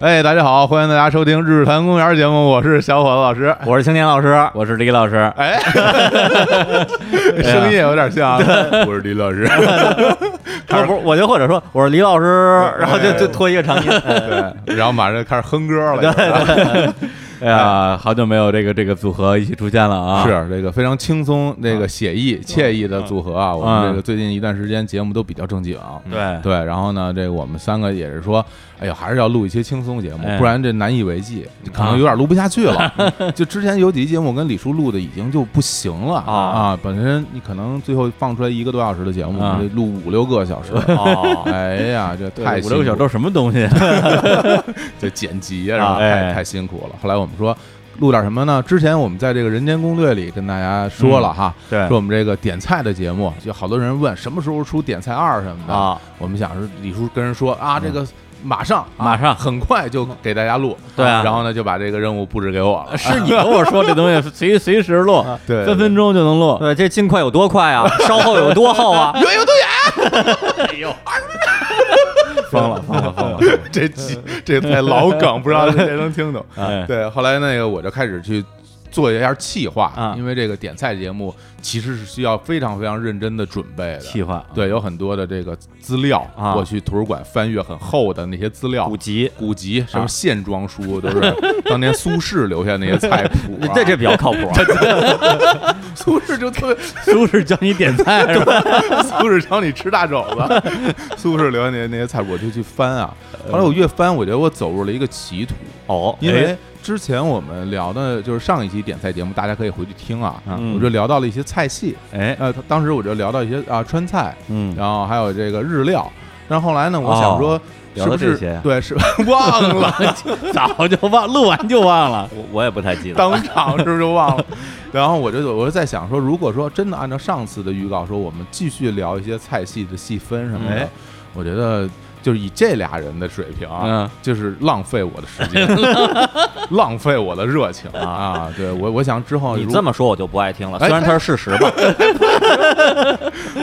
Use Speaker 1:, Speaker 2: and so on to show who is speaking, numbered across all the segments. Speaker 1: 哎，大家好，欢迎大家收听《日坛公园》节目，我是小伙子老师。
Speaker 2: 我是青年老师，我是李老师。
Speaker 1: 哎， 声音也有点像，啊我是李老师。
Speaker 2: 我不是，我就或者说我是李老师，然后就就拖一个长音。哎
Speaker 1: 对，然后马上就开始哼歌了，
Speaker 2: 哎呀，好久没有这个这个组合一起出现了啊！
Speaker 1: 是这个非常轻松、这个写意、惬意的组合啊啊。我们这个最近一段时间节目都比较正经，
Speaker 2: 对
Speaker 1: 对。然后呢，这个我们三个也是说，哎呦，还是要录一些轻松节目
Speaker 2: 哎，啊
Speaker 1: 不然这难以为继，可能有点录不下去了。 就之前有几期节目，我跟李叔录的已经就不行了
Speaker 2: 啊
Speaker 1: 啊。本身你可能最后放出来一个多小时的节目，
Speaker 2: 啊
Speaker 1: 得录五六个小时。
Speaker 2: 哦，
Speaker 1: 哎呀，这太
Speaker 2: 五六
Speaker 1: 辛
Speaker 2: 个小时
Speaker 1: 苦
Speaker 2: 都是什么东西？啊
Speaker 1: 这剪辑啊，然后太
Speaker 2: 哎
Speaker 1: 太辛苦了。后来我们说录点什么呢？之前我们在这个《人间攻略》里跟大家说了哈，
Speaker 2: 嗯对
Speaker 1: 说我们这个点菜的节目，就好多人问什么时候出点菜二什么的。
Speaker 2: 啊，
Speaker 1: 我们想是李叔跟人说啊，这个马上、啊
Speaker 2: 嗯马上
Speaker 1: 很快就给大家录。
Speaker 2: 对啊
Speaker 1: 然后呢就把这个任务布置给我了。
Speaker 2: 是你跟我说这东西随啊随时录，
Speaker 1: 对
Speaker 2: 分分钟就能录。
Speaker 3: 对，这尽快有多快啊？稍后有 多后啊？
Speaker 1: 远有多远？
Speaker 2: 疯了，疯了，疯了！
Speaker 1: 这期这太老梗， 不知道谁能听懂。
Speaker 2: 哎，
Speaker 1: 对，后来那个我就开始去做一下企划，
Speaker 2: 啊
Speaker 1: 因为这个点菜节目其实是需要非常非常认真的准备
Speaker 2: 气
Speaker 1: 的。
Speaker 2: 话，
Speaker 1: 对，有很多的这个资料，
Speaker 2: 啊
Speaker 1: 我去图书馆翻阅很厚的那些资料
Speaker 2: 古，籍，啊
Speaker 1: 古籍什么线装书，都是当年苏轼留下那些菜谱 啊。
Speaker 3: 这这比较靠谱啊。
Speaker 1: 苏轼就特别，
Speaker 2: 苏轼教你点 菜是吧？
Speaker 1: 苏轼教你吃大肘子， 苏轼留下那些那些菜谱，我就去翻啊。后来我越翻，我觉得我走入了一个歧途，
Speaker 2: 哦
Speaker 1: 因
Speaker 3: 哎
Speaker 1: 为之前我们聊的就是上一期点菜节目，大家可以回去听啊。
Speaker 2: 嗯
Speaker 1: 我就聊到了一些菜系，
Speaker 2: 哎，
Speaker 1: 呃，当时我就聊到一些啊川菜，
Speaker 2: 嗯，
Speaker 1: 然后还有这个日料。但后来呢，我想说，
Speaker 2: 聊
Speaker 1: 是不
Speaker 2: 到这
Speaker 1: 是
Speaker 2: 些呀
Speaker 1: 对是 忘了
Speaker 2: 早就忘，录完就忘了。
Speaker 3: 我我也不太记得。
Speaker 1: 当场是不是就忘了？ 然后我就我就在想说，如果说真的按照上次的预告说，我们继续聊一些菜系的细分什么的
Speaker 2: 哎，
Speaker 1: 我觉得就是以这俩人的水平啊，
Speaker 2: 嗯
Speaker 1: 就是浪费我的时 间，浪费我的热情啊！对我，我想之后
Speaker 3: 你
Speaker 1: 如
Speaker 3: 这么说，我就不爱听了。
Speaker 1: 哎
Speaker 3: 虽然它是事实吧，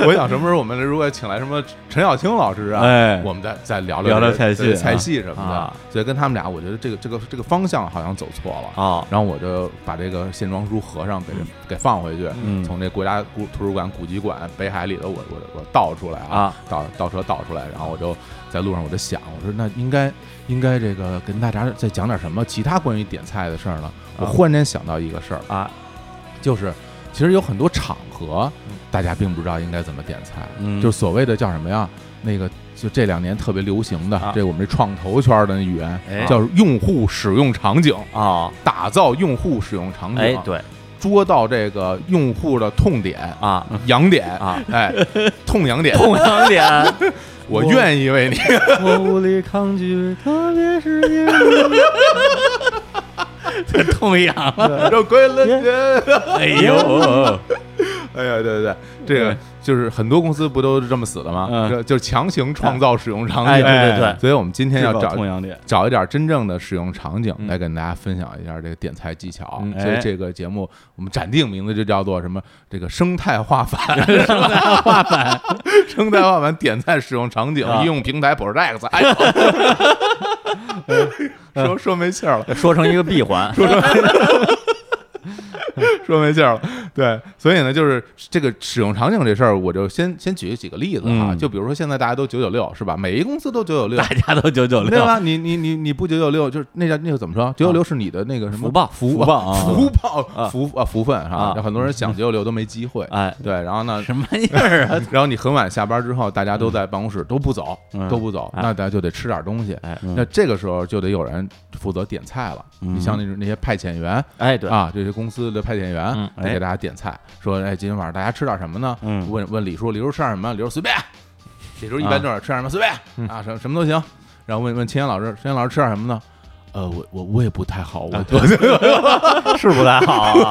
Speaker 1: 我想什么时候我们如果请来什么陈小青老师啊，
Speaker 2: 哎
Speaker 1: 我们再再聊
Speaker 2: 聊聊
Speaker 1: 这
Speaker 2: 菜系
Speaker 1: 对
Speaker 2: 啊
Speaker 1: 菜系什么的。
Speaker 3: 啊
Speaker 1: 所以跟他们俩，我觉得这个这个这个方向好像走错了。
Speaker 3: 啊，
Speaker 1: 然后我就把这个线装书合上，给给放回去，
Speaker 2: 嗯
Speaker 1: 从这国家古图书馆古籍馆北海里头，我我我倒出来啊
Speaker 3: 啊，
Speaker 1: 倒倒车倒出来，然后我就在路上我就想，我说那应该应该这个跟大家再讲点什么其他关于点菜的事儿呢？
Speaker 2: 啊
Speaker 1: 我忽然间想到一个事儿
Speaker 3: 啊，
Speaker 1: 就是其实有很多场合，大家并不知道应该怎么点菜，
Speaker 2: 嗯
Speaker 1: 就是所谓的叫什么呀？那个就这两年特别流行的，
Speaker 3: 啊
Speaker 1: 这我们这创投圈的语言、
Speaker 2: 哎
Speaker 1: 叫用户使用场景，
Speaker 3: 啊，
Speaker 1: 打造用户使用
Speaker 2: 嗯
Speaker 1: 场景，
Speaker 2: 啊
Speaker 1: 啊
Speaker 3: 哎，对
Speaker 1: 捉到这个用户的痛点、
Speaker 3: 啊
Speaker 1: 痒点
Speaker 3: 啊，
Speaker 1: 哎，痛痒点，
Speaker 3: 痛痒点
Speaker 1: 我愿意为你。
Speaker 2: 我无力抗拒，特别是因为太痛痒了。
Speaker 1: 让归了 人。
Speaker 2: 哎
Speaker 3: 哦
Speaker 2: 呦，
Speaker 1: 哎呀，对对对，这个就是很多公司不都是这么死的吗？
Speaker 2: 嗯
Speaker 1: 就就是强行创造使用场景。
Speaker 2: 哎对对
Speaker 3: 对
Speaker 1: 所以我们今天要
Speaker 2: 制造
Speaker 1: 找
Speaker 2: 痛痒点
Speaker 1: 找一点真正的使用场景来跟大家分享一下这个点菜技巧。
Speaker 2: 嗯
Speaker 1: 所以
Speaker 2: 哎
Speaker 1: 这个节目我们暂定名字就叫做什么？这个生态化反， 生态化反点菜使用场景
Speaker 2: 啊
Speaker 1: 应用平台 Project。哎 呦
Speaker 2: 哎
Speaker 1: 说说没气儿了，
Speaker 3: 说成一个闭 环，
Speaker 1: 说没劲儿了。对，所以呢，就是这个使用场景这事儿，我就先先举几个例子哈。
Speaker 2: 嗯
Speaker 1: 就比如说现在大家都九九六是吧？每一公司都九九 六
Speaker 2: 大，家都九九
Speaker 1: 对
Speaker 2: 六，
Speaker 1: 吧？啊你你你你不九九六，就是那叫那个怎么说？九九六是你的那个什么
Speaker 3: 福报
Speaker 1: 福
Speaker 2: 福报啊
Speaker 1: 福报
Speaker 2: 啊
Speaker 1: 福啊福分哈
Speaker 3: 啊。
Speaker 1: 有很多人想九九六都没机
Speaker 4: 啊
Speaker 1: 会，
Speaker 3: 哎，
Speaker 1: 对，然后呢？
Speaker 2: 什么玩意儿 啊？
Speaker 1: 然后你很晚下班之后，大家都在办公室都不走，
Speaker 2: 嗯
Speaker 1: 都不走，那大家就得吃点东西。
Speaker 3: 哎
Speaker 4: 嗯
Speaker 1: 那这个时候就得有人负责点菜了。你像那种那些派遣员，
Speaker 3: 哎，对
Speaker 1: 啊，这些公司的派遣员
Speaker 3: 嗯
Speaker 1: 来给大家点菜，说哎，今天晚上大家吃点什么呢？
Speaker 2: 嗯
Speaker 1: 问问李叔，李叔吃点什么？李叔随便，李叔一般就是吃点什么随便啊，什么什么都行。然后问问秦岩老师，秦岩老师吃点什么呢？呃，我我我也不太好，我
Speaker 3: 是不太好啊。啊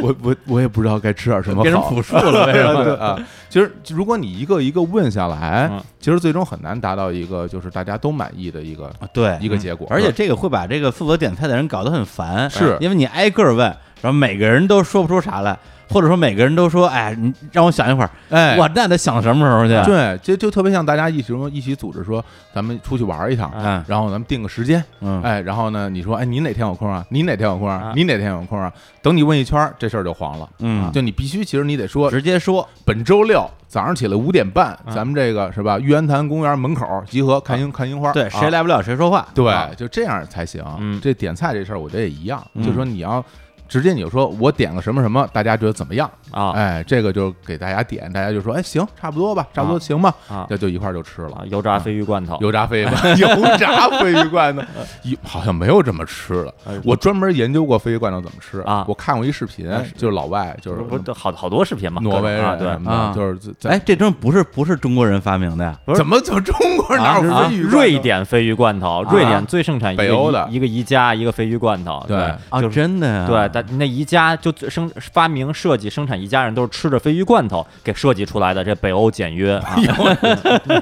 Speaker 1: 我我我也不知道该吃点什么好，
Speaker 2: 变成朴树了，为什
Speaker 1: 对
Speaker 2: 么？
Speaker 1: 啊，其实如果你一个一个问下来
Speaker 2: 嗯，
Speaker 1: 其实最终很难达到一个就是大家都满意的一个
Speaker 4: 对
Speaker 1: 一个结果。
Speaker 4: 嗯而且这个会把这个负责点菜的人搞得很烦，
Speaker 1: 是
Speaker 4: 因为你挨个儿问，然后每个人都说不出啥来，或者说每个人都说，哎，你让我想一会儿，
Speaker 1: 哎，
Speaker 4: 我那得想什么时候去？
Speaker 1: 对，这就特别像大家一起一起组织说，咱们出去玩一趟，
Speaker 4: 嗯
Speaker 1: 然后咱们定个时间，
Speaker 4: 嗯，
Speaker 1: 哎，然后呢，你说，哎，你哪天有空啊？你哪天有空啊
Speaker 2: 啊？
Speaker 1: 你哪天有空啊？等你问一圈儿，这事儿就黄了。啊
Speaker 4: 嗯
Speaker 1: 就你必须，其实你得说，
Speaker 4: 直接说，
Speaker 1: 本周六早上起来五点半，
Speaker 4: 嗯
Speaker 1: 咱们这个是吧？玉渊潭公园门口集合看樱看樱花，
Speaker 4: 对，
Speaker 1: 啊
Speaker 4: 谁来不了谁说话，啊
Speaker 1: 对，就这样才行。
Speaker 2: 嗯
Speaker 1: 这点菜这事儿，我觉得也一样，
Speaker 4: 嗯
Speaker 1: 就说你要直接你就说我点个什么什么，大家觉得怎么样？
Speaker 2: 啊
Speaker 1: 哎，这个就给大家点，大家就说，哎，行，差不多吧，差不多行吧，
Speaker 2: 啊
Speaker 1: 这就一块儿就吃了。
Speaker 2: 啊！油炸鲱鱼罐头，
Speaker 1: 油炸鲱鱼罐， 油炸鲱鱼罐头， 一好像没有这么吃的
Speaker 2: 哎。
Speaker 1: 我专门研究过鲱鱼罐头怎么吃
Speaker 2: 啊
Speaker 1: 我看过一视频，就是老外，就是
Speaker 2: 不不好好多视频嘛，
Speaker 1: 挪威
Speaker 2: 啊，
Speaker 1: 人
Speaker 2: 对
Speaker 1: 什，么
Speaker 4: 啊
Speaker 1: 的，就是在
Speaker 4: 哎，这真不是不是中国人发明的呀，
Speaker 2: 不是
Speaker 1: 怎么就中国哪有
Speaker 2: 啊
Speaker 1: 鲱鱼罐头？
Speaker 2: 瑞典鲱鱼罐头，瑞典最盛产一个
Speaker 1: 北欧的
Speaker 2: 一个宜家，一个鲱鱼罐头，
Speaker 1: 对
Speaker 4: 啊，
Speaker 2: 就是
Speaker 4: 真的呀，
Speaker 2: 对，但那宜家就最生发明设计生产宜家人都是吃着鲱鱼罐头给设计出来的，这北欧简约 啊，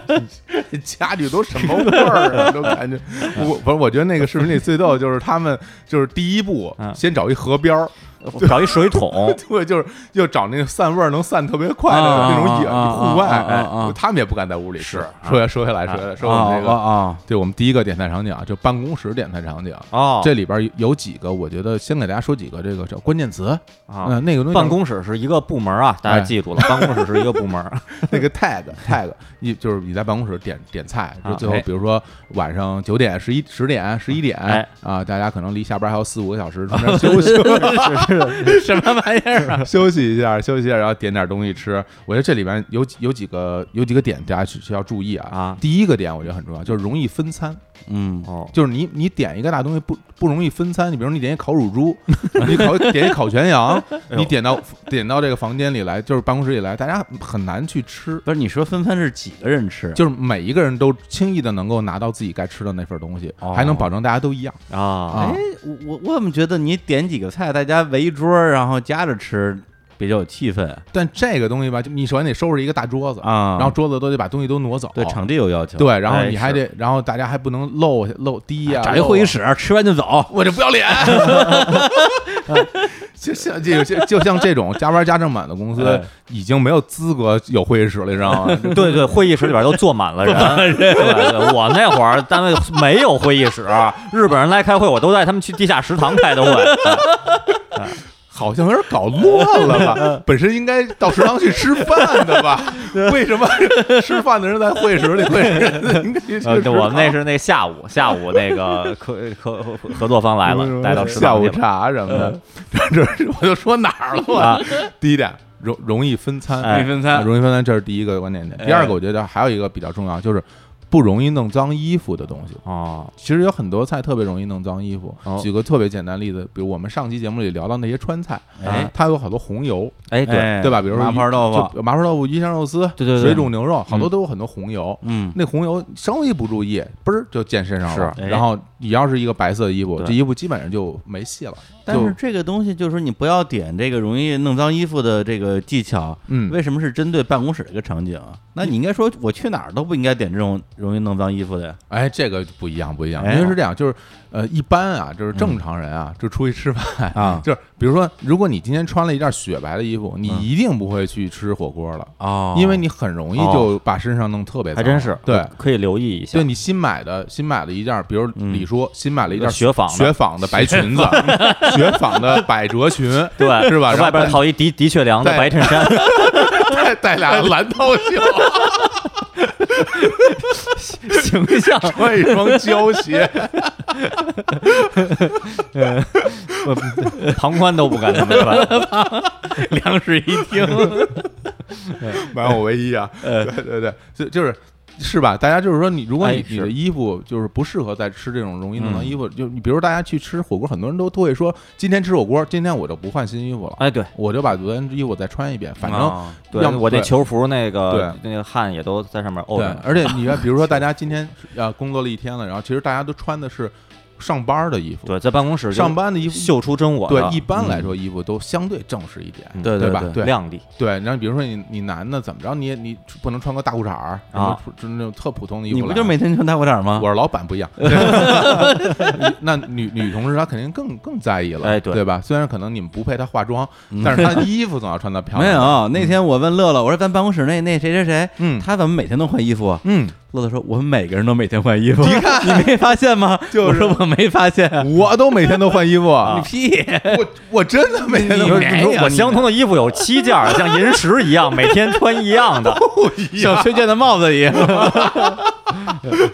Speaker 1: 家里都什么味儿啊？都 感觉我不是，我觉得那个视频里最逗的就是他们就是第一步
Speaker 2: 嗯
Speaker 1: 先找一河边儿，
Speaker 2: 找一水桶
Speaker 1: 对，就是要找那个散味儿能散特别快的
Speaker 4: 啊
Speaker 1: 那种野
Speaker 4: 啊啊
Speaker 1: 户外，
Speaker 4: 啊啊
Speaker 1: 哎
Speaker 4: 啊啊
Speaker 1: 他们也不敢在屋里
Speaker 2: 是
Speaker 1: 吃
Speaker 2: 啊。
Speaker 1: 说回说回来，说回来，
Speaker 4: 哦
Speaker 1: 说我们这
Speaker 4: 哦
Speaker 1: 个，
Speaker 4: 哦，
Speaker 1: 对我们第一个点菜场景啊，就办公室点菜场景。啊
Speaker 2: 哦，
Speaker 1: 这里边有几个，我觉得先给大家说几个这个叫关键词，
Speaker 4: 哦
Speaker 2: 啊。
Speaker 1: 嗯，那个东西
Speaker 2: 办公室是一个部门啊，大家
Speaker 1: 哎
Speaker 2: 记住了，办公室是一个部门。
Speaker 1: 那个 tag tag，你就是你在办公室点点菜，
Speaker 2: 啊
Speaker 1: 就最后
Speaker 2: 哎
Speaker 1: 比如说晚上九点、十一、十点、十一点
Speaker 2: 哎
Speaker 1: 啊，大家可能离下班还有四五个小 时，中间休息
Speaker 4: 是是什么玩意儿啊？
Speaker 1: 休息一下，休息一下，然后点点东西吃。我觉得这里边有几有几个有几个点大家需需要注意啊。
Speaker 2: 啊
Speaker 1: 第一个点我觉得很重要，就是容易分餐，
Speaker 4: 嗯，
Speaker 2: 哦，
Speaker 1: 就是你你点一个大东西不不容易分餐。你比如你点一烤乳 猪，你烤点一烤全羊，
Speaker 2: 哎呦
Speaker 1: 你点到点到这个房间里来，就是办公室里来，大家很难去吃。
Speaker 4: 不是你说分餐是几个人吃？
Speaker 1: 就是每一个人都轻易的能够拿到自己该吃的那份东西，
Speaker 2: 哦
Speaker 1: 还能保证大家都一样。
Speaker 2: 啊
Speaker 1: 啊
Speaker 4: 哎，我我我怎么觉得你点几个菜，大家围一桌儿，然后夹着吃，比较有气氛
Speaker 1: 但这个东西吧，就你首先得收拾一个大桌子，
Speaker 4: 啊。
Speaker 1: 然后桌子都得把东西都挪走，
Speaker 4: 对场地有要求，，
Speaker 1: 对然后
Speaker 2: 哎
Speaker 1: 你还得，然后大家还不能漏漏低呀，
Speaker 4: 找一
Speaker 1: 漏啊
Speaker 4: 会议，室吃完就走。
Speaker 1: 我就不要脸。 就像就就就像这种加班加正满的公司
Speaker 4: 哎，
Speaker 1: 已经没有资格有会议室了，你知道吗？
Speaker 2: 对对，会议室里边都啊坐满了人。对对，我那会儿单位没有会议室，日本人来开会，我都带他们去地下食堂开的 会。
Speaker 1: 好像有点搞乱 了
Speaker 2: 嗯
Speaker 1: 吧？本身应该到食堂去吃饭的吧？为什么 吃饭的人在会食里？会人应该去
Speaker 2: 呃，
Speaker 1: 食
Speaker 2: 对
Speaker 1: 堂
Speaker 2: 我们那是那下午，下午那个合合合作方来了，带到食
Speaker 1: 下
Speaker 2: 堂
Speaker 1: 午
Speaker 2: 去了。嗯
Speaker 1: 茶什么的。这这我就说哪儿了？
Speaker 2: 啊
Speaker 1: 第一点容容易分餐，
Speaker 2: 哎容易
Speaker 4: 分餐
Speaker 1: 啊容易分餐，这是第一个关键点。
Speaker 4: 哎
Speaker 1: 第二个，我觉得还有一个比较重要，就是不容易弄脏衣服的东西。
Speaker 2: 哦，
Speaker 1: 其实有很多菜特别容易弄脏衣服
Speaker 2: 哦。
Speaker 1: 举个特别简单例子，比如我们上期节目里聊到那些川菜，
Speaker 4: 哎
Speaker 1: 它有好多红油，
Speaker 2: 哎，对，
Speaker 1: 对吧？比如说
Speaker 4: 麻
Speaker 1: 一
Speaker 4: 婆豆腐，
Speaker 1: 就麻婆豆腐、鱼香肉丝、
Speaker 2: 对对对
Speaker 1: 水煮牛肉，好多都有很多红油。
Speaker 4: 嗯，
Speaker 1: 那红油稍一不注意，嘣儿就溅身上了。
Speaker 4: 是哎
Speaker 1: 然后你要是一个白色的衣服，
Speaker 2: 对
Speaker 1: 这衣服基本上就没戏了。
Speaker 4: 但
Speaker 1: 就是
Speaker 4: 这个东西就是你不要点这个容易弄脏衣服的这个技巧。
Speaker 1: 嗯，
Speaker 4: 为什么是针对办公室这个场景啊？那你应该说，我去哪儿都不应该点这种容易弄脏衣服的呀。
Speaker 1: 哎，这个不一样，不一样，
Speaker 4: 哎
Speaker 1: 因为是这样，就是呃，一般啊，就是正常人啊，就出去吃饭
Speaker 4: 啊
Speaker 1: 就是比如说，如果你今天穿了一件雪白的衣服，你
Speaker 4: 嗯
Speaker 1: 一定不会去吃火锅了，
Speaker 4: 哦
Speaker 1: 因为你很容易就把身上弄特别
Speaker 2: 还
Speaker 1: 脏，
Speaker 2: 真是，
Speaker 1: 对。
Speaker 2: 可以留意一下
Speaker 1: 就。你新买的，新买了一件，比如
Speaker 4: 嗯
Speaker 1: 李叔新买了一件
Speaker 2: 雪纺的
Speaker 1: 雪纺的白裙子，雪纺的百褶裙，
Speaker 2: 对，
Speaker 1: 是吧？然后
Speaker 2: 外边套一的的确良的
Speaker 1: 对
Speaker 2: 白衬 衫，
Speaker 1: 带带俩蓝套袖，
Speaker 2: 形象
Speaker 1: 穿一双胶鞋，
Speaker 2: 旁观都不敢这么 穿。
Speaker 4: 两室一厅，
Speaker 1: 满我唯一啊！对对对，就就是。是吧？大家就是说你，如果你、
Speaker 2: 嗯哎是嗯
Speaker 1: 你的衣服就是不适合再吃这种容易弄脏衣服，就你比如大家去吃火锅，很多人都都会说，今天吃火锅，今天我就不换新衣服了，
Speaker 2: 哎，对，
Speaker 1: 我就把昨天衣服再穿一遍，反正、
Speaker 4: 啊
Speaker 2: 对
Speaker 1: 要么
Speaker 2: 我那
Speaker 1: 对
Speaker 2: 球服那个那个汗也都在上面沤哦
Speaker 1: 对
Speaker 2: 着。呢。
Speaker 1: 而且你看，比如说大家今天呃工作了一天了，然后其实大家都穿的是上班的衣服，
Speaker 2: 对，在办公室就
Speaker 1: 上班的衣服
Speaker 2: 秀出真我的。
Speaker 1: 对，一般来
Speaker 2: 嗯，
Speaker 1: 说衣服都相对正式一点，
Speaker 2: 嗯
Speaker 1: 对
Speaker 2: 对
Speaker 1: 吧？
Speaker 2: 对，
Speaker 1: 对
Speaker 2: 亮丽，
Speaker 1: 对，然后比如说你你男的怎么着，你也你不能穿个大裤衩儿什么
Speaker 2: 啊
Speaker 1: 普就是那种特普通的衣服
Speaker 4: 你
Speaker 1: 来，
Speaker 4: 不就是每天穿大裤衩吗？
Speaker 1: 我是老板不一 样， 那女女同事她肯定更更在意了，
Speaker 2: 哎
Speaker 1: 对
Speaker 2: 对嗯
Speaker 1: 吧？虽然可能你们不配她化妆，但是她衣服总要穿的漂
Speaker 4: 没
Speaker 1: 亮。
Speaker 4: 有，那天我问乐乐，我说咱办公室那那谁谁谁，
Speaker 1: 嗯
Speaker 4: 他怎么每天都换衣服啊？
Speaker 1: 嗯，
Speaker 4: 乐乐说，我们每个人都每天换衣服，你看 你没发现吗？
Speaker 1: 就是
Speaker 4: 我说我没发现啊，
Speaker 1: 我都每天都换衣服，
Speaker 4: 你屁！
Speaker 1: 我我真的每天
Speaker 2: 啊你
Speaker 1: 都啊
Speaker 2: 说
Speaker 1: 换
Speaker 2: 你
Speaker 4: 没
Speaker 2: 说
Speaker 4: 有
Speaker 2: 我
Speaker 4: 你
Speaker 2: 相同的衣服有七件儿，像银石一样，每天穿一 样的，
Speaker 1: 一样
Speaker 4: 像崔健的帽子一样，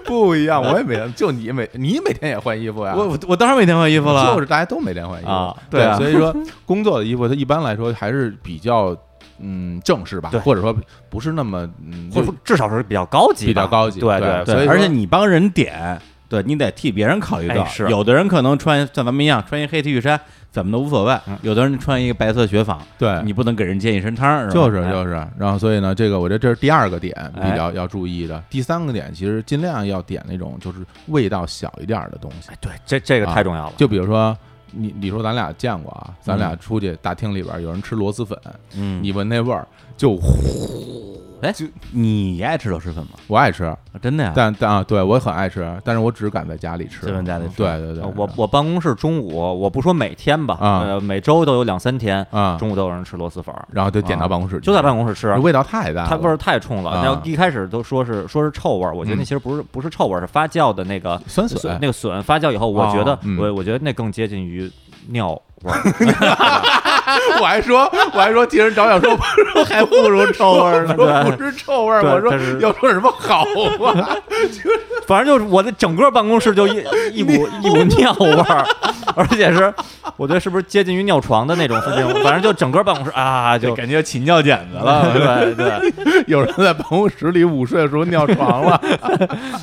Speaker 1: 不一样，我也每天就你每你每天也换衣服呀，
Speaker 4: 我我我当然每天换衣服了，
Speaker 1: 就是大家都每天换衣服
Speaker 2: 啊
Speaker 1: 对
Speaker 4: 对啊
Speaker 1: 所以说工作的衣服它一般来说还是比较嗯正式吧
Speaker 2: 对，
Speaker 1: 或者说不是那么嗯
Speaker 2: 或者
Speaker 1: 就
Speaker 2: 说至少是比较高级吧，
Speaker 1: 比较高级
Speaker 2: 对
Speaker 1: 对
Speaker 2: 对
Speaker 1: 所以
Speaker 4: 对，
Speaker 1: 说
Speaker 4: 而且你帮人点，对你得替别人考虑到。
Speaker 2: 哎是
Speaker 4: 有的人可能穿像咱们一样穿一黑 T 恤衫，怎么都无所谓；有的人穿一个白色雪纺，
Speaker 1: 对
Speaker 4: 你不能给人溅一身汤，吧
Speaker 1: 哎就是
Speaker 4: 哎
Speaker 1: 就是，然后所以呢，这个我觉得这是第二个点比
Speaker 4: 哎
Speaker 1: 较要注意的。第三个点其实尽量要点那种就是味道小一点儿的东西，
Speaker 2: 对，这这个
Speaker 1: 啊
Speaker 2: 太重要了。
Speaker 1: 就比如说。你你说咱俩见过啊？咱俩出去大厅里边有人吃螺蛳粉，
Speaker 4: 嗯，
Speaker 1: 你闻那味儿就呼
Speaker 4: 哎，你爱吃螺蛳粉吗？
Speaker 1: 我爱吃，
Speaker 4: 啊真的
Speaker 2: 哎
Speaker 4: 呀，
Speaker 1: 但但啊，对我很爱吃，但是我只敢在家里吃，
Speaker 4: 只敢在家里吃
Speaker 1: 对对对，
Speaker 2: 呃我我办公室中午，我不说每天吧，
Speaker 1: 啊
Speaker 2: 呃，每周都有两三天，
Speaker 1: 啊，
Speaker 2: 中午都有人吃螺蛳粉儿，
Speaker 1: 然后就点到办公室去，
Speaker 2: 就在办公室吃。
Speaker 1: 味道太大了，
Speaker 2: 它味儿太冲了，
Speaker 1: 啊
Speaker 2: 要一开始都说是说是臭味儿，我觉得那
Speaker 1: 嗯
Speaker 2: 其实不是不是臭味儿，是发酵的那个
Speaker 1: 酸
Speaker 2: 笋
Speaker 1: 笋
Speaker 2: 那个笋发酵以后，我觉得
Speaker 1: 哦嗯
Speaker 2: 我我觉得那更接近于尿味儿，
Speaker 1: 我还说，我还说替人着想 说，说还不如臭味儿呢，说不是臭味儿，
Speaker 2: 对
Speaker 1: 我说
Speaker 2: 但是
Speaker 1: 要说什么好啊？
Speaker 2: 反正就是我的整个办公室就一一股一股尿味儿，而且是我觉得是不是接近于尿床的那种那种，反正就整个办公室啊就。
Speaker 4: 感觉起尿点子了。
Speaker 2: 对对，
Speaker 1: 有人在办公室里午睡的时候尿床了，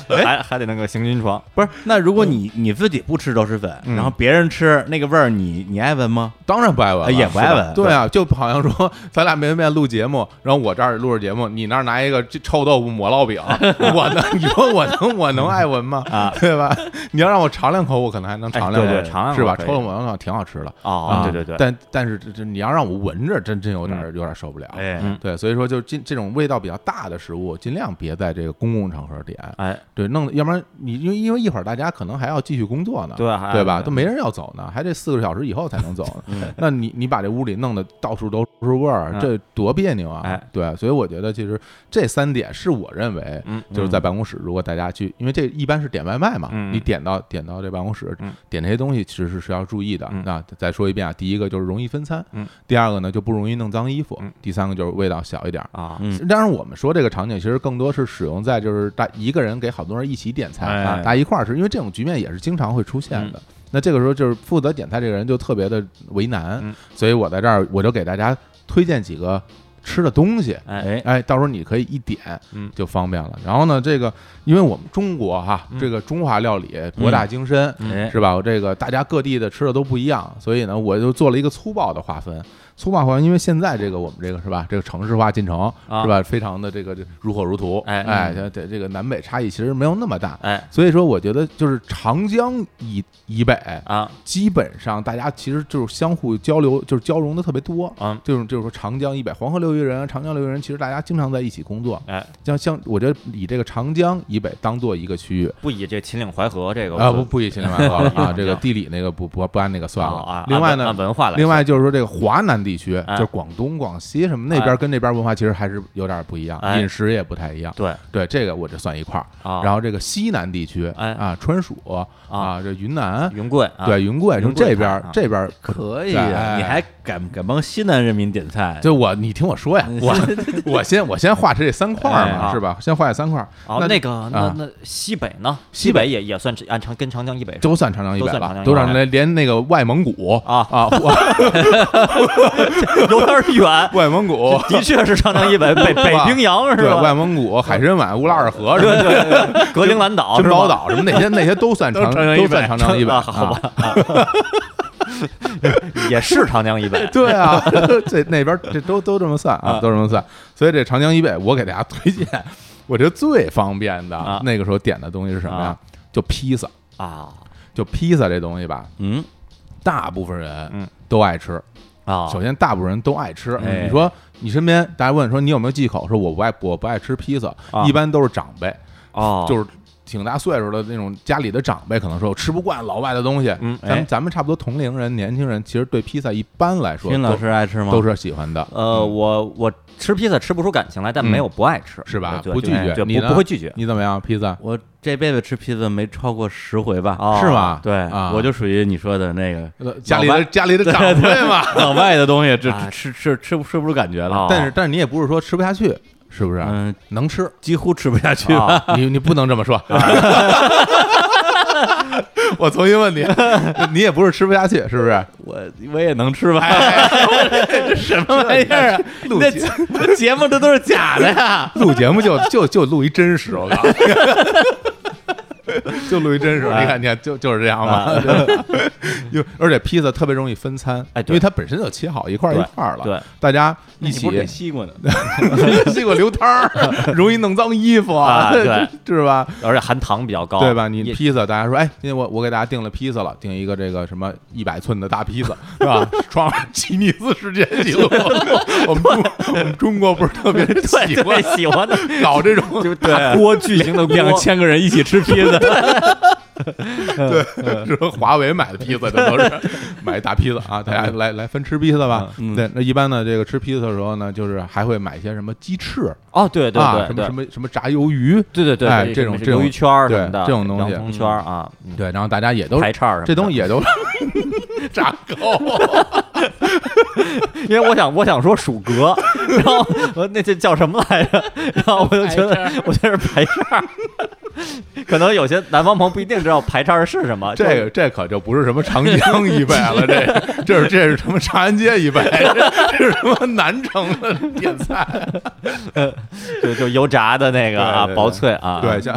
Speaker 1: 哎
Speaker 2: 还还得弄个行军床，
Speaker 4: 不是，那如果你你自己不吃螺蛳粉，
Speaker 1: 嗯
Speaker 4: 然后别人吃那个味儿，你你爱闻吗？
Speaker 1: 当然不爱闻了，
Speaker 4: 哎也不爱闻
Speaker 1: 是吧对啊，就好像说咱俩面对面录节目，然后我这儿录着节目，你那儿拿一个这臭豆腐抹 烙饼，我能，你说我能，我能爱闻吗？
Speaker 2: 啊，
Speaker 1: 对吧？你要让我尝两口，我可能还能尝两口，
Speaker 2: 哎对对尝两口
Speaker 1: 是吧？
Speaker 2: 可以
Speaker 1: 臭豆腐抹烙饼挺好吃的啊
Speaker 2: 哦，对对对，
Speaker 1: 但但是这这你要让我闻着，真真有点有点受不了。
Speaker 4: 哎
Speaker 2: 嗯
Speaker 1: 对，所以说就这这种味道比较大的食物，尽量别在这个公共场合点。
Speaker 2: 哎，
Speaker 1: 对，弄得要不然你因为因为一会儿大家可能还要继续工作呢，
Speaker 2: 对啊
Speaker 1: 对
Speaker 2: 还
Speaker 1: 吧？都没人要走呢，还得四个小时以后才能走呢。
Speaker 2: 嗯
Speaker 1: 那你你把这屋里弄得到处都是味儿，
Speaker 2: 嗯
Speaker 1: 这多别扭啊！
Speaker 2: 哎
Speaker 1: 对，所以我觉得其实这三点是我认为，
Speaker 2: 嗯
Speaker 1: 就是在办公室，如果大家去，因为这一般是点外卖嘛，
Speaker 2: 嗯
Speaker 1: 你点到点到这办公室
Speaker 2: 嗯，
Speaker 1: 点这些东西其实是要注意的。
Speaker 2: 嗯
Speaker 1: 那再说一遍啊，第一个就是容易分餐，
Speaker 2: 嗯
Speaker 1: 第二个呢就不容易弄脏衣服，
Speaker 2: 嗯
Speaker 1: 第三个就是味道小一点儿。
Speaker 2: 啊，
Speaker 4: 嗯
Speaker 1: 当然，我们说这个场景其实更多是使用在就是大一个人给好多人一起点菜，
Speaker 4: 哎
Speaker 1: 啊大家一块儿吃，因为这种局面也是经常会出现
Speaker 2: 嗯
Speaker 1: 的。那这个时候就是负责点菜这个人就特别的为难，
Speaker 2: 嗯
Speaker 1: 所以我在这儿我就给大家推荐几个吃的东西，
Speaker 2: 哎，
Speaker 1: 哎，到时候你可以一点，
Speaker 2: 嗯
Speaker 1: 就方便了。然后呢，这个因为我们中国哈，
Speaker 2: 嗯
Speaker 1: 这个中华料理博大精深，
Speaker 4: 哎，
Speaker 1: 是吧？我这个大家各地的吃的都不一样，所以呢，我就做了一个粗暴的划分。粗暴划分，因为现在这个我们这个是吧，这个城市化进程、
Speaker 2: 啊
Speaker 1: 是吧，非常的这个这如火如荼，哎
Speaker 2: 哎
Speaker 1: 这这这个南北差异其实没有那么大。
Speaker 2: 哎
Speaker 1: 所以说，我觉得就是长江以以北，
Speaker 2: 啊，
Speaker 1: 基本上大家其实就是相互交流，就是交融的特别多。
Speaker 2: 嗯，
Speaker 1: 这种就是说长江以北，黄河流域人、长江流域人，其实大家经常在一起工作。
Speaker 2: 哎，
Speaker 1: 像像我觉得以这个长江以北当做一个区域
Speaker 2: 不以这秦岭淮河这个
Speaker 1: 啊，不
Speaker 2: 我
Speaker 1: 不以秦岭淮河 了啊，
Speaker 2: 长江
Speaker 1: 这个地理那个不不不按那个算
Speaker 2: 啊
Speaker 1: 了
Speaker 2: 啊。
Speaker 1: 另外
Speaker 2: 按
Speaker 1: 呢
Speaker 2: 文，按文化来说，
Speaker 1: 另外就是说这个华南地区，
Speaker 2: 哎
Speaker 1: 就是广东、广西什么那边
Speaker 2: 哎
Speaker 1: 跟这边文化其实还是有点不一样，
Speaker 2: 哎
Speaker 1: 饮食也不太一样。
Speaker 2: 对
Speaker 1: 对，这个我这算一块儿。
Speaker 2: 啊，
Speaker 1: 然后这个西南地区
Speaker 2: 哎
Speaker 1: 啊，川蜀啊，这云南。
Speaker 2: 云贵啊，
Speaker 1: 对云贵，
Speaker 2: 云
Speaker 1: 从
Speaker 2: 贵
Speaker 1: 这边
Speaker 2: 菜
Speaker 1: 儿
Speaker 2: 啊
Speaker 1: 这边儿
Speaker 4: 可以
Speaker 1: 对哎
Speaker 4: 啊，你还敢敢帮西南人民点菜？
Speaker 1: 就我，你听我说呀，我我先我先画这三块儿嘛，
Speaker 2: 哎
Speaker 1: 是吧？先画这三块儿，
Speaker 2: 哦，
Speaker 1: 那
Speaker 2: 那个那
Speaker 1: 啊
Speaker 2: 那西北呢？
Speaker 1: 西
Speaker 2: 西
Speaker 1: 北
Speaker 2: 北也也算是按长跟长江以北
Speaker 1: 都算长江以
Speaker 2: 都
Speaker 1: 北
Speaker 2: 算长
Speaker 1: 了，
Speaker 2: 江以
Speaker 1: 都
Speaker 2: 北
Speaker 1: 让连连那个外蒙古
Speaker 2: 啊
Speaker 1: 啊， 外，
Speaker 2: 有点远
Speaker 1: 外蒙古，
Speaker 2: 的确是长江以 北北北冰洋是
Speaker 1: 对，
Speaker 2: 吧？
Speaker 1: 外蒙 古、海参崴、乌拉尔河什
Speaker 2: 对
Speaker 1: 么
Speaker 2: 对对，格陵兰 岛、
Speaker 1: 珍
Speaker 2: 是吧
Speaker 1: 宝，岛什么那些那些都算长
Speaker 4: 都长江
Speaker 1: 都
Speaker 4: 以北
Speaker 1: 算长江以北，
Speaker 2: 啊好
Speaker 1: 啊。
Speaker 2: 吧，也是长江以北
Speaker 1: 对啊，这那边这都都这么算啊，
Speaker 2: 啊
Speaker 1: 都这么算。所以这长江以北，我给大家推荐，我觉得最方便的
Speaker 2: 啊
Speaker 1: 那个时候点的东西是什么呀
Speaker 2: 啊？
Speaker 1: 就披萨。
Speaker 2: 啊，
Speaker 1: 就披萨这东西吧，
Speaker 2: 嗯
Speaker 1: 大部分人
Speaker 2: 嗯
Speaker 1: 都爱吃。
Speaker 2: 啊，
Speaker 1: 首先，大部分人都爱吃。
Speaker 2: 哎
Speaker 1: 你说你身边大家问说你有没有忌口？说我不爱，我不爱吃披萨，
Speaker 2: 啊
Speaker 1: 一般都是长辈，
Speaker 2: 哦，
Speaker 1: 就是是挺大岁数的那种家里的长辈，可能说我吃不惯老外的东西。
Speaker 2: 嗯，
Speaker 1: 咱们
Speaker 2: 哎，
Speaker 1: 咱们差不多同龄人、年轻人，其实对披萨一般来说
Speaker 2: 金老
Speaker 1: 都
Speaker 2: 师爱吃吗？
Speaker 1: 都是喜欢的。
Speaker 2: 呃，我我吃披萨吃不出感情来，但没有不爱吃，
Speaker 1: 嗯是吧
Speaker 2: 对
Speaker 1: 不
Speaker 2: 对
Speaker 1: 拒绝
Speaker 2: 对
Speaker 1: 你
Speaker 2: 哎不
Speaker 1: 呢
Speaker 2: 不会拒绝。
Speaker 1: 你怎么样？披萨
Speaker 4: 我这辈子吃披萨没超过十回吧？
Speaker 2: 哦
Speaker 1: 是吗？
Speaker 4: 对，
Speaker 1: 啊
Speaker 4: 我就属于你说的那 个
Speaker 1: 呃家里的家里的长辈 嘛。
Speaker 2: 哦
Speaker 4: 老外的东西，这
Speaker 2: 啊
Speaker 4: 吃吃吃不吃不出感觉了。
Speaker 1: 但是但是你也不是说吃不下去，是不是？
Speaker 4: 嗯，
Speaker 1: 能吃，
Speaker 4: 几乎吃不下去了。
Speaker 2: 啊，
Speaker 1: 你你不能这么说。 我重新问你，你也不是吃不下去，是不是？
Speaker 4: 我我也能吃 吧？
Speaker 1: 这什么
Speaker 4: 玩意儿啊？
Speaker 1: 录
Speaker 4: 那
Speaker 1: 节
Speaker 4: 这节 目这都是假 的呀！
Speaker 1: 录节目就就就录一真实，我告诉 你，就录一真实。你看，你看，就就是这样 嘛。因为而且披萨特别容易分餐，
Speaker 2: 哎
Speaker 1: 因
Speaker 2: 对
Speaker 1: 为它本身就切好一块儿一块儿了，
Speaker 2: 对对，
Speaker 1: 大家一
Speaker 4: 你不是给
Speaker 1: 起
Speaker 4: 西 瓜呢？
Speaker 1: 西瓜流摊儿，容易弄脏衣服
Speaker 2: 啊对，
Speaker 1: 是吧？
Speaker 2: 而且含糖比较高，
Speaker 1: 对吧？你
Speaker 2: 哦也
Speaker 1: 披萨，大家说，哎，今天我我给大家订了披萨了，订一个这个什么一百寸的大披萨，是吧？ 创吉尼斯世界纪录。 我们中我们中国不是特别
Speaker 2: 对
Speaker 1: 喜欢
Speaker 2: 对喜欢 的，
Speaker 1: 搞这种，
Speaker 2: 就大锅巨型的锅，
Speaker 4: 两千个人一起吃披萨，
Speaker 1: 是吧呃华为买的披萨，这都是买一大披萨啊，大
Speaker 2: 嗯
Speaker 1: 家来来分吃披萨吧。
Speaker 4: 嗯
Speaker 1: 对，那一般呢，这个吃披萨的时候呢，就是还会买一些什么鸡翅
Speaker 2: 哦，对对
Speaker 1: 啊，
Speaker 2: 对
Speaker 1: 什么
Speaker 2: 对
Speaker 1: 什么什么炸鱿鱼，
Speaker 2: 对对
Speaker 1: 哎
Speaker 2: 对，
Speaker 1: 这种这
Speaker 2: 鱿
Speaker 1: 种
Speaker 2: 鱼圈儿什
Speaker 1: 对
Speaker 2: 么的，
Speaker 1: 这种东西
Speaker 2: 洋葱圈儿啊，嗯
Speaker 1: 对，然后大家也都
Speaker 2: 排叉儿什么的，
Speaker 1: 这东西也都 炸高。
Speaker 2: 因为我想我想说数格，然后呃那这叫什么来着？然后我就觉得我觉得是排叉儿， 可能有些南方朋友不一定知道排叉儿是什么。
Speaker 1: 这
Speaker 2: 个
Speaker 1: 个这可就不是什么长江一辈了， 这这是这是什么长安街一辈， 这是什么南城的点菜？
Speaker 2: 就就油炸的那个
Speaker 1: 对
Speaker 2: 啊，
Speaker 1: 对对
Speaker 2: 薄脆啊，
Speaker 1: 对，像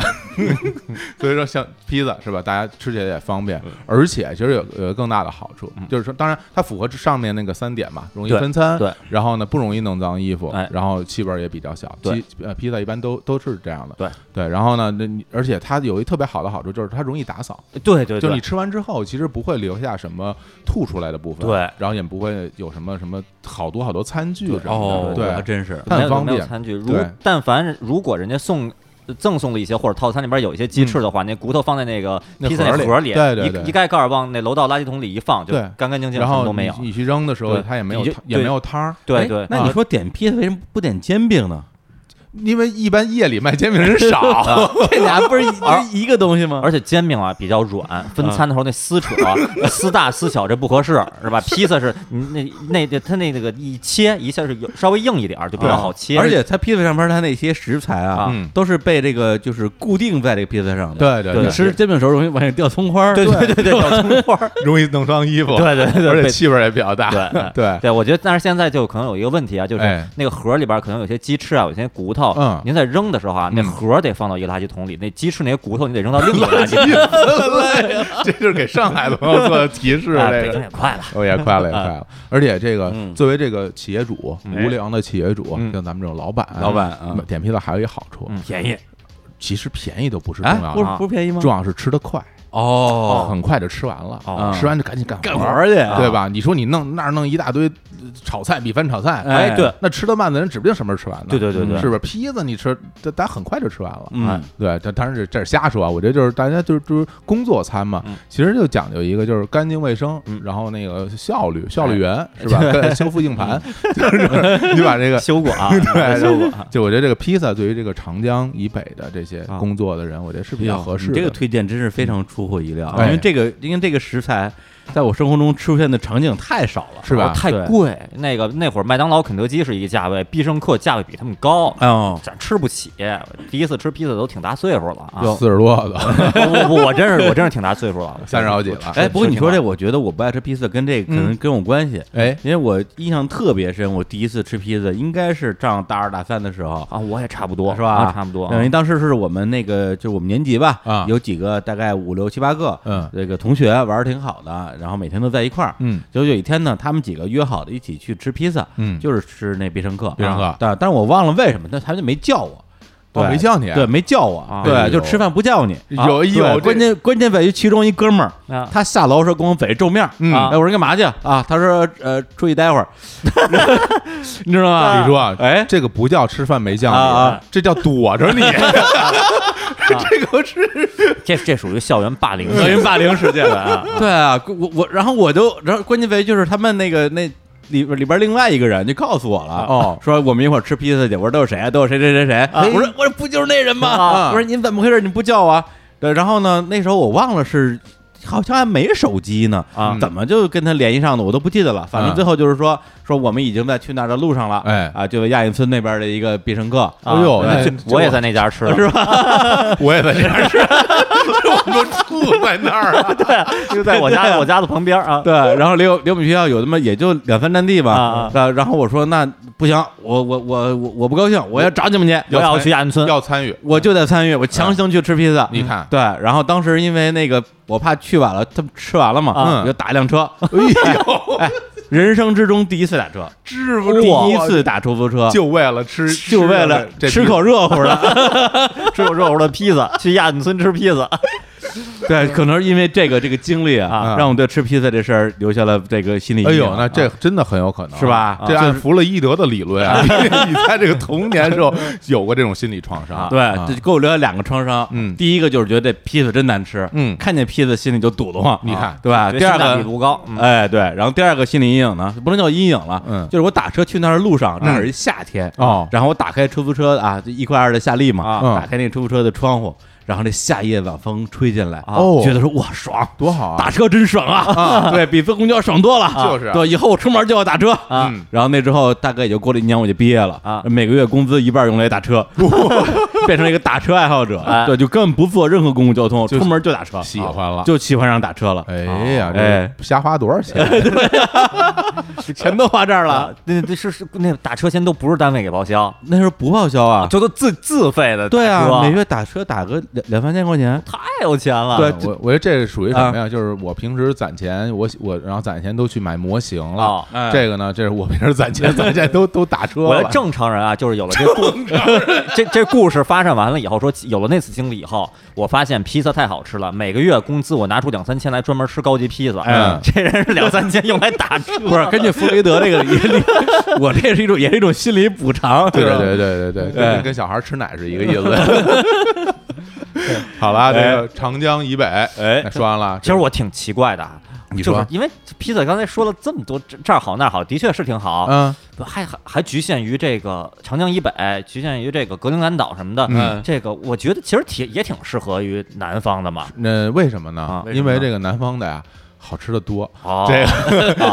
Speaker 1: 所以说像披萨是吧？大家吃起来也方便，
Speaker 2: 嗯
Speaker 1: 而且其实有有更大的好处，就是说，当然它符合上面那个三点嘛，容易
Speaker 2: 对
Speaker 1: 分餐，
Speaker 2: 对，
Speaker 1: 然后呢不容易弄脏衣服
Speaker 2: 哎，
Speaker 1: 然后气味儿也比较小，
Speaker 2: 对
Speaker 1: 鸡呃披萨一般都都是这样的，
Speaker 2: 对
Speaker 1: 对，然后呢，那你而且它有一特别好的好处就是它容易打扫，
Speaker 2: 对对
Speaker 1: 就你
Speaker 2: 对，
Speaker 1: 吃完之后，其实不会留下什么吐出来的部分，
Speaker 2: 对
Speaker 1: 然后也不会有什么什么好多好多餐具什 么
Speaker 4: 哦
Speaker 1: 的，，对，
Speaker 4: 还真是
Speaker 1: 它很
Speaker 2: 没有
Speaker 1: 方
Speaker 2: 没有
Speaker 1: 便
Speaker 2: 餐具，如
Speaker 1: 对
Speaker 2: 但凡如果人家送。赠送了一些或者套餐里边有一些鸡翅的话，那骨头放在那个
Speaker 1: 嗯那
Speaker 2: 披萨
Speaker 1: 盒
Speaker 2: 那
Speaker 1: 里
Speaker 2: 盒里，
Speaker 1: 对对对
Speaker 2: 一一盖盖儿往那楼道垃圾桶里一放，就
Speaker 1: 对
Speaker 2: 干干净净，
Speaker 1: 然
Speaker 2: 什么
Speaker 1: 后
Speaker 2: 都没
Speaker 1: 你
Speaker 2: 有。
Speaker 1: 你去扔的时候，
Speaker 2: 对
Speaker 1: 它也没有
Speaker 2: 你就
Speaker 1: 汤也没
Speaker 2: 对
Speaker 1: 有汤儿，
Speaker 2: 对
Speaker 4: 哎
Speaker 2: 对，
Speaker 4: 那你说点披萨为什么不点煎饼呢？
Speaker 1: 因为一般夜里卖煎饼人
Speaker 2: 啊
Speaker 1: 少，
Speaker 4: 这俩不是一一个东西吗？
Speaker 2: 而且煎饼啊比较软，分餐的时候那撕扯、呃撕大撕小这不合适，是吧？披萨是你那那那它那那个一切一下是有稍微硬一点儿，就比较好切。
Speaker 4: 嗯而且它披萨上边儿它那些食材啊
Speaker 1: 嗯，
Speaker 4: 都是被这个就是固定在这个披萨上的。
Speaker 1: 对对
Speaker 2: 对
Speaker 4: 你吃煎饼的时候容易往下掉葱花儿，
Speaker 2: 对对对对，小葱花儿，
Speaker 1: 容易弄脏衣服，
Speaker 2: 对对对
Speaker 1: 而
Speaker 2: 对
Speaker 1: 且气味儿也比较大，
Speaker 2: 对
Speaker 1: 对
Speaker 2: 对，我觉得，但是现在就可能有一个问题啊，就
Speaker 1: 哎
Speaker 2: 是那个盒儿里边儿可能有些鸡翅啊，有些骨头，
Speaker 1: 嗯
Speaker 2: 您在扔的时候啊，那
Speaker 1: 嗯
Speaker 2: 盒儿得放到一个垃圾桶里，那鸡翅那些骨头你得扔到另一个垃圾桶。
Speaker 1: 哎这就是给上海的朋友做的提示，
Speaker 2: 啊，
Speaker 1: 这
Speaker 2: 北
Speaker 1: 个
Speaker 2: 京。啊也快了，
Speaker 1: 哦，也快了，也快了。而且这个
Speaker 4: 嗯
Speaker 1: 作为这个企业主，
Speaker 4: 哎
Speaker 1: 无良的企业主，
Speaker 4: 嗯
Speaker 2: 哎
Speaker 1: 像咱们这种老板，嗯
Speaker 4: 老板啊
Speaker 1: 点披萨还有一好处，
Speaker 2: 嗯
Speaker 4: 便宜
Speaker 1: 其实便宜都不是重
Speaker 4: 啊，
Speaker 1: 要
Speaker 4: 不
Speaker 1: 的
Speaker 4: 是，不是便宜吗？
Speaker 1: 重要是吃得快，啊
Speaker 4: 哦，
Speaker 1: 很快就吃完了，啊
Speaker 2: 哦
Speaker 1: 吃完就赶紧干
Speaker 4: 干
Speaker 1: 活
Speaker 4: 活
Speaker 1: 儿
Speaker 4: 儿去，
Speaker 1: 对吧？你说你弄那儿弄一大堆呃炒菜、米饭、炒菜，
Speaker 4: 哎
Speaker 2: 哎，对
Speaker 1: 那吃得慢的人指不定什么时候吃完呢。
Speaker 2: 对对对对
Speaker 1: 是不是披萨你吃，大大家很快就吃完了。
Speaker 4: 嗯，
Speaker 1: 对，但当然这这是瞎说啊，我觉得就是大家就是就是工作餐嘛，
Speaker 2: 嗯
Speaker 1: 其实就讲究一个就是干净卫生，然后那个效率，
Speaker 2: 哎
Speaker 1: 效率员是 吧？跟修复硬盘， 就是你把这个。
Speaker 2: 修过啊，
Speaker 1: 对
Speaker 2: 修过啊。
Speaker 1: 就我觉得这个披萨对于这个长江以北的这些
Speaker 2: 啊
Speaker 1: 工作的人，我觉得是比
Speaker 4: 哎
Speaker 1: 较
Speaker 4: 呦
Speaker 1: 合适
Speaker 4: 你
Speaker 1: 的。
Speaker 4: 这个推荐真是非常出乎意料，
Speaker 1: 哎
Speaker 4: 因为这个因为这个食材在我生活中出现的场景太少了，
Speaker 1: 是吧
Speaker 2: 哦？太
Speaker 4: 对
Speaker 2: 贵，那个那会儿麦当劳、肯德基是一个价位，必胜客价位比他们高，
Speaker 4: 哦，
Speaker 2: 咱吃不起。第一次吃披萨都挺大岁数了啊！
Speaker 1: 四十多了，
Speaker 2: 不不不， 我真是我真是挺大岁数 了，
Speaker 1: 三十好几了。
Speaker 4: 哎，不过你说
Speaker 2: 吃
Speaker 4: 这，我觉得我不爱吃披萨跟这个可能跟我关系，
Speaker 1: 哎，
Speaker 4: 因为我印象特别深，我第一次吃披萨应该是上大二大三的时候。
Speaker 2: 啊，我也差不多
Speaker 4: 是吧、
Speaker 2: 啊差不多啊
Speaker 4: 因为当时是我们那个，就是我们年级吧，
Speaker 1: 啊
Speaker 4: 有几个大概五六七八个，
Speaker 1: 嗯
Speaker 4: 这个同学玩的挺好的，然后每天都在一块儿，
Speaker 1: 嗯，
Speaker 4: 就有一天呢，他们几个约好的一起去吃披萨，
Speaker 1: 嗯
Speaker 4: 就是吃那必胜客，
Speaker 1: 必胜客
Speaker 4: 啊但但是我忘了为什么，但他们就没叫我。
Speaker 1: 我哦没叫你，
Speaker 4: 对，没叫我，
Speaker 1: 哎呦哎
Speaker 4: 对，就吃饭不叫你。啊
Speaker 1: 有
Speaker 4: 对
Speaker 1: 有
Speaker 4: 关
Speaker 1: 这
Speaker 4: 键关键在于其中一哥们儿，
Speaker 2: 啊
Speaker 4: 他下楼时候跟我嘴正面，
Speaker 1: 嗯
Speaker 4: 哎，我说干嘛去啊？他说呃，出去待会儿， 你知道吗？
Speaker 1: 你说啊，
Speaker 4: 哎
Speaker 1: 这个不叫吃饭没叫
Speaker 4: 啊
Speaker 1: 你
Speaker 4: 啊，
Speaker 1: 这叫躲着 你，
Speaker 4: 啊
Speaker 2: 这这属于校园霸凌，
Speaker 4: 校园
Speaker 2: 霸凌事件了啊！
Speaker 4: 对啊，我我然后我就然后关键在于就是他们那个那里里边另外一个人就告诉我了，
Speaker 1: 哦，哎
Speaker 4: 说我们一会儿吃披萨去，我说都是谁啊？都是谁谁谁谁？我说我说不就是那人吗？
Speaker 1: 啊
Speaker 4: 我说您怎么回事？你不叫啊？对，然后呢，那时候我忘了是。好像还没手机呢
Speaker 1: 啊
Speaker 4: 怎么就跟他联系上的我都不记得了。
Speaker 1: 嗯
Speaker 4: 反正最后就是说、说我们已经在去那儿的路上了，
Speaker 1: 哎
Speaker 4: 啊，就亚运村那边的一个必胜客，
Speaker 1: 哎呦，
Speaker 2: 啊
Speaker 1: 那
Speaker 2: 对这我也在那家吃了，是吧？
Speaker 1: 我也在这儿吃，我们住在那儿啊，
Speaker 2: 就在我
Speaker 4: 对
Speaker 2: 家
Speaker 4: 啊
Speaker 2: 我家的旁边 啊。
Speaker 4: 对，然后离我离我们学校有那么也就两三站地吧，
Speaker 2: 啊
Speaker 4: 然后然后我说那不行，我我我我我不高兴，我要找你们去，
Speaker 2: 我要去亚运村，
Speaker 1: 要参与，
Speaker 4: 我就得参与，我强行去吃披萨。嗯
Speaker 1: 你看，
Speaker 4: 对，然后当时因为那个我怕去晚了，他们吃完了嘛，
Speaker 1: 啊
Speaker 4: 我就打一辆车，
Speaker 1: 哎呦，
Speaker 4: 哎，人生之中第一次打车，
Speaker 1: 致不
Speaker 4: 第一次打出租车，
Speaker 1: 就为了吃，
Speaker 4: 就为了
Speaker 1: 这
Speaker 4: 吃口热乎的。
Speaker 2: 吃有热乎的披萨，去亚运村吃披萨。
Speaker 4: 啊对，可能是因为这个这个经历
Speaker 1: 啊
Speaker 4: 啊，让我对吃披萨这事儿留下了这个心理阴
Speaker 1: 哎
Speaker 4: 影。
Speaker 1: 呦，那这
Speaker 4: 啊
Speaker 1: 真的很有可能，
Speaker 4: 是吧
Speaker 1: 这
Speaker 4: 啊
Speaker 1: 按
Speaker 4: 就是
Speaker 1: 弗洛伊德的理论 啊，你在这个童年时候有过这种心理创伤，啊
Speaker 4: 对，这给我留下两个创伤。
Speaker 1: 嗯
Speaker 4: 第一个就是觉得这披萨真难吃，
Speaker 1: 嗯
Speaker 4: 看见披萨心里就堵得慌，啊
Speaker 1: 你看
Speaker 4: 对吧？第二
Speaker 2: 性价
Speaker 4: 个
Speaker 2: 比不高，嗯
Speaker 4: 哎，对，然后第二个心理阴影呢，不能叫阴影了，
Speaker 1: 嗯
Speaker 4: 就是我打车去那儿的路上，那儿是夏天，
Speaker 1: 哦
Speaker 4: 然后我打开出租车啊，就一块二的夏利嘛，
Speaker 1: 嗯
Speaker 4: 打开那出租车的窗户，然后那夏夜晚风吹进来，
Speaker 1: 哦
Speaker 4: 觉得说哇爽，
Speaker 1: 多好啊
Speaker 4: 打！车真爽啊， 对比坐公交爽多了，
Speaker 1: 就是啊
Speaker 4: 对，以后我出门就要打车。
Speaker 1: 嗯，
Speaker 4: 然后那之后，大概也就过了一年，我就毕业了
Speaker 2: 啊
Speaker 4: 每个月工资一半用来打车， 变成了一个打车爱好者
Speaker 2: 哎，
Speaker 4: 对，就根本不坐任何公共交通，
Speaker 1: 就
Speaker 4: 出门就打车，啊
Speaker 1: 喜欢了，
Speaker 4: 就喜欢上打车了。
Speaker 1: 哎呀，
Speaker 4: 哎
Speaker 1: 这瞎花多少 钱？啊
Speaker 4: 钱都花这儿了
Speaker 2: 啊。，那那是是那打车钱都不是单位给报销，
Speaker 4: 那时候不报销啊，
Speaker 2: 这都自自费的。
Speaker 4: 对啊，每
Speaker 2: 每月
Speaker 4: 月打车打个两两三千块钱，
Speaker 2: 太有钱了。
Speaker 4: 对
Speaker 1: 啊我我觉得这属于什么
Speaker 4: 啊
Speaker 1: 呀？就是我平时攒钱，我我然后攒钱都去买模型了
Speaker 2: 哦。
Speaker 4: 哎
Speaker 1: 这个呢，这是我平时攒钱攒钱都都打车
Speaker 2: 我觉
Speaker 1: 了
Speaker 2: 得。正常人啊，就是有了这故 这这故事发展完了以后，说有了那次经历以后，我发现披萨太好吃了，每个月工资我拿出两三千来专门吃高级披萨。
Speaker 1: 嗯
Speaker 2: 这人是两三千用来打 车，
Speaker 4: 不是根据弗雷德这个理理，我这是一种也是一种心理补偿，
Speaker 1: 对
Speaker 4: 是
Speaker 1: 对
Speaker 4: 吧
Speaker 1: 对对对对，
Speaker 4: 哎
Speaker 1: 跟跟小孩吃奶是一个意思。 好了，这个长江以北，
Speaker 4: 哎
Speaker 1: 那说完了。
Speaker 2: 其实我挺奇怪的啊，
Speaker 4: 你
Speaker 2: 就是
Speaker 4: 说
Speaker 2: 因为披萨刚才说了这么多，这这儿好那儿好，的确是挺好，
Speaker 1: 嗯，
Speaker 2: 不还还还局限于这个长江以北，局限于这个格陵兰岛什么的。
Speaker 1: 嗯
Speaker 2: 这个我觉得其实挺也挺适合于南方的嘛。
Speaker 1: 那为什么呢
Speaker 2: 啊？
Speaker 1: 因为这个南方的呀，好吃的多。
Speaker 2: 哦，
Speaker 1: 这
Speaker 2: 啊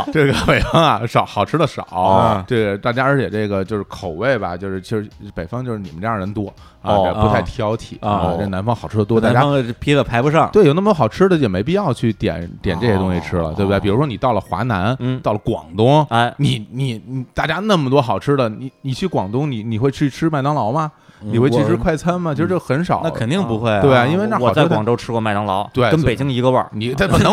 Speaker 1: 个 这个北方啊，少好吃的少
Speaker 4: 啊，
Speaker 1: 这个大家而且这个就是口味吧，就是其实北方就是你们这样人多啊，
Speaker 2: 哦啊
Speaker 1: 这不太挑剔啊
Speaker 4: 哦
Speaker 1: 这南方好吃的多，大
Speaker 4: 南
Speaker 1: 家
Speaker 4: 方的披萨排不上，
Speaker 1: 对，有那么多好吃的也没必要去点点这些东西吃了，对不对？比如说你到了华南，
Speaker 2: 哦嗯
Speaker 1: 到了广东，
Speaker 2: 哎
Speaker 1: 你你你，大家那么多好吃的，你你去广东，你你会去吃麦当劳吗？
Speaker 2: 嗯
Speaker 1: 你会去吃
Speaker 4: 嗯我
Speaker 1: 快餐吗？其实就很少，
Speaker 4: 那肯定不会啊，
Speaker 1: 对啊因为那儿
Speaker 2: 我
Speaker 1: 好
Speaker 2: 在
Speaker 1: 多的
Speaker 2: 广州吃过麦当劳，
Speaker 1: 对
Speaker 2: 跟
Speaker 1: 所以
Speaker 2: 北京一个味儿。
Speaker 1: 你这不能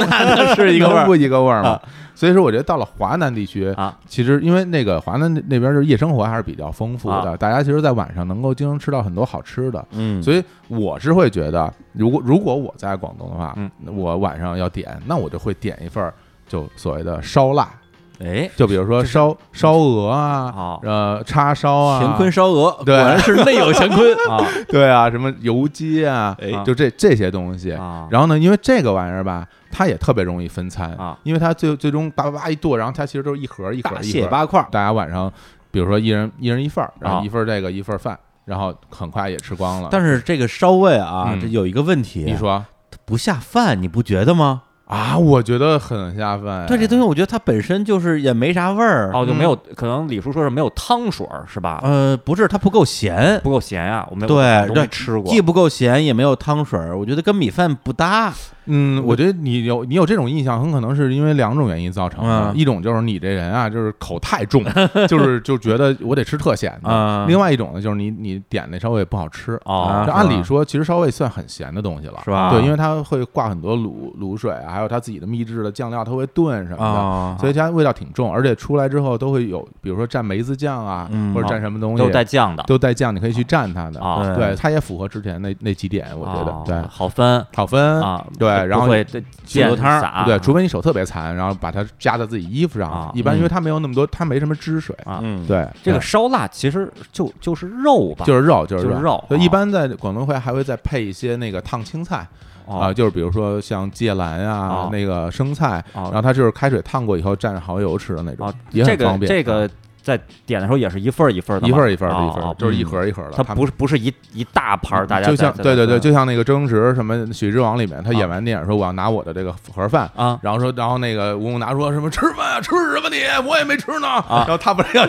Speaker 4: 是一个味
Speaker 1: 能
Speaker 4: 儿
Speaker 1: 不一个味儿吗？所以说，我觉得到了华南地区
Speaker 2: 啊，
Speaker 1: 其实因为那个华南那那边就是夜生活还是比较丰富的，大家其实，在晚上能够经常吃到很多好吃的。
Speaker 4: 嗯，
Speaker 1: 所以我是会觉得，如果如果我在广东的话
Speaker 2: 嗯，
Speaker 1: 我晚上要点，那我就会点一份儿就所谓的烧腊，
Speaker 2: 哎，
Speaker 1: 就比如说烧烧鹅啊
Speaker 2: 哦，
Speaker 1: 呃，叉烧啊，
Speaker 4: 乾坤烧鹅，
Speaker 1: 对啊
Speaker 4: 果然是内有 乾坤
Speaker 2: 啊
Speaker 1: 对啊，什么油鸡啊
Speaker 4: 哎，
Speaker 1: 就这这些东西。
Speaker 2: 啊，
Speaker 1: 然后呢，因为这个玩意儿吧，它也特别容易分餐
Speaker 2: 啊，
Speaker 1: 因为它最最终叭叭叭一剁，然后它其实都是一盒儿一盒
Speaker 4: 大
Speaker 1: 儿啊一盒
Speaker 4: 卸
Speaker 1: 儿，
Speaker 4: 八块儿，
Speaker 1: 大家晚上比如说一人一人一份儿，然后
Speaker 2: 啊
Speaker 1: 一份儿这个一份儿饭，然后很快也吃光了。
Speaker 4: 但是这个烧味啊
Speaker 1: 嗯，
Speaker 4: 这有一个问题，
Speaker 1: 你说
Speaker 4: 不下饭，你不觉得吗？
Speaker 1: 啊，我觉得很下饭。
Speaker 4: 对这东西，我觉得它本身就是也没啥味儿，
Speaker 2: 哦就没有，
Speaker 1: 嗯
Speaker 2: 可能李叔说是没有汤水儿是吧？
Speaker 4: 呃，不是它不够咸，
Speaker 2: 不够咸
Speaker 3: 啊
Speaker 2: 呀，我没有
Speaker 4: 对
Speaker 2: 我都没
Speaker 4: 对
Speaker 2: 吃过
Speaker 4: 既不够咸，也没有汤水儿，我觉得跟米饭不搭。
Speaker 1: 嗯，我觉得你有你有这种印象，很可能是因为两种原因造成的。
Speaker 4: 嗯
Speaker 1: 一种就是你这人啊，就是口太重，就是 就觉得我得吃特咸的；
Speaker 4: 嗯
Speaker 1: 另外一种呢，就是你你点那稍微不好吃。
Speaker 2: 哦
Speaker 1: 这
Speaker 4: 啊
Speaker 1: 按理说，其实稍微算很咸的东西了，
Speaker 4: 是吧
Speaker 1: 对，因为它会挂很多卤卤水啊，还有有他自己的秘制的酱料，他会炖什么
Speaker 4: 啊
Speaker 1: 的，，所以它味道挺重，而且出来之后都会有，比如说蘸梅子酱啊，
Speaker 4: 嗯
Speaker 1: 或者蘸什么东西
Speaker 3: 都，带酱的
Speaker 1: 都带酱，你可以去蘸它的。
Speaker 4: 哦
Speaker 3: 啊，
Speaker 1: 对，它也符合之前那那几点，我觉
Speaker 3: 哦
Speaker 1: 得对，
Speaker 3: 好分
Speaker 1: 好分
Speaker 3: 啊，
Speaker 1: 对，然
Speaker 3: 不
Speaker 1: 后
Speaker 3: 会对溅
Speaker 4: 肉汤儿
Speaker 3: 洒
Speaker 1: 对，除非你手特别残，然后把它夹在自己衣服
Speaker 3: 啊
Speaker 1: 上，一般因为它没有那么多，它没什么汁水，
Speaker 3: 啊
Speaker 4: 嗯，
Speaker 1: 对，
Speaker 3: 这个烧腊其实就就是肉吧，
Speaker 1: 就是肉，就
Speaker 3: 就是是
Speaker 1: 肉。
Speaker 3: 肉，
Speaker 1: 就一
Speaker 3: 啊
Speaker 1: 般在广东会还会再配一些那个烫青菜
Speaker 3: 哦
Speaker 1: 啊，就是比如说像芥兰
Speaker 3: 哦
Speaker 1: 啊，那个生菜，
Speaker 3: 哦
Speaker 1: 然后它就是开水烫过以后蘸着蚝油吃的那种
Speaker 3: 啊，
Speaker 1: 也
Speaker 3: 这
Speaker 1: 很
Speaker 3: 个
Speaker 1: 方便。啊
Speaker 3: 这个在点的时候也是一份儿一份儿的
Speaker 1: 一
Speaker 3: 吗，
Speaker 1: 份儿一份儿的，
Speaker 3: 哦
Speaker 1: 一份
Speaker 3: 哦
Speaker 1: 儿就是一盒儿一盒儿的，
Speaker 3: 它
Speaker 1: 他们嗯
Speaker 3: 不是不是一一大盘儿，大家
Speaker 1: 就
Speaker 3: 在
Speaker 1: 像
Speaker 3: 在
Speaker 1: 对对对，
Speaker 3: 在
Speaker 1: 就像那个周星驰什么《喜剧之王》里面，他演完电影说我要拿我的这个盒饭。
Speaker 3: 啊，
Speaker 1: 然后说，然后那个吴孟达说什么吃饭啊，吃什么你？我也没吃呢。然后他 不是要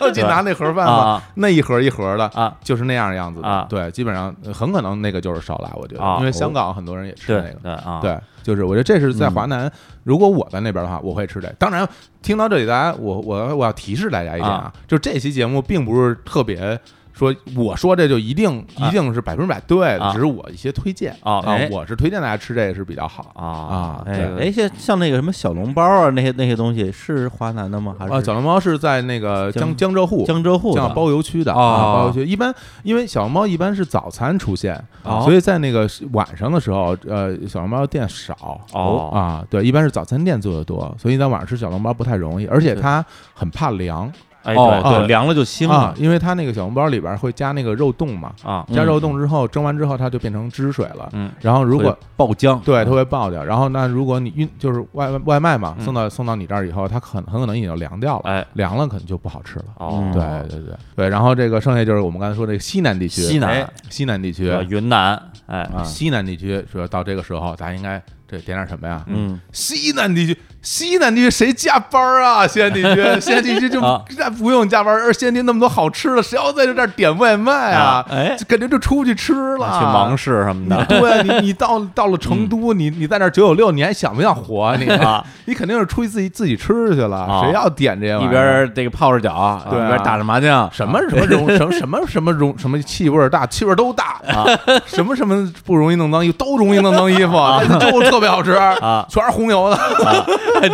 Speaker 1: 要去拿那盒饭吗
Speaker 3: 啊？
Speaker 1: 那一盒一盒的
Speaker 3: 啊，
Speaker 1: 就是那样样子
Speaker 3: 啊
Speaker 1: 的。对，基本上呃很可能那个就是烧腊，我觉
Speaker 3: 啊
Speaker 1: 得，因为香港很多人也吃
Speaker 3: 对
Speaker 1: 那个。
Speaker 3: 对啊，嗯
Speaker 1: 对，就是我觉得这是在华南，如果我在那边的话，我会吃这。当然，听到这里，大家我我我要提示大家一点啊，就这期节目并不是特别说我说这就一定一定是百分之百对
Speaker 3: 啊
Speaker 1: 的，只是我一些推荐
Speaker 3: 哦
Speaker 1: 啊
Speaker 3: 哎，
Speaker 1: 我是推荐大家吃这个是比较好
Speaker 3: 啊
Speaker 1: 啊
Speaker 3: 哎
Speaker 1: 对
Speaker 4: 哎，像像那个什么小笼包啊，那些那些东西是华南的吗？还
Speaker 1: 啊。
Speaker 4: 是
Speaker 1: 小笼包是在那个江江浙沪。
Speaker 4: 江浙沪的
Speaker 1: 像包邮区的
Speaker 4: 哦
Speaker 1: 啊，包邮区一般，因为小笼包一般是早餐出现，
Speaker 4: 哦
Speaker 1: 所以在那个晚上的时候，呃，小笼包店少
Speaker 3: 哦
Speaker 1: 啊，对，一般是早餐店做的多，所以你在晚上吃小笼包不太容易，而且它很怕凉
Speaker 3: 哎
Speaker 4: 哦
Speaker 3: 对
Speaker 1: 啊
Speaker 4: 对，凉了就腥
Speaker 1: 啊
Speaker 4: 了，
Speaker 1: 因为它那个小笼包里边会加那个肉冻嘛，
Speaker 3: 啊
Speaker 1: 加肉冻之后蒸完之后它就变成汁水了，
Speaker 3: 嗯，
Speaker 1: 然后如果
Speaker 4: 会爆浆，
Speaker 1: 对，它会爆掉。然后那如果你运就是外外卖嘛，送到送到你这儿以后，它很很可能已经凉掉了，
Speaker 3: 嗯哎
Speaker 1: 凉了可能就不好吃了。
Speaker 3: 哦
Speaker 4: 嗯
Speaker 1: 对对对对，然后这个剩下就是我们刚才说这个西南地区，
Speaker 3: 西南
Speaker 1: 哎西南地区
Speaker 3: 对，云南哎
Speaker 4: 啊
Speaker 1: 西南地区，说到这个时候，咱应该这点点什么呀？
Speaker 4: 嗯，
Speaker 1: 西南地区，西南地区谁加班儿啊？ 西南地区，西南地区就
Speaker 3: 啊
Speaker 1: 那不用加班儿，而西南地区那么多好吃的，谁要在这儿点外卖啊？
Speaker 3: 哎啊
Speaker 1: 就感觉就出去吃
Speaker 3: 去
Speaker 4: 啊
Speaker 1: 了，
Speaker 3: 芒市什么
Speaker 1: 你
Speaker 3: 的
Speaker 1: 对你，你到到了成都，
Speaker 4: 嗯
Speaker 1: 你你在那九九六，你还想不想活啊？你
Speaker 3: 啊
Speaker 1: 你肯定是出去自己自己吃去了，谁要点这些玩意
Speaker 4: 啊一
Speaker 1: 儿
Speaker 4: 边儿这个泡着脚，一
Speaker 1: 对啊
Speaker 4: 边打着麻 将，
Speaker 1: 什么什么容什么什么什么容什么气味儿大，气味儿都大啊， 什么什么不容易弄脏衣服，都容易弄脏衣服，
Speaker 4: 啊
Speaker 1: 但 是就特别好吃啊，全是红油的，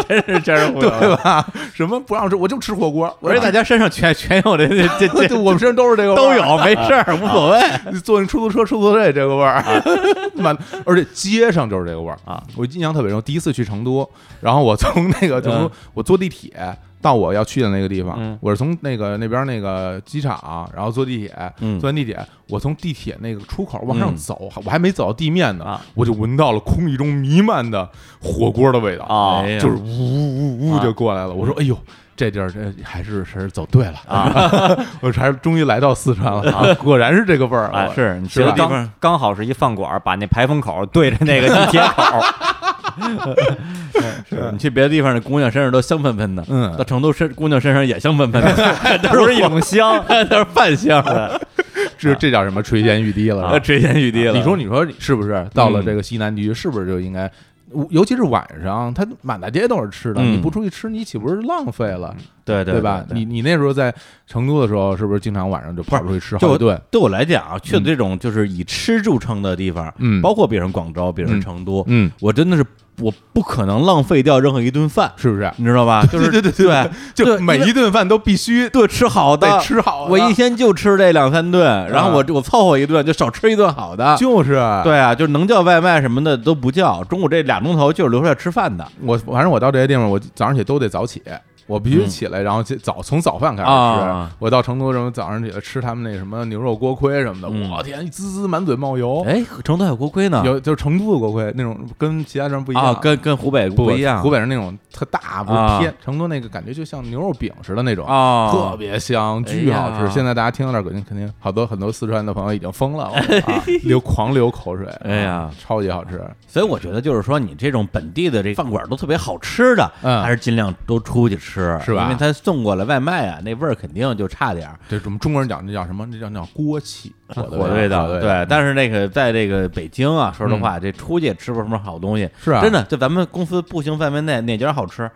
Speaker 4: 真是真是忽悠了。
Speaker 1: 对吧？什么不让吃，我就吃火锅，
Speaker 4: 而且大家身上全全有这这 这这
Speaker 1: 对， 我们身上都是这个味
Speaker 4: 都
Speaker 1: 儿，啊
Speaker 4: 有，没事儿，无所谓。啊
Speaker 1: 你坐那出租车，出租车也这个味儿， 满，而且街上就是这个味儿
Speaker 3: 啊！
Speaker 1: 我印象特别深，第一次去成都，然后我从那个
Speaker 4: 嗯
Speaker 1: 成都，我坐地铁到我要去的那个地方，
Speaker 3: 嗯
Speaker 1: 我是从那个那边那个机场，然后坐地铁，
Speaker 4: 嗯
Speaker 1: 坐完地铁，我从地铁那个出口往上走，我还没走到地面呢，
Speaker 4: 啊
Speaker 1: 我就闻到了空气中弥漫的火锅的味道，
Speaker 3: 啊
Speaker 4: 哎呀
Speaker 1: 就是呜
Speaker 4: 啊
Speaker 1: 呜呜就过来了。
Speaker 4: 嗯
Speaker 1: 我说，哎呦。这地儿这还是还是走对了啊！ 我还是终于来到四川了，啊、 果然是这个味儿。
Speaker 3: 哎
Speaker 1: 我
Speaker 4: 是你
Speaker 3: 其
Speaker 4: 去
Speaker 3: 实
Speaker 4: 的地
Speaker 3: 刚
Speaker 4: 方，
Speaker 3: 刚好是一饭馆，把那排风口对着那个地铁口，
Speaker 4: 是你去别的地方，那姑娘身上都香喷喷的。
Speaker 1: 嗯
Speaker 4: 到成都身姑娘身上也香喷喷 的，
Speaker 3: 都是一种香。
Speaker 4: 都是饭香，
Speaker 1: 啊
Speaker 4: 啊
Speaker 1: 这这叫什么垂涎欲滴了？
Speaker 4: 呃垂涎欲滴了。
Speaker 1: 你说，你说是不是到了
Speaker 4: 嗯
Speaker 1: 这个西南地区，是不是就应该，尤其是晚上，它满大街都是吃的，
Speaker 4: 嗯
Speaker 1: 你不出去吃，你岂不是浪费了，
Speaker 4: 对
Speaker 1: 对吧？你你那时候在成都的时候，是不是经常晚上就跑出去吃
Speaker 4: 就
Speaker 1: 好几顿？
Speaker 4: 对我来讲啊，去的这种就是以吃著称的地方，
Speaker 1: 嗯
Speaker 4: 包括比如说广州，比如说
Speaker 1: 嗯
Speaker 4: 成都，
Speaker 1: 嗯，
Speaker 4: 我真的是我不可能浪费掉任何一顿饭，
Speaker 1: 是不是？
Speaker 4: 你知 道吧？就是
Speaker 1: 对对对对，就
Speaker 4: 对
Speaker 1: 每一顿饭都必须
Speaker 4: 对吃好的
Speaker 1: 得，吃好的，啊
Speaker 4: 我一天就吃这两三顿，然后我我凑合一顿，就少吃一顿好的。
Speaker 1: 就是
Speaker 4: 对啊，就是能叫外卖什么的都不叫，中午这俩钟头就是留出来吃饭的
Speaker 1: 我反正我到这些地方，我早上起都得早起，我必须起来，然后起早从早饭开始吃。
Speaker 4: 嗯啊
Speaker 1: 我到成都什么早上起来吃他们那什么牛肉锅盔什么的，
Speaker 4: 嗯
Speaker 1: 我天，滋滋满嘴冒油。
Speaker 4: 哎，成都还有锅盔呢，
Speaker 1: 有就是成都的锅盔那种跟其他地方不一样，
Speaker 4: 啊，跟跟湖北
Speaker 1: 不
Speaker 4: 一样，
Speaker 1: 湖北是那种特大，不
Speaker 4: 啊
Speaker 1: 是偏。成都那个感觉就像牛肉饼似的那种，
Speaker 4: 啊，
Speaker 1: 特别香，巨好
Speaker 4: 哎呀
Speaker 1: 吃。现在大家听到这儿，肯定肯定好多很多四川的朋友已经疯了， 我觉得啊流狂流口水。
Speaker 4: 哎呀，
Speaker 1: 超级好吃。
Speaker 4: 所以我觉得就是说，你这种本地的这饭馆都特别好吃的，
Speaker 1: 嗯
Speaker 4: 还是尽量都出去吃，
Speaker 1: 是吧
Speaker 4: 因为他送过来外卖啊，那味儿肯定就差点儿。
Speaker 1: 这我们中国人讲那叫什么？那叫那叫锅气，
Speaker 4: 啊火
Speaker 1: 火
Speaker 4: 的味道，
Speaker 1: 对
Speaker 4: 嗯对，但是那个在这个北京啊，说实话，这出去吃不什么好东西，
Speaker 1: 是啊
Speaker 4: 真的。就咱们公司步行范围内哪家好吃，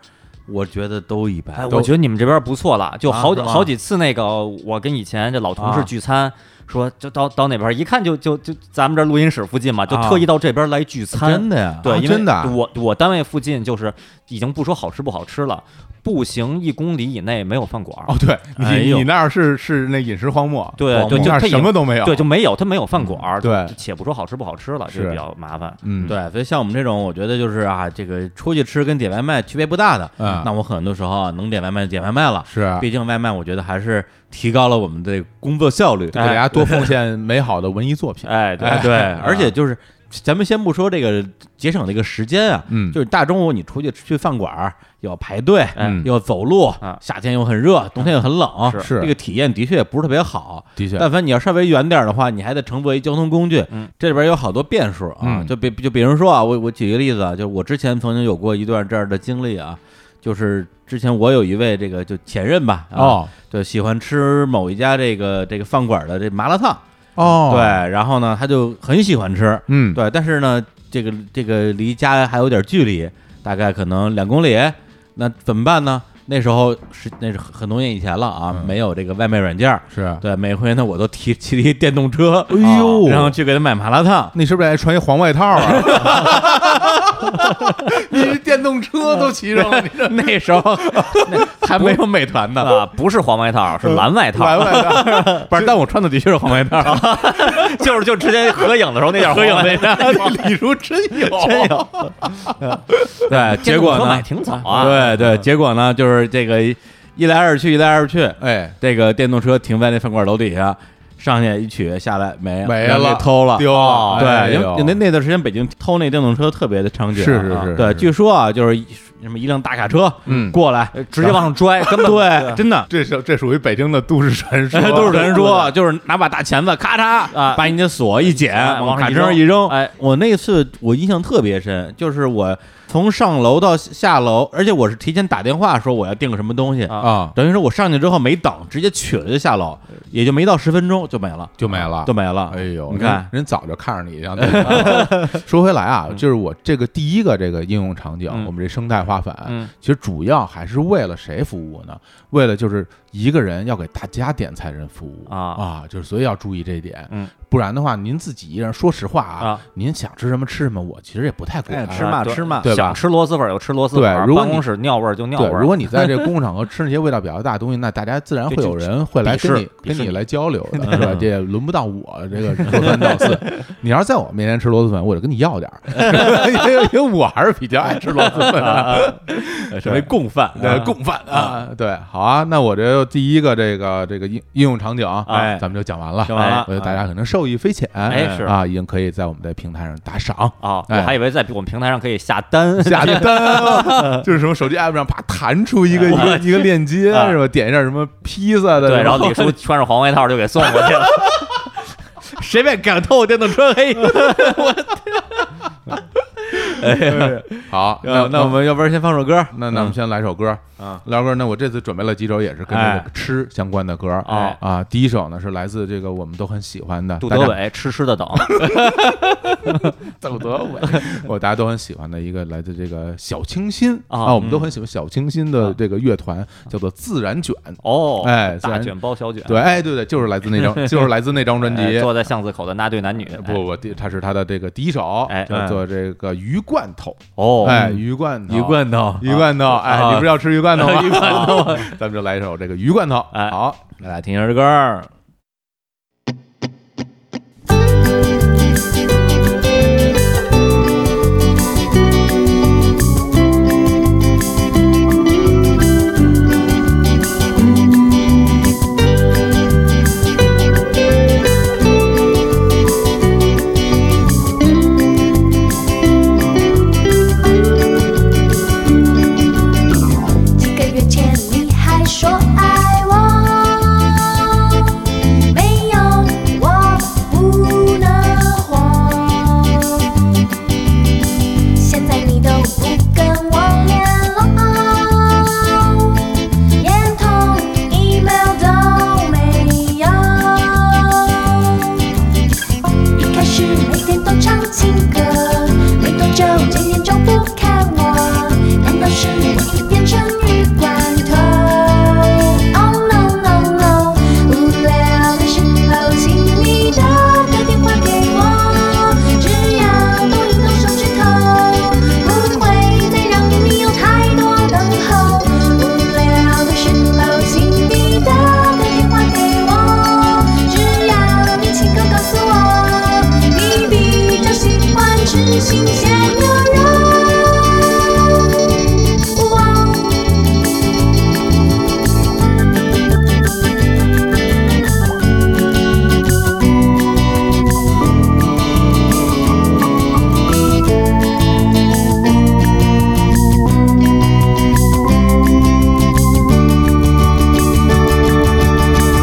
Speaker 4: 我觉得都一
Speaker 3: 哎，
Speaker 4: 般。
Speaker 3: 我觉得你们这边不错了，就
Speaker 4: 啊
Speaker 3: 好
Speaker 4: 是吗
Speaker 3: 好几次那个，我跟以前这老同事
Speaker 4: 啊
Speaker 3: 聚餐，
Speaker 2: 说就到到哪边一看就就就咱们这录音室附近嘛，就
Speaker 3: 啊
Speaker 2: 特意到这边来聚餐。
Speaker 4: 真的呀，
Speaker 2: 对，
Speaker 1: 啊
Speaker 2: 因为
Speaker 1: 真的啊
Speaker 2: 我我单位附近就是已经不说好吃不好吃了，步行一公里以内没有饭馆儿。
Speaker 1: 哦，对
Speaker 2: 哎
Speaker 1: 你
Speaker 2: 呦
Speaker 1: 你那儿是是那饮食荒漠，
Speaker 2: 对
Speaker 1: 我们
Speaker 2: 对就
Speaker 1: 那儿
Speaker 2: 它已
Speaker 1: 什
Speaker 2: 经
Speaker 1: 么都没
Speaker 3: 啊
Speaker 1: 有，
Speaker 2: 对，就没有，它没有饭馆
Speaker 3: 嗯
Speaker 2: 儿。
Speaker 1: 对
Speaker 2: 且不说好吃不好吃了，这
Speaker 1: 是
Speaker 2: 比较麻烦。
Speaker 1: 嗯，
Speaker 4: 对，所以像我们这种，我觉得就是啊，这个出去吃跟点外卖区别不大的。
Speaker 1: 嗯
Speaker 4: 那我很多时候啊能点外卖就点外卖了，
Speaker 1: 是啊
Speaker 4: 毕竟外卖我觉得还是提高了我们的工作效率。
Speaker 1: 给大家多奉献美好的文艺作 品，
Speaker 2: 哎，对
Speaker 4: 哎，对，而且就是咱们先不说这个节省这个时间啊，
Speaker 1: 嗯
Speaker 4: 就是哎大中午你出去去饭馆儿要排队，
Speaker 1: 嗯
Speaker 4: 要走路
Speaker 2: 啊，
Speaker 4: 夏天又很热，冬天又很冷，
Speaker 2: 是
Speaker 1: 是
Speaker 4: 这个体验的确也不是特别好。
Speaker 1: 的确，
Speaker 4: 但凡你要稍微远点儿的话，你还得乘坐一交通工具，
Speaker 2: 嗯
Speaker 4: 这里边有好多变数啊。
Speaker 1: 嗯
Speaker 4: 就比就比如说啊，我我举一个例子啊，就是我之前曾经有过一段这样的经历啊，就是之前我有一位这个就前任吧，啊、，
Speaker 1: 哦
Speaker 4: 就喜欢吃某一家这个这个饭馆的这麻辣烫，
Speaker 1: 哦，
Speaker 4: 啊对，，然后呢他就很喜欢吃，
Speaker 1: 嗯，
Speaker 4: 对，但是呢这个这个离家还有点距离，大概可能两公里，那怎么办呢？那时候是那是很多年以前了啊，
Speaker 1: 嗯
Speaker 4: 没有这个外卖软件儿，
Speaker 1: 是，啊
Speaker 4: 对，每回呢我都提骑着一电动车，
Speaker 1: 哎呦
Speaker 4: 啊然后去给他买麻 辣烫。
Speaker 1: 你是不是得穿一黄外套啊？ 你这电动车都骑上 了，你这
Speaker 4: 那时候那还没有美团呢，
Speaker 2: 啊，不是黄外套， 是蓝外套，
Speaker 1: 蓝外套，
Speaker 4: 不是，但我穿的的确是黄外套，
Speaker 1: 啊
Speaker 2: 就是就直接合影的时候那件
Speaker 4: 合影
Speaker 2: 的
Speaker 4: 那张。
Speaker 1: 李如真有，
Speaker 2: 真有，
Speaker 4: 对，结果
Speaker 2: 电动车
Speaker 4: 呢
Speaker 2: 买？挺早啊，
Speaker 4: 对对，结果呢就是这个一一来二去，一来二去，
Speaker 1: 哎，
Speaker 4: 这个电动车停在那饭馆楼底下，上去一取下来没
Speaker 1: 没
Speaker 4: 让
Speaker 1: 了
Speaker 4: 给偷了。
Speaker 1: 丢了，哎
Speaker 4: 对，因
Speaker 1: 呦
Speaker 4: 为那那段时间北京偷那电动车特别的猖獗啊，
Speaker 1: 是是是
Speaker 4: 对，
Speaker 1: 是
Speaker 4: 据说啊，就是一什么一辆大卡车，
Speaker 1: 嗯
Speaker 4: 过来
Speaker 2: 呃直接往上拽，根本
Speaker 4: 对，真的
Speaker 1: 这是这属于北京的都市传说，
Speaker 4: 都是传说，就是拿把大钳子咔嚓
Speaker 2: 啊
Speaker 4: 把你的锁一剪，
Speaker 2: 哎往
Speaker 4: 往
Speaker 2: 上
Speaker 4: 卡
Speaker 2: 一
Speaker 4: 车上
Speaker 2: 扔
Speaker 4: 一扔。
Speaker 2: 哎，
Speaker 4: 我那次我印象特别深，就是我从上楼到下楼，而且我是提前打电话说我要订个什么东西，
Speaker 2: 啊
Speaker 1: 啊，
Speaker 4: 等于说我上去之后没等，直接取了就下楼，也就没到十分钟就没了，
Speaker 1: 就没了
Speaker 4: 就。没了。
Speaker 1: 哎呦，
Speaker 4: 你看嗯
Speaker 1: 人人早就看着你， 然后就说回来啊，就是我这个第一个这个应用场景，
Speaker 2: 嗯
Speaker 1: 我们这生态化反，
Speaker 2: 嗯
Speaker 1: 其实主要还是为了谁服务呢？为了就是一个人要给大家点菜人服务
Speaker 2: 啊
Speaker 1: 啊，就是所以要注意这一点，
Speaker 2: 嗯，
Speaker 1: 不然的话，您自己一人，说实话啊，
Speaker 2: 啊，
Speaker 1: 您想吃什么吃什么，我其实也不太管。啊
Speaker 4: 哎吃嘛
Speaker 2: 对
Speaker 4: 吃嘛
Speaker 1: 对吧
Speaker 2: 想吃螺蛳粉儿有吃螺蛳粉儿，
Speaker 1: 对如果
Speaker 2: 办
Speaker 1: 你
Speaker 2: 公室尿味儿就尿味
Speaker 1: 对，
Speaker 2: 儿。
Speaker 1: 如果你在这公共场合吃那些味道比较大的东西，那大家自然会有人会来跟你
Speaker 2: 鄙视
Speaker 1: 跟
Speaker 2: 鄙视
Speaker 1: 你
Speaker 2: 你
Speaker 1: 来交流的，
Speaker 4: 嗯
Speaker 1: 对吧？这也轮不到我这个说三道四。你要是在我面前吃螺蛳粉，我就跟你要点儿， 因为因为我还是比较爱吃螺蛳
Speaker 2: 啊
Speaker 1: 粉 的，
Speaker 4: 成为共犯，
Speaker 1: 对，共犯啊，对，好啊。那我这第一个这个这个应应用场景，啊
Speaker 4: 哎
Speaker 1: 咱们就讲完了，啊
Speaker 4: 讲完了
Speaker 1: 我觉得大家可能受益匪浅，
Speaker 2: 哎是
Speaker 1: 啊，已经可以在我们的平台上打赏。
Speaker 2: 啊，我
Speaker 1: 哎
Speaker 2: 还以为在我们平台上可以下 单，
Speaker 1: 下的 单，就是什么手机 app 上啪弹出一个一个一个链接
Speaker 2: 啊
Speaker 1: 是吧？点一下什么披萨的，
Speaker 2: 哎对，然后李叔穿着黄外套就给送过去了。
Speaker 4: 谁便敢偷我电动车？ 嘿， 哎
Speaker 1: 好，
Speaker 4: 那
Speaker 1: 那
Speaker 4: 那我们要不然先放首歌？
Speaker 1: 那
Speaker 2: 嗯
Speaker 1: 那我们先来首歌
Speaker 4: 啊，
Speaker 1: 聊歌。那我这次准备了几首也是跟这
Speaker 4: 哎
Speaker 1: 个吃相关的歌
Speaker 2: 哦
Speaker 1: 啊。第一首呢是来自这个我们都很喜欢的
Speaker 2: 杜
Speaker 1: 大
Speaker 2: 德
Speaker 1: 家
Speaker 2: 伟痴痴的等，
Speaker 1: 杜德伟， 我大家都很喜欢的一个来自这个小清新
Speaker 2: 啊
Speaker 1: 啊，我们都很喜欢小清新的这个乐团叫做自然卷。
Speaker 2: 哦，
Speaker 1: 哎 自
Speaker 2: 大
Speaker 1: 然
Speaker 2: 卷包小卷，
Speaker 1: 对，哎，对对，就是来自 那张，就是来自那张专
Speaker 2: 哎
Speaker 1: 辑，
Speaker 2: 坐在巷子口的那对男女，
Speaker 1: 不不，第他是他的这个第一首，
Speaker 2: 哎
Speaker 1: 叫做这个鱼罐头，
Speaker 2: 哦，
Speaker 1: 哎，鱼罐头，
Speaker 4: 鱼，罐头，啊
Speaker 1: 鱼罐头，哎，你不是要吃鱼罐头吗？鱼
Speaker 2: 罐
Speaker 1: 头， 咱们就来一首这个鱼罐头，
Speaker 2: 哎
Speaker 1: 好，
Speaker 4: 来来听一下这歌儿。
Speaker 5: 几个月前你还说爱我，Oh 哦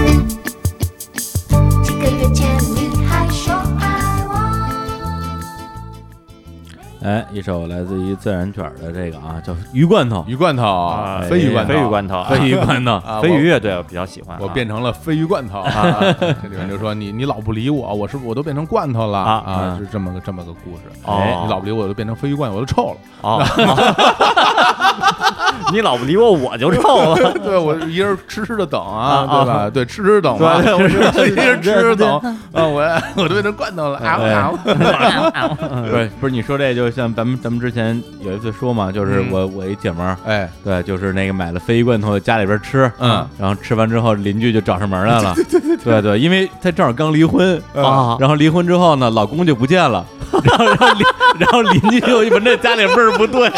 Speaker 4: 哎，一首来自于自然卷的这个啊，叫《鱼罐头
Speaker 1: 鱼罐头，鲱啊
Speaker 2: 哎
Speaker 1: 鱼罐头，
Speaker 2: 鲱鱼罐头，啊》，
Speaker 4: 鱼罐头，
Speaker 1: 啊，
Speaker 2: 鲱鱼乐队我比较喜欢啊，
Speaker 1: 我，我变成了鲱鱼罐头啊。这里面就说你你老不理我，我是不是我都变成罐头了
Speaker 2: 啊
Speaker 1: 啊？
Speaker 4: 嗯
Speaker 1: 是这么个这么个故事。哎
Speaker 2: 哦
Speaker 1: 你老不理我，我就变成鲱鱼罐头，我都臭了。
Speaker 2: 哦， 你老不理我，我就 臭了。
Speaker 1: 对我一人吃吃的等啊，
Speaker 2: 啊啊
Speaker 1: 对吧？对，吃吃等嘛，
Speaker 2: 对
Speaker 1: 我就一人吃吃等啊，我我都变成罐头了啊啊！
Speaker 4: 不是不是，你说这就像咱们咱们之前有一次说嘛，就是
Speaker 1: 嗯
Speaker 4: 我、我一姐们儿，
Speaker 1: 哎，
Speaker 4: 对，就是那个买了鲱鱼罐头家里边吃，啊
Speaker 1: 嗯，
Speaker 4: 然后吃完之后邻居就找上门来 了，对对对嗯因为她正好刚离婚
Speaker 2: 啊
Speaker 4: 然后离婚之后呢，老公就不见了，然后然后邻然后邻居就闻这家里味儿不 对，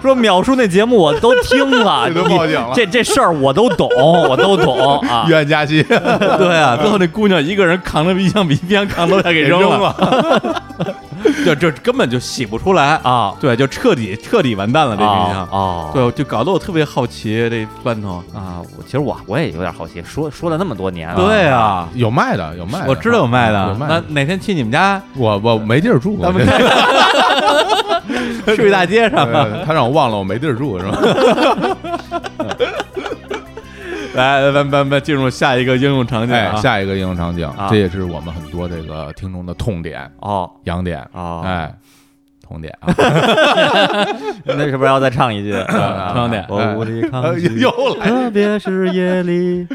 Speaker 2: 说秒叔那节目我都听了，
Speaker 1: 这都
Speaker 2: 你
Speaker 1: 报警了
Speaker 2: 这这事儿我都懂，我都懂 啊。
Speaker 1: 冤家 期
Speaker 4: 对啊，最后那姑娘一个人扛着一箱比一箱扛楼下给扔
Speaker 1: 扔
Speaker 4: 了，就这根本就洗不出来，
Speaker 2: 啊
Speaker 4: 对，就彻底彻底完蛋了这冰
Speaker 2: 啊
Speaker 4: 箱，
Speaker 2: 哦，
Speaker 4: 对，就搞得我特别好奇这罐头，
Speaker 2: 啊，我其实我我也有点好奇，说说了那么多年了，
Speaker 4: 对啊。
Speaker 1: 有卖的，有卖的，
Speaker 4: 我知道有卖的
Speaker 1: 有，卖
Speaker 4: 那
Speaker 1: 的。
Speaker 4: 哪天去你们家
Speaker 1: 我我没地儿住，我这
Speaker 4: 睡大街上，
Speaker 1: 对他让我忘了我没地儿住是 吧？
Speaker 4: 来，咱咱咱进入下一个应用场景
Speaker 1: 哎
Speaker 4: 啊，，
Speaker 1: 下一个应用场景，
Speaker 2: 啊
Speaker 1: 这也是我们很多这个听众的痛点、
Speaker 2: 哦
Speaker 1: 痒点，
Speaker 4: 啊
Speaker 2: 哦，
Speaker 1: 哎，痛点 啊，
Speaker 2: 那是不是要再唱 一句？
Speaker 4: 唱啊点哦
Speaker 2: 我无力抗
Speaker 1: 哎
Speaker 2: 拒，
Speaker 1: 又来
Speaker 2: 特别是夜里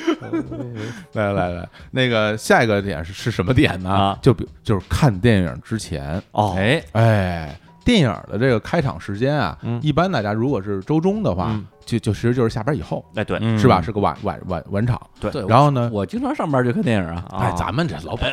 Speaker 1: 来来来，那个下一个点是是什么点呢
Speaker 2: 啊？
Speaker 1: 就比就是看电影之前，
Speaker 2: 哦，
Speaker 4: 哎，
Speaker 1: 哎，电影的这个开场时间啊，
Speaker 2: 嗯
Speaker 1: 一般大家如果是周中的话，
Speaker 2: 嗯
Speaker 1: 就就其实就是下班以后，
Speaker 2: 哎对，
Speaker 4: 嗯
Speaker 1: 是吧？？是个晚晚晚晚场。
Speaker 2: 对
Speaker 4: 对
Speaker 1: 然后呢，
Speaker 4: 我经常上班就看电影啊，
Speaker 2: 啊
Speaker 1: 哎，咱们这老板，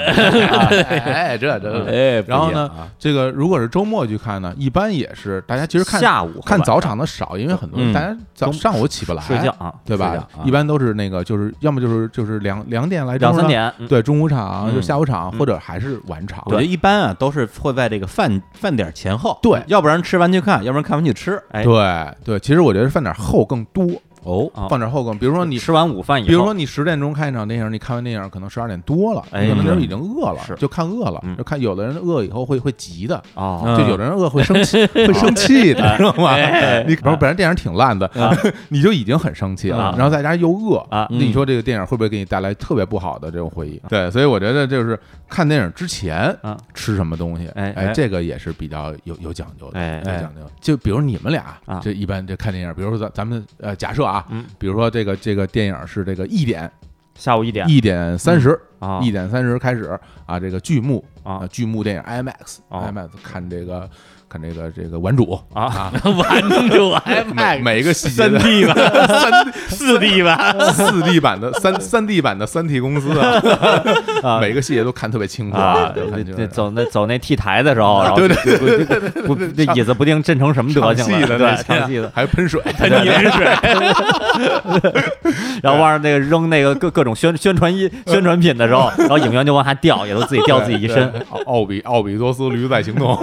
Speaker 1: 哎，这这
Speaker 4: 哎，
Speaker 1: 然后呢，这个如果是周末去看呢，一般也是大家其实看
Speaker 2: 下午和
Speaker 1: 看
Speaker 2: 晚
Speaker 1: 早哎场的少，因为很多人
Speaker 4: 嗯
Speaker 1: 大家早
Speaker 2: 都
Speaker 1: 上午起不来，
Speaker 2: 睡觉，啊，
Speaker 1: 对
Speaker 4: 睡
Speaker 1: 吧
Speaker 4: 觉啊？
Speaker 1: 一般都是那个就是要么就是就是两两点来
Speaker 2: 两
Speaker 1: 中午
Speaker 2: 三
Speaker 1: 场，
Speaker 2: 点，嗯
Speaker 1: 对中午场啊
Speaker 4: 嗯
Speaker 1: 就下午场
Speaker 2: 嗯
Speaker 1: 或者还是晚场
Speaker 4: 我，觉得一般啊都是会在这个饭饭点前后，
Speaker 1: 对
Speaker 4: 要不然吃完去看，要不然看完去吃，
Speaker 2: 哎
Speaker 1: 对对，其实我觉得饭点后更多，
Speaker 4: 哦，
Speaker 2: 啊
Speaker 1: 饭点后更，比如说你
Speaker 2: 吃完午饭以后，
Speaker 1: 比如说你十点钟看一场电影，你看完电影可能十二点多了，
Speaker 2: 哎
Speaker 1: 你可能那时候已经饿了，
Speaker 2: 是
Speaker 1: 就看饿了，
Speaker 2: 嗯
Speaker 1: 就看有的人饿以后会会急的，
Speaker 2: 哦
Speaker 4: 嗯
Speaker 1: 就有的人饿会生 气，会生气的，知道吗？你可能本来电影挺烂的
Speaker 2: 哎啊，
Speaker 1: 你就已经很生气了
Speaker 2: 啊，
Speaker 1: 然后再加上又饿。
Speaker 2: 啊
Speaker 1: 那你说这个电影会不会给你带来特别不好的这种回忆？对，所以我觉得就是看电影之前
Speaker 2: 啊
Speaker 1: 吃什么东西，
Speaker 2: 哎
Speaker 1: 哎
Speaker 2: 哎，
Speaker 1: 这个也是比较有有讲究的，
Speaker 2: 哎
Speaker 1: 有
Speaker 2: 哎
Speaker 1: 讲究。就比如你们俩
Speaker 2: 啊
Speaker 1: 这一般这看电影，比如说咱咱们呃假设啊
Speaker 2: 嗯，
Speaker 1: 比如说这个这个电影是这个一点
Speaker 2: 下午一点
Speaker 1: 一点三十
Speaker 2: 啊
Speaker 1: 一点三十开始啊，这个剧目
Speaker 2: 啊
Speaker 1: 剧目电影 IMAX
Speaker 2: 啊
Speaker 1: IMAX 看这个看这个这个顽主
Speaker 2: 啊
Speaker 4: 完就 还
Speaker 1: 每每个细节
Speaker 4: 三
Speaker 1: 的
Speaker 4: D 吧，
Speaker 1: 三
Speaker 4: 四 D 吧，
Speaker 1: 四 D 版的三三 D 版的三 T 公司啊，
Speaker 2: 啊
Speaker 1: 每个细节都看特别清楚
Speaker 2: 啊，
Speaker 1: 都看
Speaker 2: 那
Speaker 1: 清
Speaker 2: 那
Speaker 1: 楚。
Speaker 2: 走那走那 T 台的时候，然
Speaker 1: 啊
Speaker 2: 后
Speaker 1: 对对
Speaker 2: 对对对不，那椅子不定震成什么德
Speaker 1: 唱
Speaker 2: 行
Speaker 1: 戏的那
Speaker 2: 了，对，
Speaker 1: 些
Speaker 2: 唱戏的，
Speaker 1: 还喷水，
Speaker 2: 盐水，然后往上那个扔那个各各种宣宣传衣、宣传品的时候，然后影院就往下掉，也都自己掉自己一身。
Speaker 1: 对。奥奥比奥比多斯驴在行动，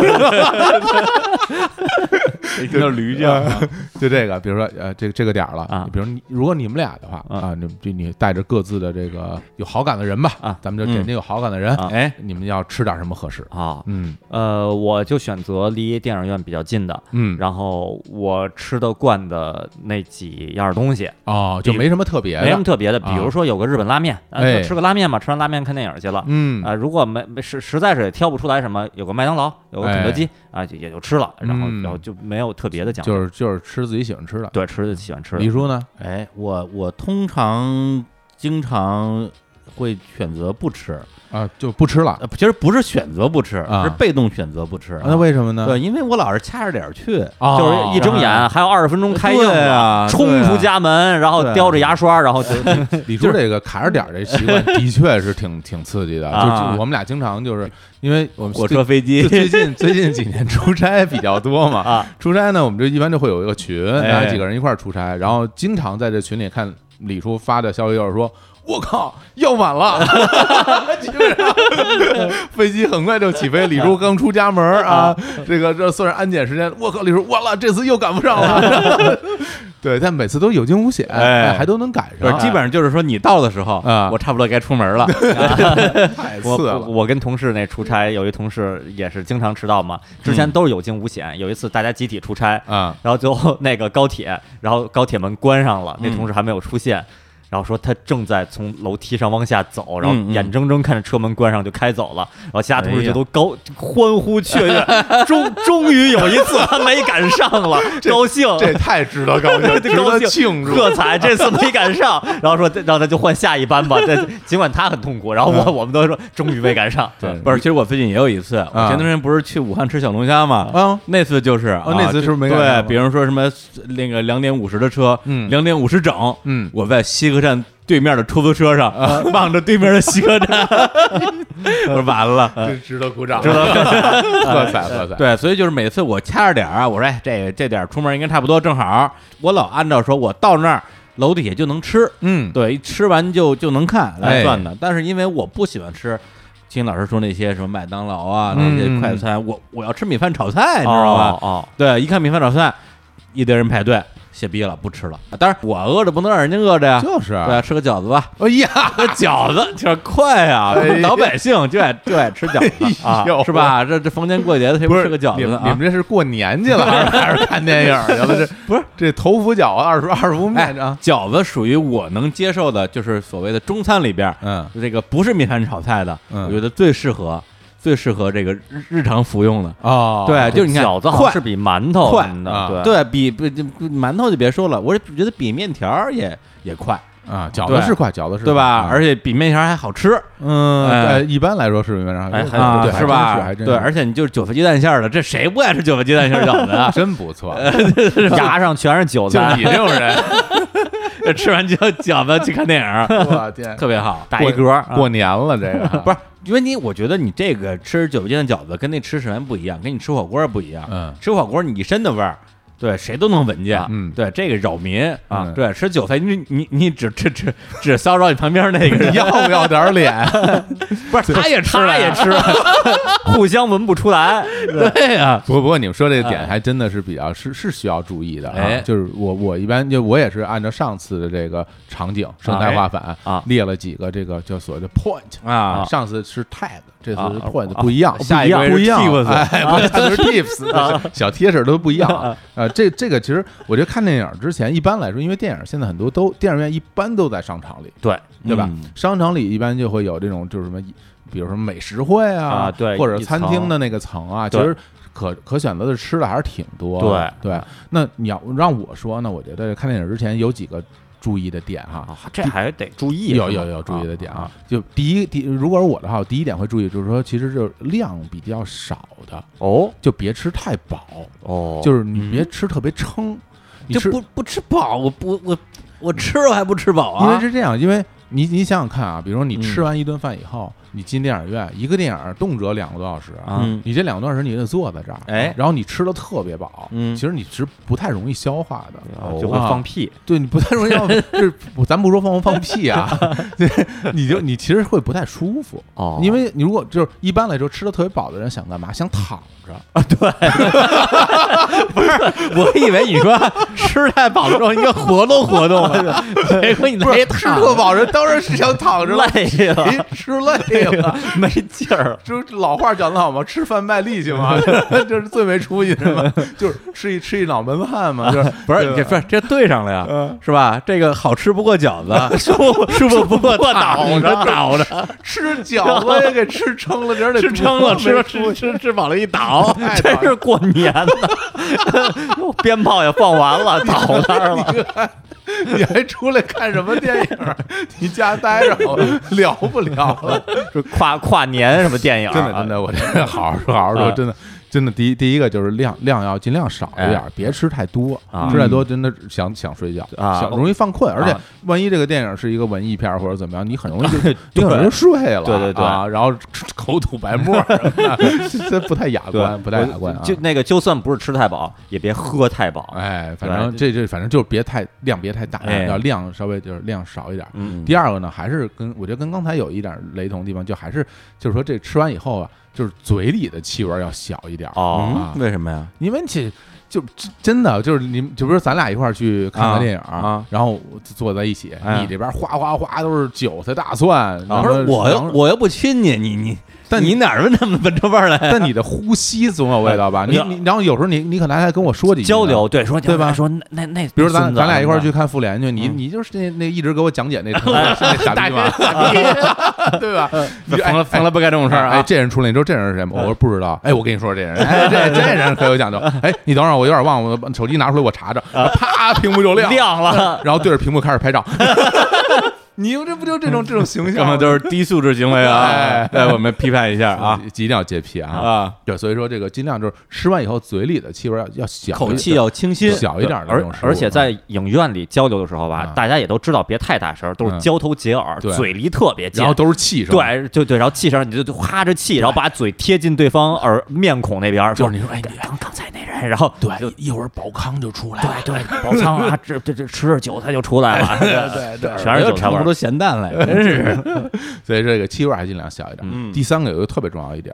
Speaker 4: 叫驴叫，
Speaker 1: 呃就这个，比如说呃，这这个点儿了
Speaker 2: 啊
Speaker 1: 比如你如果你们俩的话
Speaker 2: 啊
Speaker 1: 啊，你就你带着各自的这个有好感的人吧
Speaker 2: 啊
Speaker 1: 咱们就点定有好感的人
Speaker 2: 啊，
Speaker 4: 哎，
Speaker 1: 你们要吃点什么合适？
Speaker 2: 啊，
Speaker 1: 嗯
Speaker 2: 呃，我就选择离电影院比较近的，
Speaker 1: 嗯，
Speaker 2: 然后我吃得惯的那几样东西，
Speaker 1: 哦，就没什么特别的，
Speaker 2: 没什么特别的，
Speaker 1: 啊
Speaker 2: 比如说有个日本拉面，啊
Speaker 1: 哎
Speaker 2: 就吃个拉面嘛，吃完拉面看电影去了。
Speaker 1: 嗯
Speaker 2: 啊，如果没没实实在是也挑不出来什么，有个麦当劳，有个肯德基啊，就也就吃了，然后
Speaker 1: 哎嗯
Speaker 2: 然后就没有特别的讲究，
Speaker 1: 就是就是吃自己喜欢吃的。
Speaker 2: 对，吃就喜欢吃的
Speaker 1: 李叔呢？
Speaker 4: 哎，我我通常经常会选择不吃，
Speaker 1: 啊，就不吃了。
Speaker 4: 呃，其实不是选择不吃，
Speaker 1: 啊
Speaker 4: 是被动选择不吃
Speaker 1: 啊。那为什么呢？
Speaker 4: 对，因为我老是掐着点儿去，
Speaker 1: 哦，
Speaker 2: 呃就是一睁眼还有二十分钟开映
Speaker 4: 对啊
Speaker 2: 了，冲出家门，然后叼着牙刷，然后就
Speaker 1: 李叔这个卡着点儿这习 惯的确是挺挺刺激的。就
Speaker 4: 啊
Speaker 1: 就我们俩经常就是因为我们
Speaker 4: 火
Speaker 1: 最
Speaker 4: 车、飞
Speaker 1: 就
Speaker 4: 机，
Speaker 1: 最 近最近几年出差比较多嘛，
Speaker 2: 啊
Speaker 1: 出差呢我们就一般就会有一个群，
Speaker 4: 哎
Speaker 1: 大家几个人一块儿出差，然后经常在这群里看李叔发的消息，就是说。我靠，要晚 了， 基本上飞机很快就起飞。李叔刚出家门儿啊，这个这算是安检时间，我靠，李叔完了，这次又赶不上 了。 对，但每次都有惊无险，
Speaker 4: 哎
Speaker 1: 还都能赶
Speaker 4: 不是
Speaker 1: 上，
Speaker 4: 基本上就是说你到的时候
Speaker 1: 啊
Speaker 4: 我差不多该出门了。
Speaker 1: 太
Speaker 2: 我
Speaker 1: 次
Speaker 2: 我
Speaker 1: 了。
Speaker 2: 我跟同事那出差，有一同事也是经常迟到嘛，之
Speaker 4: 嗯
Speaker 2: 前都是有惊无险。有一次大家集体出差，
Speaker 1: 啊，
Speaker 2: 然后最后那个高铁，然后高铁门关上了，那
Speaker 4: 嗯
Speaker 2: 同事还没有出现。然后说他正在从楼梯上往下走，然后
Speaker 4: 嗯嗯
Speaker 2: 眼睁睁看着车门关上就开走了，然后其他同
Speaker 4: 哎
Speaker 2: 事
Speaker 4: 呀
Speaker 2: 就都高欢呼雀跃， 终终于有一次他没赶上 了，高兴，
Speaker 1: 这也太值得 高兴，值
Speaker 2: 高
Speaker 1: 得
Speaker 2: 兴
Speaker 1: 庆祝。
Speaker 2: 喝彩，这次没赶上，然后说让他就换下一班吧。这尽管他很痛苦，然后
Speaker 4: 嗯
Speaker 2: 我我们都说终于没赶上。
Speaker 1: 对
Speaker 4: 不是，其实我最近也有一次，我前段时间不是去武汉吃小龙虾嘛，
Speaker 1: 啊，
Speaker 4: 那次就是，啊
Speaker 1: 那次是不是没赶上
Speaker 4: 对
Speaker 1: 了，
Speaker 4: 比如说什么那个两点五十的车，
Speaker 1: 嗯
Speaker 4: 两点五十整，
Speaker 1: 嗯啊
Speaker 4: 我在西客站对面的出租车上、望着对面的西客 站，我说完了。
Speaker 1: 这值得鼓呃掌，值得 啊喝彩，喝彩。
Speaker 4: 对，所以就是每次我掐着点儿啊，我说哎，这这点儿出门应该差不多，正好。我老按照说，我到那儿楼底下就能吃，
Speaker 1: 嗯，
Speaker 4: 对，吃完就就能看来
Speaker 1: 哎
Speaker 4: 算的。但是因为我不喜欢吃，听老师说那些什么麦当劳啊，
Speaker 1: 嗯
Speaker 4: 那些快餐，我我要吃米饭炒菜，你知道吧？
Speaker 2: 哦哦，
Speaker 4: 对，一看米饭炒菜，一堆人排队，歇逼了，不吃了。当然，我饿着不能让人家饿着呀。
Speaker 1: 就是啊
Speaker 4: 对啊，吃个饺 子吧。
Speaker 1: 哎呀，
Speaker 4: 那 饺子就是快啊
Speaker 1: 哎呀，哎
Speaker 4: 老百姓就爱就爱吃饺子啊
Speaker 1: 呦，
Speaker 4: 是吧？这这逢年过节的谁
Speaker 1: 不
Speaker 4: 吃个饺
Speaker 1: 你
Speaker 4: 子
Speaker 1: 们你
Speaker 4: 啊
Speaker 1: 们？这是过年去了，还是 还是看电影去了？ 这
Speaker 4: 不是
Speaker 1: 这头伏饺二十二十五
Speaker 4: 哎
Speaker 1: 面啊，，
Speaker 4: 饺子属于我能接受的，就是所谓的中餐里边儿，
Speaker 1: 嗯
Speaker 4: 这个不是米饭炒菜的，
Speaker 1: 嗯
Speaker 4: 我觉得最适合最适合这个日日常服用的。
Speaker 1: 哦
Speaker 4: 对，哎就是你看
Speaker 2: 饺子好像
Speaker 4: 快
Speaker 2: 是，比馒头
Speaker 4: 快
Speaker 2: 什么
Speaker 1: 啊
Speaker 2: 的，对嗯
Speaker 4: 对比不就不馒头就别说了，我觉得比面条儿也也快，
Speaker 1: 啊，饺子是快，饺子是快
Speaker 4: 对吧？
Speaker 1: 嗯
Speaker 4: 而且比面条儿还好吃
Speaker 1: 嗯，
Speaker 4: 哎
Speaker 1: 呃，一般来说是面上
Speaker 2: 哎还
Speaker 4: 啊
Speaker 1: 对，还真
Speaker 4: 是吧
Speaker 1: 还？真
Speaker 4: 对，
Speaker 1: 是？
Speaker 4: 而且你就是韭菜鸡蛋馅儿的，这谁不爱吃韭菜鸡蛋馅儿饺子啊
Speaker 1: 真不 错，
Speaker 2: 牙上全是韭
Speaker 1: 就
Speaker 2: 菜
Speaker 1: 你，这种 人，
Speaker 4: 这 吃完就饺子去看电影 儿，
Speaker 1: 我天，
Speaker 4: 特别好。
Speaker 2: 打一嗝。
Speaker 4: 啊
Speaker 1: 过年了这个
Speaker 4: 不是，因为你我觉得你这个吃韭菜鸡蛋饺子跟那吃什么不一样，跟你吃火锅不一样。
Speaker 1: 嗯
Speaker 4: 吃火锅你一身的味儿，对谁都能闻见。
Speaker 1: 嗯
Speaker 4: 对这个扰民啊
Speaker 1: 嗯，
Speaker 4: 对吃韭菜你你你只只只只骚扰你旁边那个人
Speaker 1: 要不要点脸？
Speaker 4: 不是他也吃啊
Speaker 2: 他
Speaker 4: 了
Speaker 2: 也
Speaker 4: 呀，
Speaker 2: 吃，互相闻不出来。
Speaker 4: 对啊呀，
Speaker 1: 不过不过你们说这个点还真的是比较是是需要注意的啊
Speaker 4: 哎，
Speaker 1: 就是我我一般就我也是按照上次的这个场景生态化反
Speaker 2: 啊
Speaker 1: 列了几个这个叫所谓的 point
Speaker 4: 啊
Speaker 1: 上次是 tag，这次
Speaker 2: 啊
Speaker 1: 是
Speaker 2: 啊
Speaker 1: point 不一样，
Speaker 4: 下一个
Speaker 1: 不一样，
Speaker 4: 是 tips
Speaker 1: 哎，不是就是 tips 小小贴士都不一样啊。呃，这这个其实我觉得看电影之前，一般来说，因为电影现在很多都电影院一般都在商场里，
Speaker 2: 对，
Speaker 1: 对吧
Speaker 4: 嗯？
Speaker 1: 商场里一般就会有这种就是什么，比如说美食会啊
Speaker 2: 啊，对
Speaker 1: 或者
Speaker 2: 一
Speaker 1: 餐
Speaker 2: 层
Speaker 1: 厅的那个层啊，其
Speaker 2: 对
Speaker 1: 实可可选择的吃的还是挺多的。对
Speaker 2: 嗯
Speaker 1: 对，那你要让我说呢，我觉得看电影之前有几个注意的点哈。
Speaker 2: 啊这还得注意，
Speaker 1: 有
Speaker 2: 是吗
Speaker 1: 有有注意的点啊，就第一第，如果是我的话，我第一点会注意，就是说，其实就是量比较少的，
Speaker 2: 哦
Speaker 1: 就别吃太饱，
Speaker 2: 哦，嗯
Speaker 1: 就是你别吃特别撑，你吃
Speaker 4: 就不不吃饱，我不我我吃我还不吃饱
Speaker 1: 因为
Speaker 4: 啊？
Speaker 1: 是这样，因为你你想想看啊，比如说你
Speaker 4: 嗯
Speaker 1: 吃完一顿饭以后，你进电影院，一个电影动辄两个多小时
Speaker 2: 啊
Speaker 4: 嗯
Speaker 1: 你这两个多小时你得坐在这儿，
Speaker 4: 哎
Speaker 1: 然后你吃的特别饱，
Speaker 4: 嗯
Speaker 1: 其实你是不太容易消化的，
Speaker 4: 哦
Speaker 2: 啊就会
Speaker 1: 啊
Speaker 2: 放屁。
Speaker 1: 对你不太容易 消化，就是不咱不说放不放屁 啊，对你就你其实会不太舒服，
Speaker 2: 哦
Speaker 1: 因为你如果就是一般来说吃的特别饱的人想干嘛？想躺着，
Speaker 4: 我以为你说吃太饱了之后应该活动活动 啊，结果你
Speaker 1: 不是
Speaker 4: 那
Speaker 1: 哎吃特饱人当然是想躺 着了，
Speaker 2: 累了，
Speaker 1: 谁吃累了。
Speaker 2: 没劲儿。
Speaker 1: 就是老话讲得好嘛，吃饭卖力气嘛， 就是最没出息的 嘛，就是吃一吃一脑门子汗嘛，啊就是
Speaker 4: 不是
Speaker 1: 对吧
Speaker 4: 这不是这对上了呀
Speaker 1: 嗯，
Speaker 4: 是吧？这个好吃不过饺 子，舒服舒服不过倒着倒着。
Speaker 1: 吃饺子也给 吃撑了，点儿得
Speaker 4: 吃撑
Speaker 1: 多
Speaker 4: 了，吃
Speaker 1: 没
Speaker 4: 吃吃吃饱了一 倒，
Speaker 1: 太
Speaker 2: 真是过年的， 鞭炮也放完了，倒那儿了。
Speaker 1: 你还出来看什么电影 儿？你家待着聊不聊了？
Speaker 2: 是跨跨年什么电影、啊？啊
Speaker 1: 真的真的，我这好好说好好说，真的真的，第一第一个就是量量要尽量少一点，别吃太多
Speaker 2: 哎啊，
Speaker 1: 吃太多真的想想睡觉，
Speaker 2: 啊
Speaker 1: 想容易犯困，而且
Speaker 2: 啊
Speaker 1: 万一这个电影是一个文艺片或者怎么样，你很容易就你很容易就睡了，
Speaker 2: 对对对
Speaker 1: 啊，然后口吐白沫儿什么的， 这这不太雅观，不太雅观啊。
Speaker 2: 就那个，就算不是吃太饱，也别喝太饱。
Speaker 1: 哎，反
Speaker 2: 对
Speaker 1: 正这这反正就是别太量别太大，
Speaker 2: 哎
Speaker 1: 要量稍微就是量少一点。
Speaker 2: 嗯，
Speaker 1: 第二个呢，还是跟我觉得跟刚才有一点雷同的地方，就还是就是说这吃完以后啊，就是嘴里的气味儿要小一点儿
Speaker 2: 哦
Speaker 1: 啊
Speaker 4: 嗯，为什么呀？
Speaker 1: 因为其就真真的就是你，就比如咱俩一块儿去看
Speaker 4: 啊
Speaker 1: 个电影儿
Speaker 4: 啊
Speaker 1: 然后坐在一起，
Speaker 4: 哎
Speaker 1: 你这边儿哗哗哗都是韭菜大蒜，然
Speaker 4: 不
Speaker 1: 后
Speaker 4: 是我又
Speaker 1: 然后
Speaker 4: 我又不亲你，你你，
Speaker 1: 但
Speaker 4: 你哪儿闻那么闻出味儿来？
Speaker 1: 但你的呼吸总有味道吧？你你然后有时候你你可能还跟我说几句
Speaker 2: 交
Speaker 1: 呢
Speaker 2: 流对说
Speaker 1: 对吧
Speaker 2: 说那那那，
Speaker 1: 比如咱
Speaker 2: 孙子
Speaker 1: 咱俩一块儿
Speaker 2: 什么
Speaker 1: 去看复联去，你
Speaker 2: 嗯
Speaker 1: 你就是那那一直给我讲解那成分是那傻逼吗？ 对吧？你就
Speaker 4: 疯了疯了，不干这种事儿
Speaker 1: 哎，
Speaker 4: 啊！
Speaker 1: 这人出来，你知道这人是谁吗？我说不知道。哎，我跟你说， 这人，哎，这这人可有讲究。哎，你等会儿，我有点忘，我把手机拿出来，我查查。啪，屏幕就
Speaker 2: 的
Speaker 1: 啊亮，嗯
Speaker 2: 亮了，
Speaker 1: 然后对着屏幕开始 拍照。你们这不就这种这种形象
Speaker 4: 根
Speaker 1: 吗？
Speaker 4: 本就是低素质行为
Speaker 1: 哎
Speaker 4: 啊！来，我们批判一下啊
Speaker 1: 啊，一定要洁癖啊！
Speaker 4: 啊！
Speaker 1: 对，所以说这个尽量就是吃完以后嘴里的气味要要小一点，
Speaker 4: 口气要清新，
Speaker 1: 小一点的那
Speaker 2: 而
Speaker 1: 种食物
Speaker 2: 而且在影院里交流的时候吧
Speaker 1: 嗯，
Speaker 2: 大家也都知道别太大声，都
Speaker 1: 嗯
Speaker 2: 是交头接耳，
Speaker 1: 对
Speaker 2: 嘴离特别近
Speaker 1: 然后。都是气声，
Speaker 2: 对，就对，然后气声你就就哈着气，然后把嘴贴近对方耳面孔那边，
Speaker 1: 就
Speaker 2: 说
Speaker 1: 是你说，哎，你
Speaker 2: 刚刚才那人，然后
Speaker 1: 对，一会儿宝康就出来了。
Speaker 2: 对对，宝仓啊，这这这吃着韭菜就出 来了，对对全是
Speaker 4: 又
Speaker 2: 韭菜
Speaker 4: 唱
Speaker 2: 味
Speaker 4: 不
Speaker 2: 儿
Speaker 4: 出咸淡来，真是。
Speaker 1: 所以这个气味还尽量小一点。
Speaker 4: 嗯
Speaker 1: 第三个有一个特别重要一点，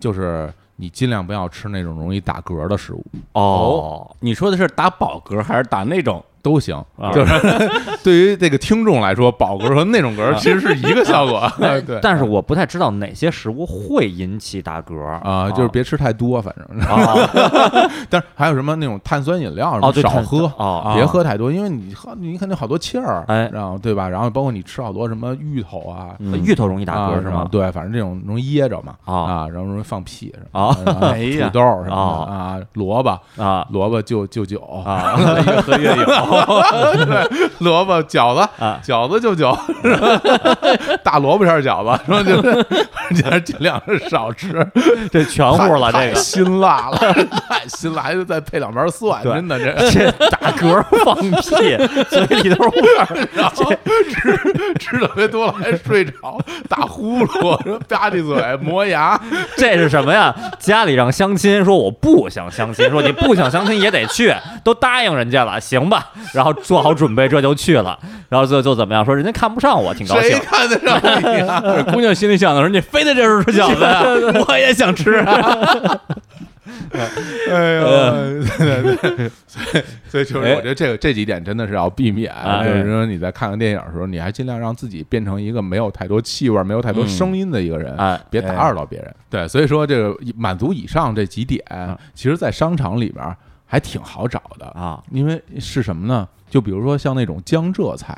Speaker 1: 就是你尽量不要吃那种容易打嗝的食物，
Speaker 2: 哦，
Speaker 4: 你说的是打饱嗝还是打那种？
Speaker 1: 都行。
Speaker 2: 啊
Speaker 1: 就是 对于这个听众来说，饱嗝和那种
Speaker 2: 啊
Speaker 1: 嗝其实是一个效 果。对
Speaker 2: 但是我不太知道哪些食物会引起打嗝
Speaker 1: 啊，就是别吃太多，反正。
Speaker 2: 哦
Speaker 1: 但是还有什么那种碳酸饮料什么
Speaker 2: 哦对
Speaker 1: 少
Speaker 2: 碳
Speaker 1: 喝
Speaker 2: 哦
Speaker 1: 别
Speaker 4: 啊
Speaker 1: 喝太多，因为你喝你肯定好多气儿，
Speaker 2: 哎
Speaker 1: 然后对吧？然后包括你吃好多什么芋头啊，
Speaker 2: 嗯芋头容易打
Speaker 1: 啊
Speaker 2: 嗝
Speaker 1: 什
Speaker 2: 是
Speaker 1: 么
Speaker 2: 吗？
Speaker 1: 对，反正这种容易噎着嘛，
Speaker 2: 哦
Speaker 1: 啊，然后容易放屁什么
Speaker 2: 哦
Speaker 1: 的， 然后
Speaker 4: 哎呀
Speaker 1: 土豆什么
Speaker 2: 哦
Speaker 1: 的啊，萝卜，
Speaker 2: 啊
Speaker 1: 萝卜就就酒，
Speaker 2: 啊，
Speaker 4: 越喝越有。
Speaker 1: 对，萝卜饺子
Speaker 2: 啊，
Speaker 1: 饺子就酒， 大萝卜馅儿饺子，说就是 尽尽量是少吃，
Speaker 2: 这全乎了这
Speaker 1: 太
Speaker 2: 个。
Speaker 1: 辛辣了，太辛辣，还得再配两瓣蒜，
Speaker 2: 对
Speaker 1: 真的这。
Speaker 2: 这打嗝放屁，嘴里都是味儿。
Speaker 1: 然后吃吃特别多了，还睡着，打呼噜，吧唧嘴，磨牙，
Speaker 2: 这是什么呀？家里让相亲，说我不想相亲，说你不想相亲也得去，都答应人家了，行吧？然后做好准备，这就去了。然后就就怎么样？说人家看不上我，挺高兴
Speaker 1: 谁。看得上你啊？
Speaker 4: 姑娘心里想的是，你非得这时候吃饺子 呀，我也想吃啊。
Speaker 1: 哎呦，
Speaker 2: 嗯
Speaker 1: 对对 对，所以所以就是我觉得这个这几点真的是要避免，
Speaker 2: 哎
Speaker 1: 就是说你在看个电影的时候，你还尽量让自己变成一个没有太多气味、没有太多声音的一个人，
Speaker 2: 哎
Speaker 1: 别打扰到别人。对，所以说这个满足以上这几点，其实在商场里边还挺好找的
Speaker 2: 啊，
Speaker 1: 因为是什么呢？就比如说像那种江浙菜，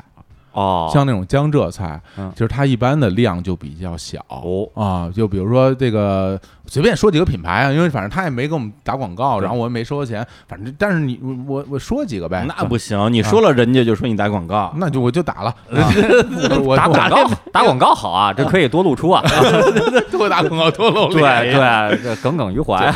Speaker 2: 哦，
Speaker 1: 像那种江浙菜
Speaker 2: 嗯，
Speaker 1: 其实它一般的量就比较小
Speaker 2: 哦
Speaker 1: 啊，就比如说这个随便说几个品牌啊，因为反正他也没给我们打广告，然后我也没收钱，反正但是你我我说几个呗，
Speaker 4: 那不行，
Speaker 1: 啊
Speaker 4: 你说了人家就说你打广告，
Speaker 1: 那就我就打了，我我
Speaker 2: 啊 打广
Speaker 1: 我
Speaker 2: 告，打广告好啊，这可以多露出啊。
Speaker 1: 多打广告多露
Speaker 2: 对
Speaker 1: 脸，
Speaker 2: 对，这耿耿于怀。啊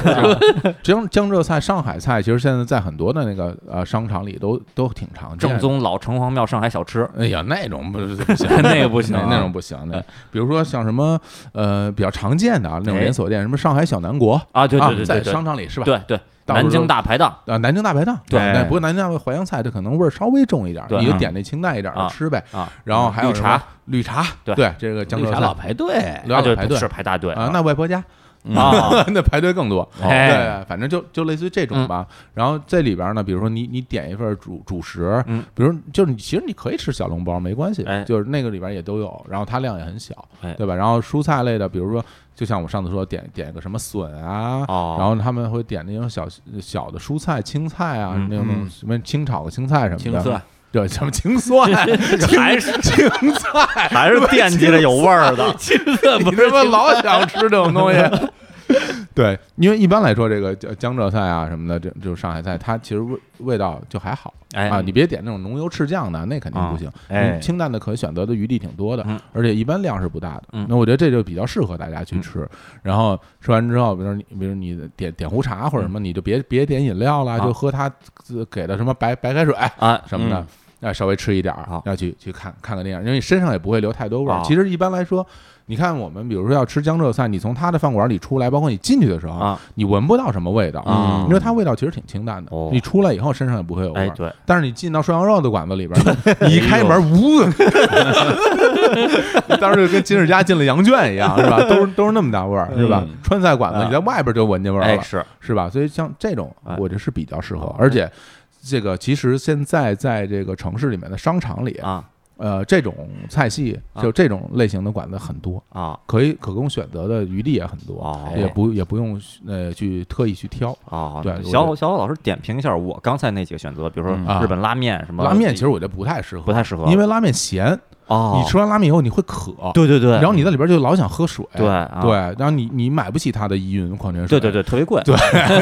Speaker 1: 江江浙菜、上海菜，其实现在在很多的那个呃商场里都都挺常见的
Speaker 2: 正。宗老城隍庙上海小吃，嗯
Speaker 1: 哎呀，那种不不 行，
Speaker 4: 那个不行啊
Speaker 1: 那种不行。那比如说像什么呃比较常见的啊那种
Speaker 2: 哎
Speaker 1: 连锁店，什么上海小南国
Speaker 2: 啊对对对对
Speaker 1: 在
Speaker 2: 对
Speaker 1: 商场里是吧？
Speaker 2: 对对，
Speaker 1: 到时候
Speaker 2: 南京大排档
Speaker 1: 啊，南京大排档，
Speaker 4: 对
Speaker 1: 那不过南京大排淮扬菜这可能味儿稍微重一点儿，
Speaker 2: 哎对
Speaker 1: 你就
Speaker 4: 嗯
Speaker 1: 点那清淡一点儿的
Speaker 2: 啊
Speaker 1: 吃呗。
Speaker 2: 啊，
Speaker 1: 然后还有
Speaker 2: 绿
Speaker 1: 什么
Speaker 2: 茶，
Speaker 1: 绿茶，
Speaker 2: 对
Speaker 1: 对，这个江
Speaker 4: 绿
Speaker 1: 浙
Speaker 4: 茶
Speaker 1: 菜
Speaker 4: 老排队。
Speaker 1: 老
Speaker 2: 对
Speaker 1: 排队
Speaker 2: 是排大队
Speaker 1: 啊，那外婆家
Speaker 4: 嗯
Speaker 2: 啊
Speaker 1: 那排队更多。
Speaker 2: 哎嗯
Speaker 1: 对，反正就就类似于这种吧。然后这里边儿呢，比如说你你点一份儿主主食
Speaker 2: 嗯，
Speaker 1: 比如就是你其实你可以吃小笼包，没关系
Speaker 2: 哎，
Speaker 1: 就是那个里边儿也都有，然后它量也很小
Speaker 2: 哎，
Speaker 1: 对吧？然后蔬菜类的，比如说就像我上次说点点个什么笋啊，
Speaker 2: 哦，
Speaker 1: 然后他们会点那种小小的蔬菜、青菜啊，
Speaker 2: 嗯
Speaker 1: 那种
Speaker 4: 嗯
Speaker 1: 什么清炒个青菜什么的，
Speaker 4: 青蒜，
Speaker 1: 对，什么青蒜、
Speaker 2: 还是
Speaker 1: 青菜，
Speaker 2: 还是惦记着有味儿的，
Speaker 1: 你他妈老想吃这种东西。对，因为一般来说，这个江江浙菜啊什么的，这这种上海菜，它其实味味道就还好，
Speaker 2: 哎
Speaker 1: 啊，你别点那种浓油赤酱的，那肯定不行。
Speaker 2: 哎
Speaker 1: 嗯清淡的可选择的余地挺多的
Speaker 2: 嗯，
Speaker 1: 而且一般量是不大的
Speaker 2: 嗯。
Speaker 1: 那我觉得这就比较适合大家去吃。然后吃完之后，比如你，比如你点点壶茶或者什么，你就别别点饮料啦，
Speaker 2: 嗯啊
Speaker 1: 就喝他自给的什么白白开水
Speaker 2: 啊
Speaker 1: 什么的。要稍微吃一点儿
Speaker 2: 好，
Speaker 1: 要去去看看个电影，因为你身上也不会留太多味儿。
Speaker 2: 啊
Speaker 1: 其实一般来说，你看我们比如说要吃江浙菜，你从他的饭馆里出来，包括你进去的时候，
Speaker 2: 啊
Speaker 1: 你闻不到什么味道，
Speaker 2: 嗯
Speaker 1: 因为它味道其实挺清淡的。
Speaker 2: 哦
Speaker 1: 你出来以后身上也不会有味
Speaker 2: 哎
Speaker 1: 儿，
Speaker 2: 对，哎
Speaker 1: 但是你进到涮羊肉的馆子里 边儿，你一开门，呜，你 当时就跟金世佳进了羊圈一样，是吧？都是都是那么大味儿，是吧？川菜馆子你在外边就闻见味儿
Speaker 2: 嗯哎
Speaker 1: 了，
Speaker 2: 是
Speaker 1: 是吧？所以像这种
Speaker 2: 哎，
Speaker 1: 我觉得是比较适合
Speaker 2: 好，
Speaker 1: 而且这个其实现在在这个城市里面的商场里，
Speaker 2: 啊
Speaker 1: 呃，这种菜系
Speaker 2: 啊
Speaker 1: 就这种类型的馆子很多，
Speaker 2: 啊
Speaker 1: 可以可供选择的余地也很多，
Speaker 2: 哦
Speaker 1: 也不也不用呃去特意去挑。
Speaker 2: 哦，
Speaker 1: 对我
Speaker 2: 小
Speaker 1: 觉
Speaker 2: 虎小虎老师点评一下我刚才那几个选择，比如
Speaker 4: 嗯
Speaker 2: 说
Speaker 1: 啊
Speaker 2: 日本拉面什么
Speaker 1: 拉面其实我觉得不太适合，
Speaker 2: 不太适合，
Speaker 1: 因为拉面咸，
Speaker 2: 哦，
Speaker 1: 你吃完拉面以后你会渴，
Speaker 2: 对对对，
Speaker 1: 然后你在里边就老想喝水，
Speaker 2: 对啊
Speaker 1: 对，然后你你买不起它的依云矿泉水，
Speaker 2: 对对对特别贵，
Speaker 4: 那啊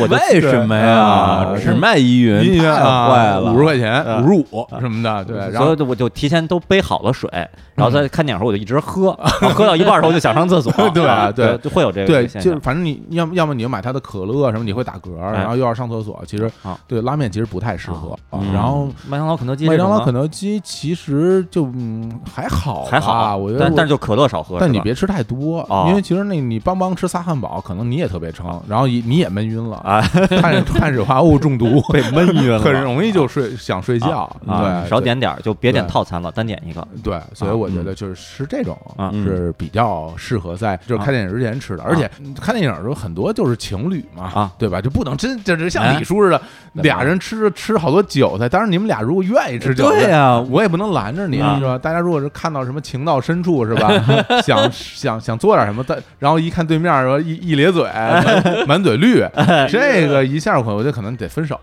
Speaker 4: 我就
Speaker 1: 为什么呀嗯
Speaker 4: 只啊卖依
Speaker 1: 对依
Speaker 4: 云，
Speaker 1: 云
Speaker 4: 太坏
Speaker 1: 啊，
Speaker 4: 了，
Speaker 1: 五十块
Speaker 2: 嗯
Speaker 1: 钱，五十五什么的，对，然
Speaker 2: 所
Speaker 1: 后嗯
Speaker 2: 以我就提前都备好了水，然后在看电影的时候我就一直喝，然后喝到一半的时候就想上厕所
Speaker 1: ，对
Speaker 2: 啊
Speaker 1: 对
Speaker 2: 对，就会有这个
Speaker 1: 对，
Speaker 2: 现
Speaker 1: 就是
Speaker 2: 象
Speaker 1: 反正你要么要么你就买它的可乐什么，你会打嗝，
Speaker 2: 哎
Speaker 1: 然后又要上厕所，其实
Speaker 2: 啊
Speaker 1: 对拉面其实不太适合。啊
Speaker 4: 嗯
Speaker 1: 然后
Speaker 2: 麦当劳、肯德基是
Speaker 1: 麦
Speaker 2: 什么，
Speaker 1: 当劳、肯德基其实就嗯还好吧，
Speaker 2: 还好，
Speaker 1: 啊我觉得
Speaker 2: 但
Speaker 1: 我
Speaker 2: 但是就可乐少喝，
Speaker 1: 但
Speaker 2: 是
Speaker 1: 你
Speaker 2: 吧
Speaker 1: 别吃太多
Speaker 2: 哦，
Speaker 1: 因为其实那你邦邦吃仨汉堡，可能你也特别撑，然后也你也闷晕了
Speaker 2: 啊，
Speaker 1: 碳碳水化合物中毒，
Speaker 2: 被闷晕 了，
Speaker 1: 很容易就睡想睡觉，
Speaker 2: 啊，
Speaker 1: 对，
Speaker 2: 少点点儿，就别点
Speaker 1: 对
Speaker 2: 套餐了，单点一个
Speaker 1: 对，对，所以我觉得就是吃这种
Speaker 2: 啊
Speaker 4: 嗯
Speaker 1: 是比较适合在啊就是看电影之前吃的，而且看电影的时候很多就是情侣嘛，
Speaker 2: 啊，
Speaker 1: 对吧？就不能真就是
Speaker 4: 哎
Speaker 1: 像李叔似的，
Speaker 4: 么
Speaker 1: 俩人吃吃好多韭菜，当然你们俩如果愿意吃韭菜，
Speaker 4: 对呀，
Speaker 1: 我也不能拦着你，
Speaker 2: 嗯
Speaker 1: 是吧？大家如果是看到什么情到深处，是 吧？想想想做点什么，但然后一看对面说一一咧嘴， 满满嘴绿，这个一下我我觉得可能得分手，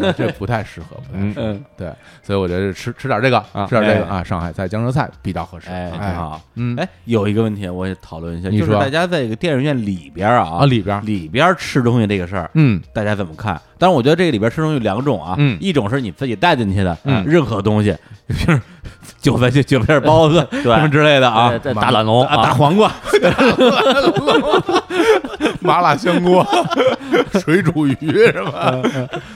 Speaker 1: 对这不太适合，不太适合。
Speaker 4: 嗯，
Speaker 1: 对，所以我觉得吃吃点这个，
Speaker 2: 啊
Speaker 1: 吃点这个啊，上海菜、江浙菜比较合适。
Speaker 4: 哎，挺
Speaker 1: 哎，
Speaker 4: 好。
Speaker 1: 嗯，
Speaker 4: 哎，有一个问题我也讨论一下，
Speaker 1: 你
Speaker 4: 就是
Speaker 1: 说
Speaker 4: 大家在这个电影院里边儿啊
Speaker 1: 啊，，里边儿，
Speaker 4: 里边儿吃东西这个事儿，
Speaker 1: 嗯，
Speaker 4: 大家怎么看？当然，我觉得这个里边吃东西有两种啊，
Speaker 1: 嗯
Speaker 4: 一种是你自己带进去的，
Speaker 1: 嗯
Speaker 4: 任何东西，比如 韭菜、韭菜包 子什么之类的啊
Speaker 2: 哎，这大懒龙
Speaker 4: 啊，大
Speaker 2: 啊，
Speaker 4: 黄瓜，
Speaker 1: 嗯麻辣香锅、水煮鱼是吧？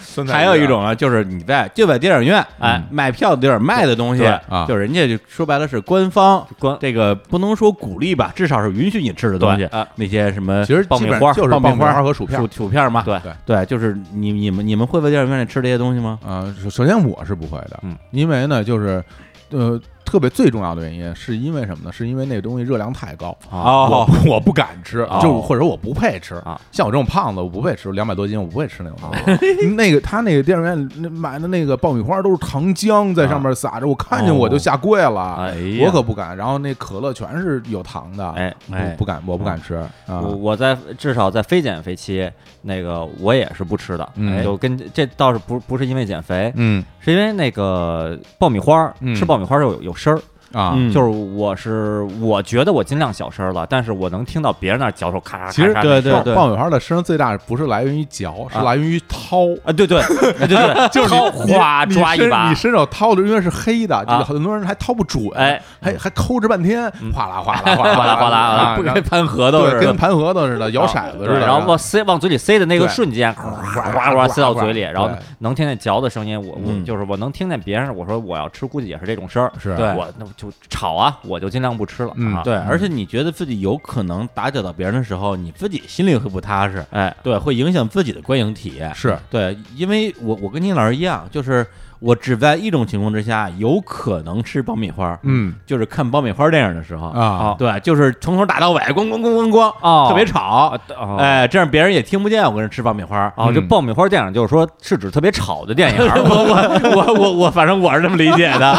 Speaker 1: 酸菜鱼
Speaker 4: 还有一种啊，就是你在就在电影院，
Speaker 2: 哎，
Speaker 4: 买票的地儿卖的东西
Speaker 2: 对
Speaker 1: 啊
Speaker 4: 就人家就说白了是官方
Speaker 2: 官
Speaker 4: 这个不能说鼓励吧，至少是允许你吃的东西，
Speaker 2: 对啊
Speaker 4: 那些什么
Speaker 1: 其实
Speaker 2: 爆米
Speaker 1: 基本
Speaker 2: 花
Speaker 1: 就是
Speaker 4: 爆
Speaker 1: 爆
Speaker 4: 米
Speaker 1: 米
Speaker 4: 花
Speaker 1: 花和薯片
Speaker 4: 薯。薯片嘛，
Speaker 2: 对
Speaker 4: 对，就是你你们你们会在电影院里吃这些东西吗？
Speaker 1: 啊，首首先我是不会的，
Speaker 2: 嗯
Speaker 1: 因为呢，就是，呃，特别最重要的原因是因为什么呢？是因为那个东西热量太高，
Speaker 4: 哦
Speaker 1: 我我不敢吃，
Speaker 2: 哦
Speaker 1: 就或者我不配吃
Speaker 2: 啊。
Speaker 1: 像我这种胖子，我不配吃，两百多斤，我不会吃那种东西。 那个他那个电影院那买的那个爆米花都是糖浆在上面撒着，我看见我就下跪了，
Speaker 2: 啊哎呀
Speaker 1: 我可不敢。然后那可乐全是有糖的，
Speaker 2: 哎。
Speaker 1: 不
Speaker 4: 哎
Speaker 1: 不敢，我不敢吃啊。
Speaker 2: 我我在至少在非减肥期，那个我也是不吃的，
Speaker 1: 嗯
Speaker 2: 就跟这倒是不不是因为减肥，
Speaker 1: 嗯
Speaker 2: 是因为那个爆米花儿，
Speaker 1: 嗯
Speaker 2: 吃爆米花儿有有声儿，
Speaker 1: 啊，
Speaker 4: 嗯
Speaker 2: 就是我是我觉得我尽量小声儿了，但是我能听到别人那儿嚼手咔咔咔咔
Speaker 1: 其实
Speaker 2: 那
Speaker 4: 对
Speaker 2: 声儿
Speaker 1: 爆爆米花的声最大不是来源于嚼，是
Speaker 2: 啊
Speaker 1: 来源于掏。
Speaker 2: 啊，对 对对对 对，
Speaker 1: 就是
Speaker 2: 掏
Speaker 1: 你
Speaker 2: 哗
Speaker 1: 你
Speaker 2: 抓一
Speaker 1: 伸
Speaker 2: 把
Speaker 1: 你，伸手掏的因为是黑的，就
Speaker 2: 啊
Speaker 1: 很多人还掏不准，
Speaker 2: 哎，嗯
Speaker 1: 还还抠着半天，哗啦哗啦哗啦
Speaker 2: 哗啦哗啦
Speaker 1: 啊
Speaker 2: 不
Speaker 1: 然
Speaker 2: 跟
Speaker 1: 后
Speaker 2: 盘核桃
Speaker 1: 对，
Speaker 2: 似
Speaker 1: 跟
Speaker 2: 的。啊
Speaker 1: 盘核桃似的，摇骰子似
Speaker 2: 对，
Speaker 1: 的，
Speaker 2: 然后往塞往嘴里塞的那个瞬间，哗哗哗哗塞到嘴里，
Speaker 1: 对
Speaker 2: 然后能听见嚼的声音。我我
Speaker 4: 嗯
Speaker 2: 就是我能听见别人，我说我要吃，估计也是这种声儿。
Speaker 1: 是
Speaker 4: 对
Speaker 2: 我那我就吵啊，我就尽量不吃了
Speaker 1: 嗯
Speaker 2: 啊。
Speaker 4: 对，而且你觉得自己有可能打搅到别人的时候，你自己心里会不踏实，
Speaker 2: 哎，
Speaker 4: 对，会影响自己的观影体验。
Speaker 1: 是
Speaker 4: 对，因为我我跟金老师一样，就是我只在一种情况之下有可能吃爆米花，
Speaker 1: 嗯
Speaker 4: 就是看爆米花电影的时候，
Speaker 1: 啊
Speaker 2: 好
Speaker 4: 对，就是从头打到尾，咣咣咣咣咣，
Speaker 2: 哦
Speaker 4: 特别吵，
Speaker 2: 哦
Speaker 4: 哎，这样别人也听不见我跟人吃爆米花。
Speaker 2: 哦，这
Speaker 1: 嗯
Speaker 2: 爆米花电影就是说是指特别吵的电 影
Speaker 4: 我我我我我，反正我是这么理解的。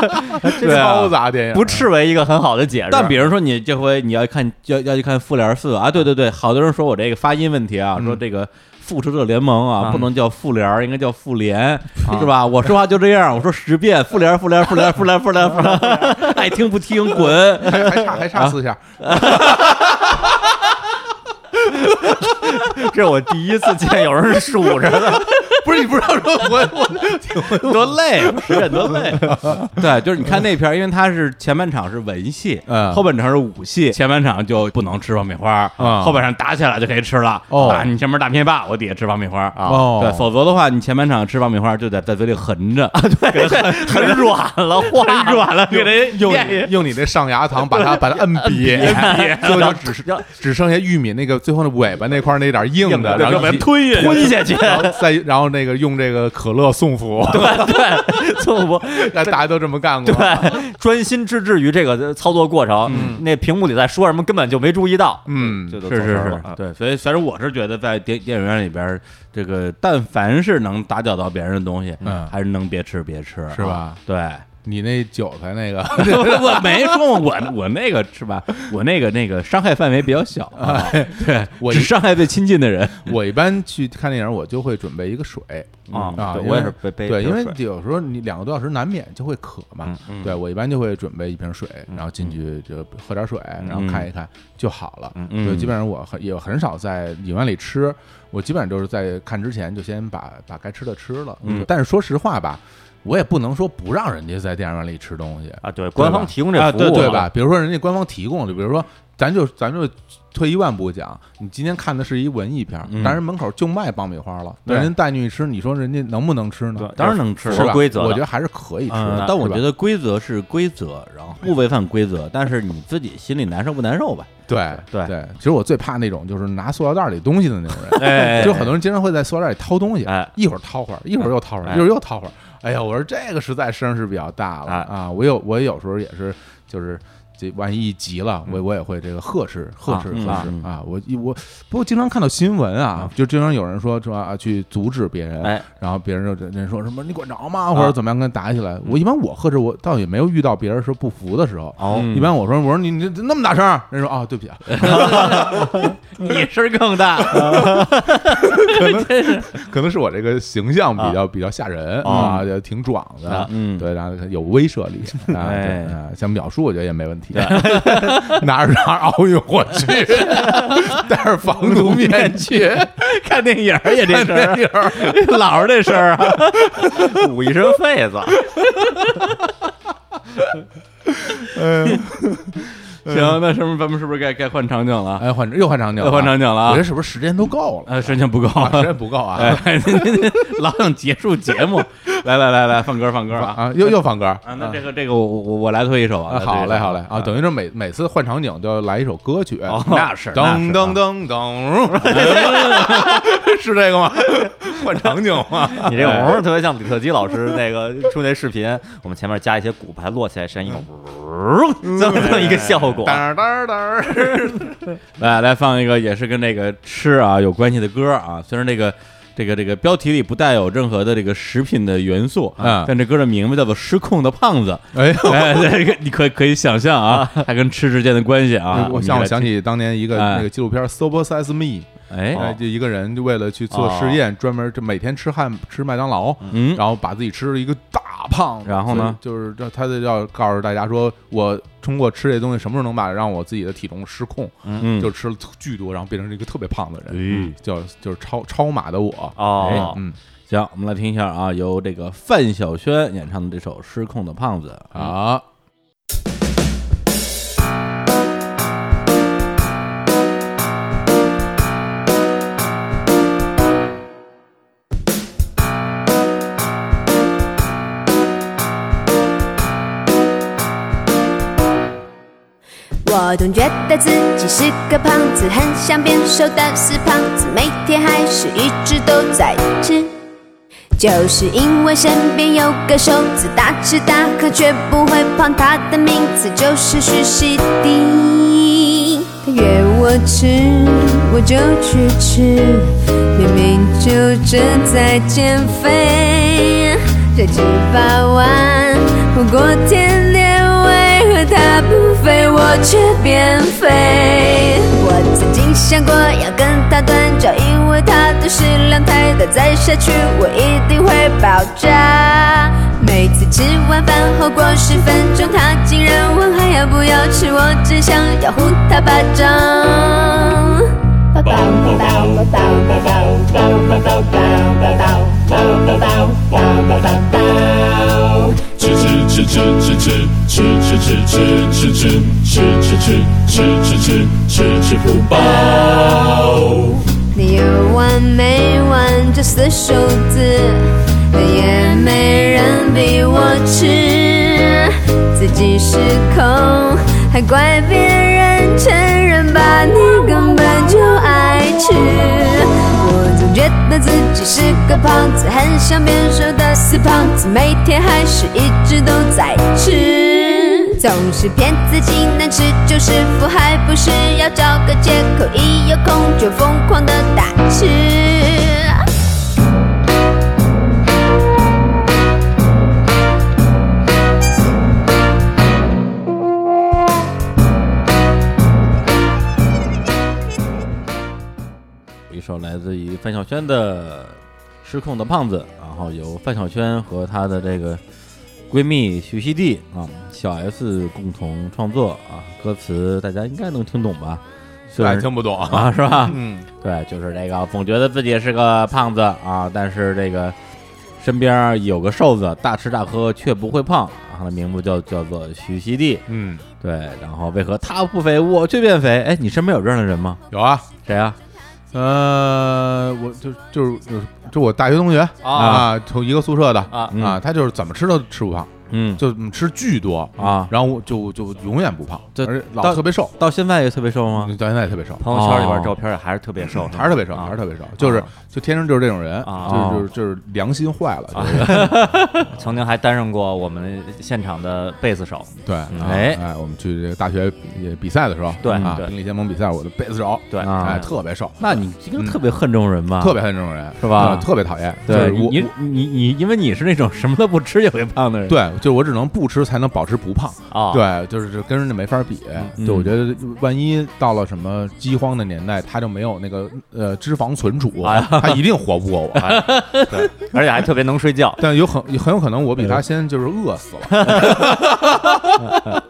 Speaker 4: 对啊
Speaker 1: 嘈杂电影
Speaker 2: 不视为一个很好的解释。
Speaker 4: 但比如说你这回你要看要要去看《复联四》啊，对对对，好多人说我这个发音问题啊，
Speaker 1: 嗯
Speaker 4: 说这个《复仇者联盟》啊
Speaker 2: 嗯啊
Speaker 4: 不能叫复联，应该叫复联，是吧？我说话就这样，我说十遍复联复联复联复联复联复联， 爱听不听滚。
Speaker 1: 还还差还
Speaker 2: 啊
Speaker 1: 差四下，
Speaker 2: 这是我第一次见有人数着的，
Speaker 1: 不是你不知道说我 我
Speaker 2: 多 累，实忍多累。
Speaker 4: 对，就是你看那片儿，因为它是前半场是文戏，
Speaker 1: 嗯
Speaker 4: 后半场是武戏，前半场就不能吃爆米花，
Speaker 1: 嗯
Speaker 4: 后半场打起来就可以吃了。
Speaker 1: 哦
Speaker 4: 啊，你前面大灭霸，我底下吃爆米花啊。
Speaker 1: 哦
Speaker 4: 对，否则的话，你前半场吃爆米花就得在嘴里横 着，
Speaker 2: 很软了，化
Speaker 4: 很软了，给人
Speaker 1: 用你用你那上牙膛把它把它摁瘪， 最后就只是只剩下玉米那个最后的尾巴那块儿那点儿硬的，然后一
Speaker 2: 吞下吞下去，
Speaker 1: 然后再然后那个用这个可乐送服，
Speaker 2: 凑不
Speaker 1: 大家都这么干过。
Speaker 2: 对，专心致志于这个操作过程，
Speaker 4: 嗯
Speaker 2: 那屏幕里在说什么根本就没注意到，
Speaker 1: 嗯
Speaker 2: 这，都
Speaker 4: 是
Speaker 2: 走
Speaker 4: 是
Speaker 2: 神儿
Speaker 4: 是
Speaker 2: 了，啊
Speaker 4: 对，所以反正我是觉得在电电影院里边儿，这个但凡是能打搅到别人的东西，
Speaker 1: 嗯
Speaker 4: 还是能别吃别吃，啊
Speaker 1: 是吧？
Speaker 4: 对，
Speaker 1: 你那韭菜那个，
Speaker 4: 我没说过我我那个是吧？我那个那个伤害范围比较小，啊、对，
Speaker 1: 我
Speaker 4: 只伤害最亲近的人。
Speaker 1: 我一般去看电影，我就会准备一个水
Speaker 4: 嗯
Speaker 2: 啊
Speaker 1: 啊，
Speaker 2: 对
Speaker 1: 因为
Speaker 2: 我也是被被
Speaker 1: 对，
Speaker 2: 被
Speaker 1: 因为
Speaker 2: 水
Speaker 1: 有时候你两个多小时难免就会渴嘛。对我一般就会准备一瓶水，然后进去就喝点水，然后看一看就好了。
Speaker 4: 嗯
Speaker 1: 对，基本上我很也很少在影院里吃，我基本上就是在看之前就先把把该吃的吃了。
Speaker 4: 嗯
Speaker 1: 但是说实话吧，我也不能说不让人家在电影院里吃东西。
Speaker 2: 啊，对，官方提供这
Speaker 4: 啊
Speaker 2: 服务
Speaker 1: 对
Speaker 2: 嘛
Speaker 1: 吧？？比如说人家官方提供的，比如说咱就咱就退一万步讲，你今天看的是一文艺片儿，
Speaker 4: 嗯
Speaker 1: 但是门口就卖爆米花了，
Speaker 4: 对
Speaker 1: 人家带你去吃，你说人家能不能吃呢？
Speaker 2: 对
Speaker 4: 当然能吃
Speaker 1: 是吧
Speaker 2: 是规则的
Speaker 1: 我觉得还是可以吃的。
Speaker 4: 嗯，但我
Speaker 1: 是吧
Speaker 4: 觉得规则是规则，然后不违反规则，但是你自己心里难受不难受吧？
Speaker 1: 对
Speaker 2: 对
Speaker 1: 对，其实我最怕那种就是拿塑料袋里东西的那种人，
Speaker 4: 哎
Speaker 1: 就很多人经常会在塑料袋里掏东西，
Speaker 2: 哎
Speaker 1: 一会儿掏会儿，一会儿又掏会儿，
Speaker 2: 哎
Speaker 1: 一会儿又掏会儿。哎呀，我说这个实在声势比较大了
Speaker 2: 哎
Speaker 1: 啊！我有我有时候也是，就是这万一急了，
Speaker 2: 嗯
Speaker 1: 我我也会这个呵斥呵斥
Speaker 4: 嗯
Speaker 1: 呵斥
Speaker 4: 嗯
Speaker 1: 啊！我一我不过经常看到新闻啊，就经常有人说说啊去阻止别人，
Speaker 2: 嗯哎啊
Speaker 1: 然后别人就人说什么你管着吗，或者怎么样跟打起
Speaker 2: 嗯
Speaker 1: 来。我一般我呵斥我倒也没有遇到别人说不服的时候。
Speaker 2: 哦
Speaker 1: 一般我说我说你你那么大声儿，人说啊对不起啊，
Speaker 4: 你声更 大，
Speaker 1: 可能是我这个形象比较比较吓人啊，也挺壮的
Speaker 2: 啊，
Speaker 4: 嗯
Speaker 1: 对，然后有威慑 力啊，
Speaker 4: 哎
Speaker 1: 对啊，像秒叔我觉得也没问题，拿着拿着奥运火炬， 戴着防毒面具，
Speaker 4: 看电影儿也这声儿，
Speaker 1: 电影儿
Speaker 4: 老是哎这声儿啊，
Speaker 2: 捂一身 痱子，
Speaker 4: 行，那是不是咱们是不是该该换场景了？
Speaker 1: 哎，换又换场景了，
Speaker 4: 又换场景了啊
Speaker 1: 我这是不是时间都够 了？
Speaker 4: 啊，时间不够
Speaker 1: 啊时
Speaker 4: 了，
Speaker 1: 间不够 啊
Speaker 4: 哎，老想结束节目，来来来来，放歌放歌啊！
Speaker 1: 啊！又又放歌
Speaker 4: 啊，那这个这个我我我来推一首
Speaker 1: 啊，
Speaker 4: 啊，
Speaker 1: 好嘞好嘞啊，
Speaker 4: 等。
Speaker 1: 等于说每每次换场景都要来一首歌曲，
Speaker 4: 哦那是那
Speaker 1: 噔
Speaker 4: 是
Speaker 1: 噔噔噔， 是这个吗？换场景 吗？
Speaker 2: 你这个
Speaker 4: 哎
Speaker 2: 嗡特别像李特基老师那个出那视频，我们前面加一些鼓排落起来声音，
Speaker 4: 嗯
Speaker 2: 嗡这么这么一个效果，
Speaker 1: 噔噔噔，
Speaker 4: 来来放一个也是跟这个吃啊有关系的歌啊，虽然这个这个这个标题里不带有任何的这个食品的元素，啊
Speaker 1: 嗯
Speaker 4: 但这歌的名字叫做《失控的 胖子》。
Speaker 1: 哎。
Speaker 4: 哎，这个你可以可以想象啊，它跟吃之间的关系啊。
Speaker 1: 嗯我
Speaker 4: 想
Speaker 1: 让我想，起当年一个
Speaker 4: 哎
Speaker 1: 那个纪录片《Sober Size Me》，
Speaker 4: 哎，
Speaker 1: 哎，就一个人就为了去做实验，专门就每天吃汉吃麦当劳，
Speaker 4: 嗯
Speaker 1: 然后把自己吃了一个大胖子。
Speaker 4: 然后呢
Speaker 1: 所以就是这他就要告诉大家说，我通过吃这东西，什么时候能把让我自己的体重失控？
Speaker 4: 嗯，
Speaker 1: 就吃了巨多，然后变成一个特别胖的人，
Speaker 4: 嗯
Speaker 1: 叫就是超超马的我。
Speaker 2: 哦
Speaker 1: 哎嗯
Speaker 4: 行，我们来听一下啊，由这个范晓萱演唱的这首《失控的胖子》啊。
Speaker 1: 啊，
Speaker 5: 我总觉得自己是个胖子，很想变瘦，但是胖子每天还是一直都在吃。就是因为身边有个瘦子，大吃大喝却不会胖，他的名字就是徐熙娣。他约我吃，我就去吃，明明就正在减肥，这几八万不过天天为何他不肥，我却变肥？我曾经想过要跟他断交，因为他的食量太大，再下去我一定会爆炸。每次吃完饭后过十分钟，他竟然问还要不要吃，我只想要呼他巴掌。抱抱抱抱抱抱抱抱抱抱抱抱抱
Speaker 6: 吃吃吃吃吃吃吃吃吃吃吃吃吃不饱。
Speaker 5: 你有完没完这死瘦子，也没人比我吃，自己失控还怪别人，承认吧你根本就爱吃。我总觉得自己是个胖子，很想变瘦的死胖子，每天还是一直都在吃。总是骗自己难吃就是福，还不是要找个借口，一有空就疯狂的大吃。
Speaker 4: 一首来自于范晓萱的《失控的胖子》，然后由范晓萱和她的这个闺蜜徐熙娣啊、小 S 共同创作啊，歌词大家应该能听懂吧？虽
Speaker 1: 哎，
Speaker 4: 然
Speaker 1: 听不懂啊，
Speaker 4: 啊，是吧？
Speaker 1: 嗯，
Speaker 4: 对，就是这个，总觉得自己是个胖子啊，但是这个身边有个瘦子，大吃大喝却不会胖，啊他的名字叫叫做徐熙娣。
Speaker 1: 嗯，
Speaker 4: 对，然后为何他不肥，我却变肥？哎，你身边有这样的人吗？
Speaker 1: 有啊，
Speaker 4: 谁啊？
Speaker 1: 呃，我就就是就是就我大学同学
Speaker 2: 啊，
Speaker 1: 从一个宿舍的
Speaker 2: 啊
Speaker 4: 嗯
Speaker 1: 啊，他就是怎么吃都吃不胖，
Speaker 4: 嗯，
Speaker 1: 就嗯吃巨多
Speaker 4: 啊
Speaker 1: 然后我就就永远不胖，
Speaker 4: 这
Speaker 1: 而且
Speaker 4: 到啊
Speaker 1: 老特别瘦，嗯
Speaker 4: 到现在也特别瘦吗？
Speaker 1: 到现在也特别瘦，
Speaker 2: 朋友圈里边照片还是特别瘦，
Speaker 1: 哦嗯还是特别瘦，还是特别瘦，就是就天生就是这种人，
Speaker 2: 啊
Speaker 1: 就是就是就是良心坏了，就是
Speaker 2: 曾经还担任过我们现场的贝斯手，
Speaker 1: 对，
Speaker 4: 哎
Speaker 1: 哎，我们去这个大学比比赛的时候，
Speaker 2: 对
Speaker 1: 啊，
Speaker 2: 对
Speaker 1: 兵力联盟比赛，我的贝斯手，
Speaker 2: 对
Speaker 4: 啊
Speaker 1: 哎，特别瘦，
Speaker 4: 那你应该特别恨这种人吧？
Speaker 1: 特别恨这种人，
Speaker 4: 是吧
Speaker 1: 啊特别讨厌，
Speaker 4: 对，
Speaker 1: 就是
Speaker 4: 你
Speaker 1: 我
Speaker 4: 你你你，因为你是那种什么都不吃也会胖的人。，
Speaker 1: 对，就是我只能不吃才能保持不胖，
Speaker 2: 啊，
Speaker 1: 对，就是这跟人家没法比。
Speaker 4: 嗯
Speaker 1: 就我觉得，万一到了什么饥荒的年代，他就没有那个呃脂肪存储，
Speaker 4: 哎
Speaker 1: 他一定活不过我。
Speaker 2: 而且还特别能睡觉，
Speaker 1: 但有很很有可能我
Speaker 4: 哎
Speaker 1: 比他先就是饿死了。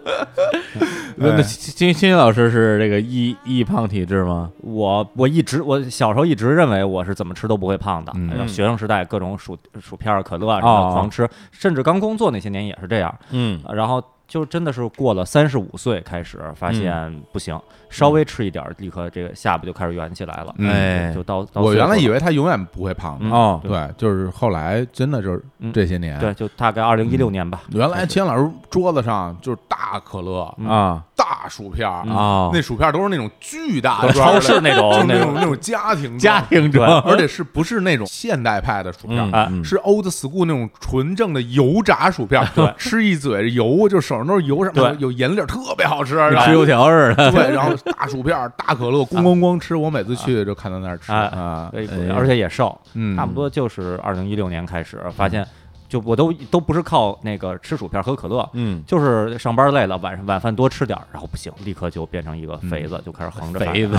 Speaker 4: 那
Speaker 1: 哎
Speaker 4: 那金金老师是这个易易胖体质吗？
Speaker 2: 我我一直我小时候一直认为我是怎么吃都不会胖的，
Speaker 1: 嗯
Speaker 2: 然后学生时代各种薯薯片儿、可乐啊什么
Speaker 4: 哦
Speaker 2: 的狂吃，甚至刚工作那些年也是这样。
Speaker 4: 嗯
Speaker 2: 然后就真的是过了三十五岁开始
Speaker 1: 嗯
Speaker 2: 发现不行，稍微吃一点儿，立刻这个下巴就开始圆起来了。
Speaker 1: 嗯
Speaker 4: 哎
Speaker 2: 就到到
Speaker 1: 我原来以
Speaker 2: 为
Speaker 1: 为他永远不会胖的，
Speaker 2: 嗯
Speaker 4: 哦，
Speaker 1: 对，就是后来真的就是
Speaker 2: 嗯
Speaker 1: 这些年，
Speaker 2: 对，就大概二零一六年吧。
Speaker 1: 原来秦老师桌子上就是大可乐、
Speaker 2: 嗯
Speaker 4: 啊
Speaker 1: 大薯片儿，
Speaker 4: 啊，
Speaker 1: 那薯片儿都是那种巨大
Speaker 2: 就
Speaker 1: 的
Speaker 2: 哦超市那种
Speaker 1: 就是
Speaker 2: 那
Speaker 1: 那种
Speaker 2: 种
Speaker 1: 那种家庭装
Speaker 4: 家庭装
Speaker 1: 而且是不是那种现代派的薯片
Speaker 4: 嗯
Speaker 1: 儿？
Speaker 2: 啊
Speaker 4: 嗯
Speaker 1: 是 old school 那种纯正的油炸薯 片儿，对，吃一嘴油，就手上都是油，上面
Speaker 2: 对
Speaker 1: 有盐粒儿，特别好吃。
Speaker 4: 跟
Speaker 1: 然
Speaker 4: 吃
Speaker 1: 后
Speaker 4: 油条似的。
Speaker 1: 对，然后大薯片儿、大可乐，咣咣咣吃。我每次去就看到那儿吃
Speaker 2: 啊
Speaker 1: 啊，
Speaker 2: 对
Speaker 4: 哎呀
Speaker 2: 而且也瘦，
Speaker 1: 嗯，
Speaker 2: 差不多就是二零一六年开始
Speaker 4: 嗯
Speaker 2: 发现，就我都都不是靠那个吃薯片喝可乐，
Speaker 4: 嗯，
Speaker 2: 就是上班累了，晚上晚饭多吃点儿，然后不行，立刻就变成一个肥子，就开始横着
Speaker 4: 嗯肥
Speaker 2: 子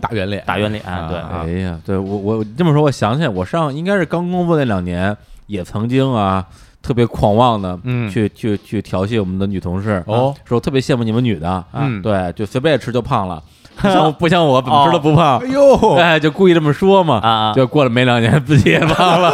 Speaker 1: 大圆脸，
Speaker 2: 打圆 脸，
Speaker 1: 啊
Speaker 2: 对，
Speaker 1: 啊
Speaker 4: 哎呀，对我我这么说，我想起来，我上应该是刚工作那两年，也曾经啊特别狂妄的，
Speaker 1: 嗯
Speaker 4: 去去去调戏我们的女同事，啊
Speaker 1: 哦，
Speaker 4: 说我特别羡慕你们女的，啊
Speaker 1: 嗯
Speaker 4: 对，就随便吃就胖了，不像不像我怎么吃都不胖
Speaker 1: 哎，呦，
Speaker 4: 哎，就故意这么说嘛，
Speaker 2: 啊
Speaker 4: 就过了没两年自己也胖了，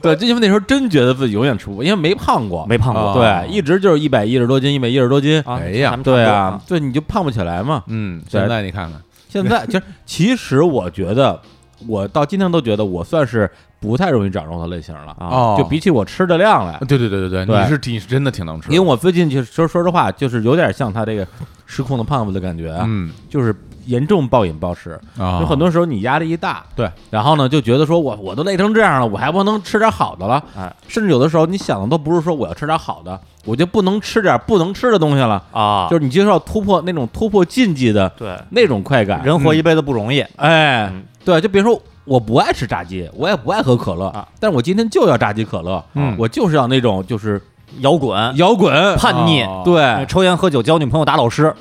Speaker 4: 对，就因为那时候真觉得自己永远吃不过，因为没胖过，
Speaker 2: 没胖过，
Speaker 4: 对，一直就是一百一十多斤，一百一十多斤，
Speaker 2: 哦啊，
Speaker 1: 哎呀
Speaker 2: 咱们差不多
Speaker 4: 对啊，，对，你就胖不起来嘛。
Speaker 1: 嗯，
Speaker 4: 对
Speaker 1: 现在你看看，
Speaker 4: 现在
Speaker 2: 嗯
Speaker 4: 其实其实我觉得，我到今天都觉得我算是不太容易长肉的类型了啊，
Speaker 1: 哦
Speaker 4: 就比起我吃的量
Speaker 2: 嗯
Speaker 4: 来，
Speaker 1: 对对对对
Speaker 4: 对
Speaker 1: 对，你是挺真的挺能吃的，
Speaker 4: 因为我最近就是说说实话，就是有点像他这个失控的胖子的感觉啊，
Speaker 1: 嗯
Speaker 4: 就是严重暴饮暴食，
Speaker 1: 啊，
Speaker 2: 哦
Speaker 4: 有很多时候你压力一大，
Speaker 1: 对，
Speaker 4: 然后呢就觉得说我我都累成这样了，我还不能吃点好的了？
Speaker 2: 哎，
Speaker 4: 甚至有的时候你想的都不是说我要吃点好的，我就不能吃点不能吃的东西了，
Speaker 2: 啊，
Speaker 4: 就是你就是要突破那种突破禁忌的
Speaker 2: 对，
Speaker 4: 那种快感。
Speaker 2: 人活一辈子不容易，
Speaker 4: 哎
Speaker 2: 嗯，
Speaker 4: 对，就比如说我不爱吃炸鸡，我也不爱喝可乐，
Speaker 2: 啊
Speaker 4: 但是我今天就要炸鸡可乐，
Speaker 1: 嗯
Speaker 4: 我就是要那种就是
Speaker 2: 摇滚、
Speaker 4: 摇滚啊
Speaker 2: 叛逆，
Speaker 1: 哦
Speaker 4: 对
Speaker 2: 抽烟喝酒、交女朋友、打 老师，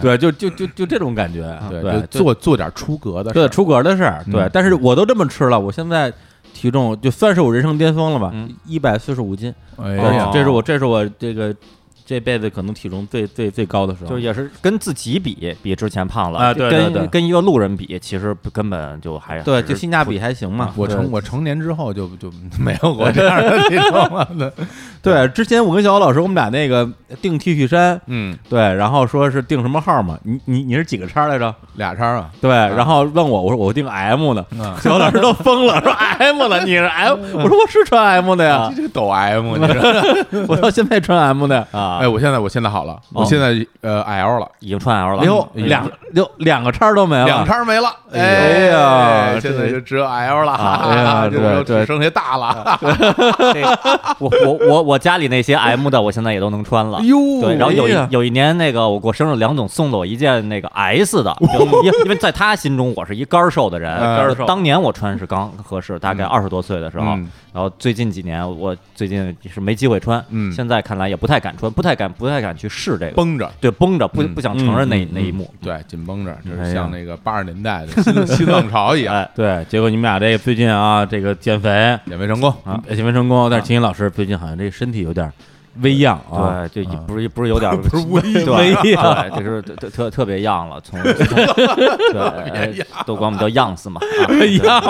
Speaker 4: 对，就就就就这种感觉，啊对，
Speaker 1: 对，
Speaker 4: 就
Speaker 1: 就做做点出格的事
Speaker 4: 对
Speaker 1: 儿，
Speaker 4: 出格的事儿，对
Speaker 1: 嗯，
Speaker 4: 但是我都这么吃了，我现在体重嗯就算是我人生巅峰了吧，一百四十五斤，
Speaker 1: 哎
Speaker 4: 对
Speaker 1: 呀，
Speaker 4: 这是我这是我这个。这辈子可能体重最最最高的时候，
Speaker 2: 就是也是跟自己比，比之前胖了
Speaker 4: 啊对对对
Speaker 2: 跟跟一个路人比，其实不根本就还
Speaker 4: 对，
Speaker 2: 还是
Speaker 4: 就性价比还行嘛。
Speaker 1: 啊我
Speaker 4: 对
Speaker 1: 成我成年之后就就没有过这样 的体重了。
Speaker 4: 对之前我跟小欧老师我们俩那个订 T 恤衫，
Speaker 1: 嗯，
Speaker 4: 对，然后说是订什么号嘛？你你你是几个叉来着？
Speaker 1: 俩叉啊，
Speaker 4: 对，然后问我，我说我订 M 的，小欧老师都疯了，说 M 的，你是 M？我说我是穿 M 的呀
Speaker 1: 你，这个抖 M，你啊这
Speaker 4: 我到现在穿 M 的啊。
Speaker 1: 哎，我现在我现在好了，
Speaker 4: 哦
Speaker 1: 我现在呃 L 了，
Speaker 2: 已经穿 L 了。嗯
Speaker 4: 哟，两六两个叉都没了，
Speaker 1: 两叉没了，
Speaker 4: 啊哎
Speaker 1: 哎
Speaker 4: 呀
Speaker 1: 现
Speaker 4: 这
Speaker 1: 在就只有 L 了，
Speaker 4: 哎呀
Speaker 1: 就没有
Speaker 4: 对对啊
Speaker 1: 只剩下大了。
Speaker 2: 我我我我家里那些 M 的，我现在也都能穿了。
Speaker 1: 哟
Speaker 2: 对，然后有
Speaker 4: 哎
Speaker 1: 啊
Speaker 2: 一
Speaker 4: 呀
Speaker 2: 有一年那个我过生日，梁总送了我一件那个 S 的，就因因为在他心中我是一干瘦的人，
Speaker 1: 嗯
Speaker 2: 就
Speaker 1: 干
Speaker 2: 是
Speaker 1: 瘦
Speaker 2: 当年我穿是刚合适，大概
Speaker 1: 嗯
Speaker 2: 二十多岁的时候，
Speaker 1: 嗯
Speaker 2: 然后最近几年我最近是没机会穿，
Speaker 1: 嗯
Speaker 2: 现在看来也不太敢穿，不太敢不太敢去试这个，
Speaker 1: 绷着，
Speaker 2: 对，绷着不
Speaker 1: 嗯
Speaker 2: 不想承认那那一幕，
Speaker 1: 对，紧绷着，就
Speaker 4: 嗯哎呀哎
Speaker 1: 是像那个八十年代的新新浪潮一样，
Speaker 4: 对，结果你们俩这个最近啊，这个减肥
Speaker 1: 也没成功。
Speaker 4: 啊，减肥成功，但是秦宇老师最近好像这身体有点微恙啊。
Speaker 2: 对，就不是不是有点
Speaker 1: 不是无力
Speaker 2: 对
Speaker 1: 微
Speaker 2: 对，就是特特特特别样 了，从从对，哎都管我们叫样子嘛，
Speaker 1: 哎
Speaker 2: 样，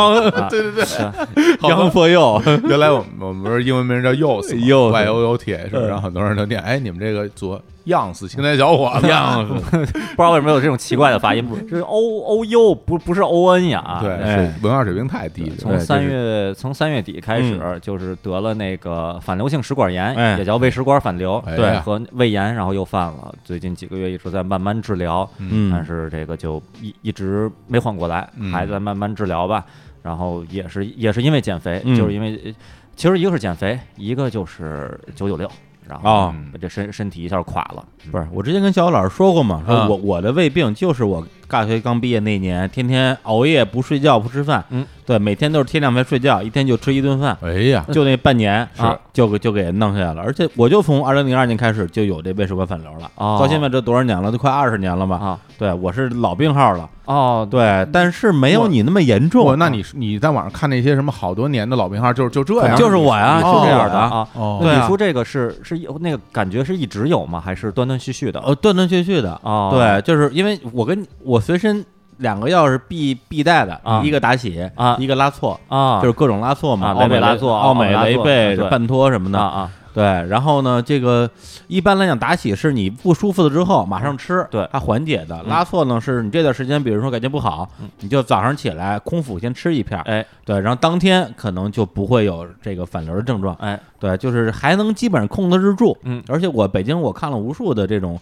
Speaker 2: 对对
Speaker 4: 啊
Speaker 1: 好
Speaker 4: 杨佛佑，
Speaker 1: 原来我们我们不是英文名叫 Yos 吗
Speaker 4: Yos 嗯
Speaker 1: Y O U T，是不是？然后很多人都念，哎，你们这个做样似青年小伙 子，
Speaker 4: 啊
Speaker 1: 样子，
Speaker 2: 不知道为什么有这种奇怪的发音，这是 O O U 不不是 O N 呀？
Speaker 1: 对，
Speaker 4: 哎
Speaker 1: 是文化水平太低了。
Speaker 2: 从
Speaker 4: 对
Speaker 2: 三
Speaker 4: 就
Speaker 2: 月从三月底开
Speaker 1: 嗯
Speaker 2: 始，就是得了那个反流性食管炎，
Speaker 4: 哎
Speaker 2: 也叫胃食管反流，
Speaker 1: 哎
Speaker 2: 对，
Speaker 1: 呀
Speaker 2: 和胃炎，然后又犯了。最近几个月一直在慢慢治疗，但
Speaker 4: 嗯，
Speaker 2: 是这个就一一直没缓过来，
Speaker 1: 嗯
Speaker 2: 还在慢慢治疗吧。然后也是也是因为减肥，
Speaker 4: 嗯
Speaker 2: 就是因为其实一个是减肥，一个就是九九六，然后
Speaker 4: 哦，
Speaker 2: 这身身体一下垮了。
Speaker 4: 不是，我之前跟小欧老师说过嘛，说
Speaker 1: 嗯
Speaker 4: 我我的胃病就是我大学刚毕业那年，天天熬夜不睡觉不吃饭，
Speaker 2: 嗯，
Speaker 4: 对，每天都是天亮才睡觉，一天就吃一顿饭，
Speaker 1: 哎呀，
Speaker 4: 就那半年
Speaker 2: 嗯是
Speaker 4: 啊，就给就给弄下来了。而且我就从二零零二年开始就有这胃食管反流了，
Speaker 2: 哦
Speaker 4: 到现在这多少年了？都快二十年了吧？
Speaker 2: 啊，
Speaker 4: 对，我是老病号了，
Speaker 2: 哦，
Speaker 4: 对，但是没有
Speaker 1: 我
Speaker 4: 你那么严重。
Speaker 1: 我那你你在网上看那些什么好多年的老病号，就是就这样，
Speaker 4: 就是我呀，
Speaker 1: 你
Speaker 4: 就
Speaker 1: 说
Speaker 4: 这
Speaker 1: 这
Speaker 4: 样
Speaker 1: 样
Speaker 4: 的
Speaker 1: 的
Speaker 2: 啊。
Speaker 1: 哦
Speaker 4: 哦对
Speaker 2: 那
Speaker 4: 啊
Speaker 2: 你说这个是是有那个感觉是一直有吗？还是断断续续的？
Speaker 4: 呃，断断续续的。
Speaker 2: 哦，
Speaker 4: 对，就是因为我跟我随身两个钥匙必必带的，
Speaker 2: 啊
Speaker 4: 一个打喜
Speaker 2: 啊
Speaker 4: 一个拉错。
Speaker 2: 啊，
Speaker 4: 就是各种拉错嘛，
Speaker 2: 啊
Speaker 4: 奥美
Speaker 2: 雷贝拉错
Speaker 4: 奥美
Speaker 2: 奥
Speaker 4: 雷
Speaker 2: 美拉错
Speaker 4: 贝、
Speaker 2: 对
Speaker 4: 半托什么的
Speaker 2: 啊啊，
Speaker 4: 对，然后呢，这个一般来讲打喜是你不舒服了之后马上吃，
Speaker 2: 嗯对嗯
Speaker 4: 它缓解的。拉错呢是你这段时间，比如说感觉不好，你就早上起来空腹先吃一片儿，
Speaker 2: 哎
Speaker 4: 对，然后当天可能就不会有这个反流的症状，
Speaker 2: 哎，
Speaker 4: 对，就是还能基本上控制得住。
Speaker 2: 嗯，
Speaker 4: 而且我北京我看了无数的这种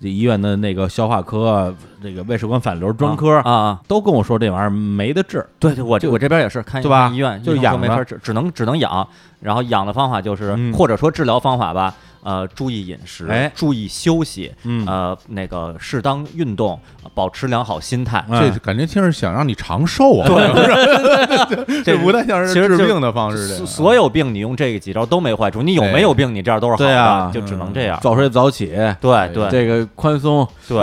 Speaker 4: 医院的那个消化科、这个胃食管反流专科，
Speaker 2: 啊啊，
Speaker 4: 都跟我说这玩意儿没得治，
Speaker 2: 对对，我
Speaker 4: 就
Speaker 2: 我这边也是看
Speaker 4: 对吧
Speaker 2: 看医院，
Speaker 4: 就
Speaker 2: 医生说
Speaker 4: 养
Speaker 2: 没
Speaker 4: 着
Speaker 2: 法治，只能只能养。然后养的方法就是，
Speaker 4: 嗯
Speaker 2: 或者说治疗方法吧，呃，注意饮食，
Speaker 4: 哎
Speaker 2: 注意休息，
Speaker 4: 嗯
Speaker 2: 呃，那个适当运动，保持良好心态。
Speaker 4: 嗯
Speaker 1: 这感觉听着想让你长寿啊，对， 这不太像是
Speaker 2: 其实
Speaker 1: 治
Speaker 2: 就
Speaker 1: 病的方式。这个
Speaker 2: 所所有病你用这个几招都没坏处，你有
Speaker 1: 对
Speaker 2: 没有病你这样都是好的，
Speaker 4: 对啊
Speaker 2: 就只能这样。
Speaker 4: 早睡早起，
Speaker 2: 对对嗯对
Speaker 4: 这个宽松，
Speaker 2: 对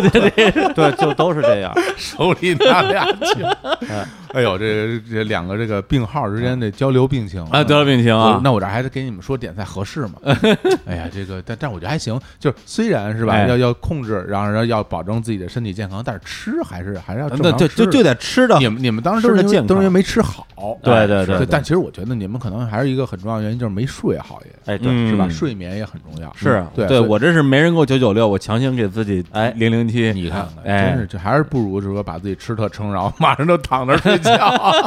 Speaker 2: 对对对对，就都是这样。
Speaker 1: 手里拿 俩球，哎呦，这这两个这个病号之间的交流病情
Speaker 4: 嗯啊，得了病情啊
Speaker 2: 嗯
Speaker 1: 我，那我这还得给你们说点菜合适 吗？哎呀，这个，但但我觉得还行，就是虽然是吧，
Speaker 4: 哎
Speaker 1: 要要控制，然后要保证自己的身体健康，但是吃还是还是要正
Speaker 4: 那
Speaker 1: 常
Speaker 4: 就
Speaker 1: 吃
Speaker 4: 就就得吃的
Speaker 1: 你们你们当时都是
Speaker 4: 吃
Speaker 1: 因
Speaker 4: 得健康
Speaker 1: 为都是因为没吃好，
Speaker 4: 对
Speaker 1: 哎
Speaker 4: 对对
Speaker 1: 是
Speaker 4: 对
Speaker 1: 但其实我觉得你们可能还是一个很重要的原因，就是没睡好也，
Speaker 2: 哎，对，
Speaker 4: 嗯
Speaker 1: 是吧？睡眠也很重要，嗯
Speaker 4: 是
Speaker 1: 对
Speaker 4: 对，
Speaker 1: 所以
Speaker 4: 我这是没人给我九九六，我强行给自己
Speaker 2: 哎
Speaker 4: 零零七，
Speaker 1: 你看看，
Speaker 4: 哎
Speaker 1: 真是这还是不如就是说把自己吃特撑，然后马上就躺那儿睡 觉，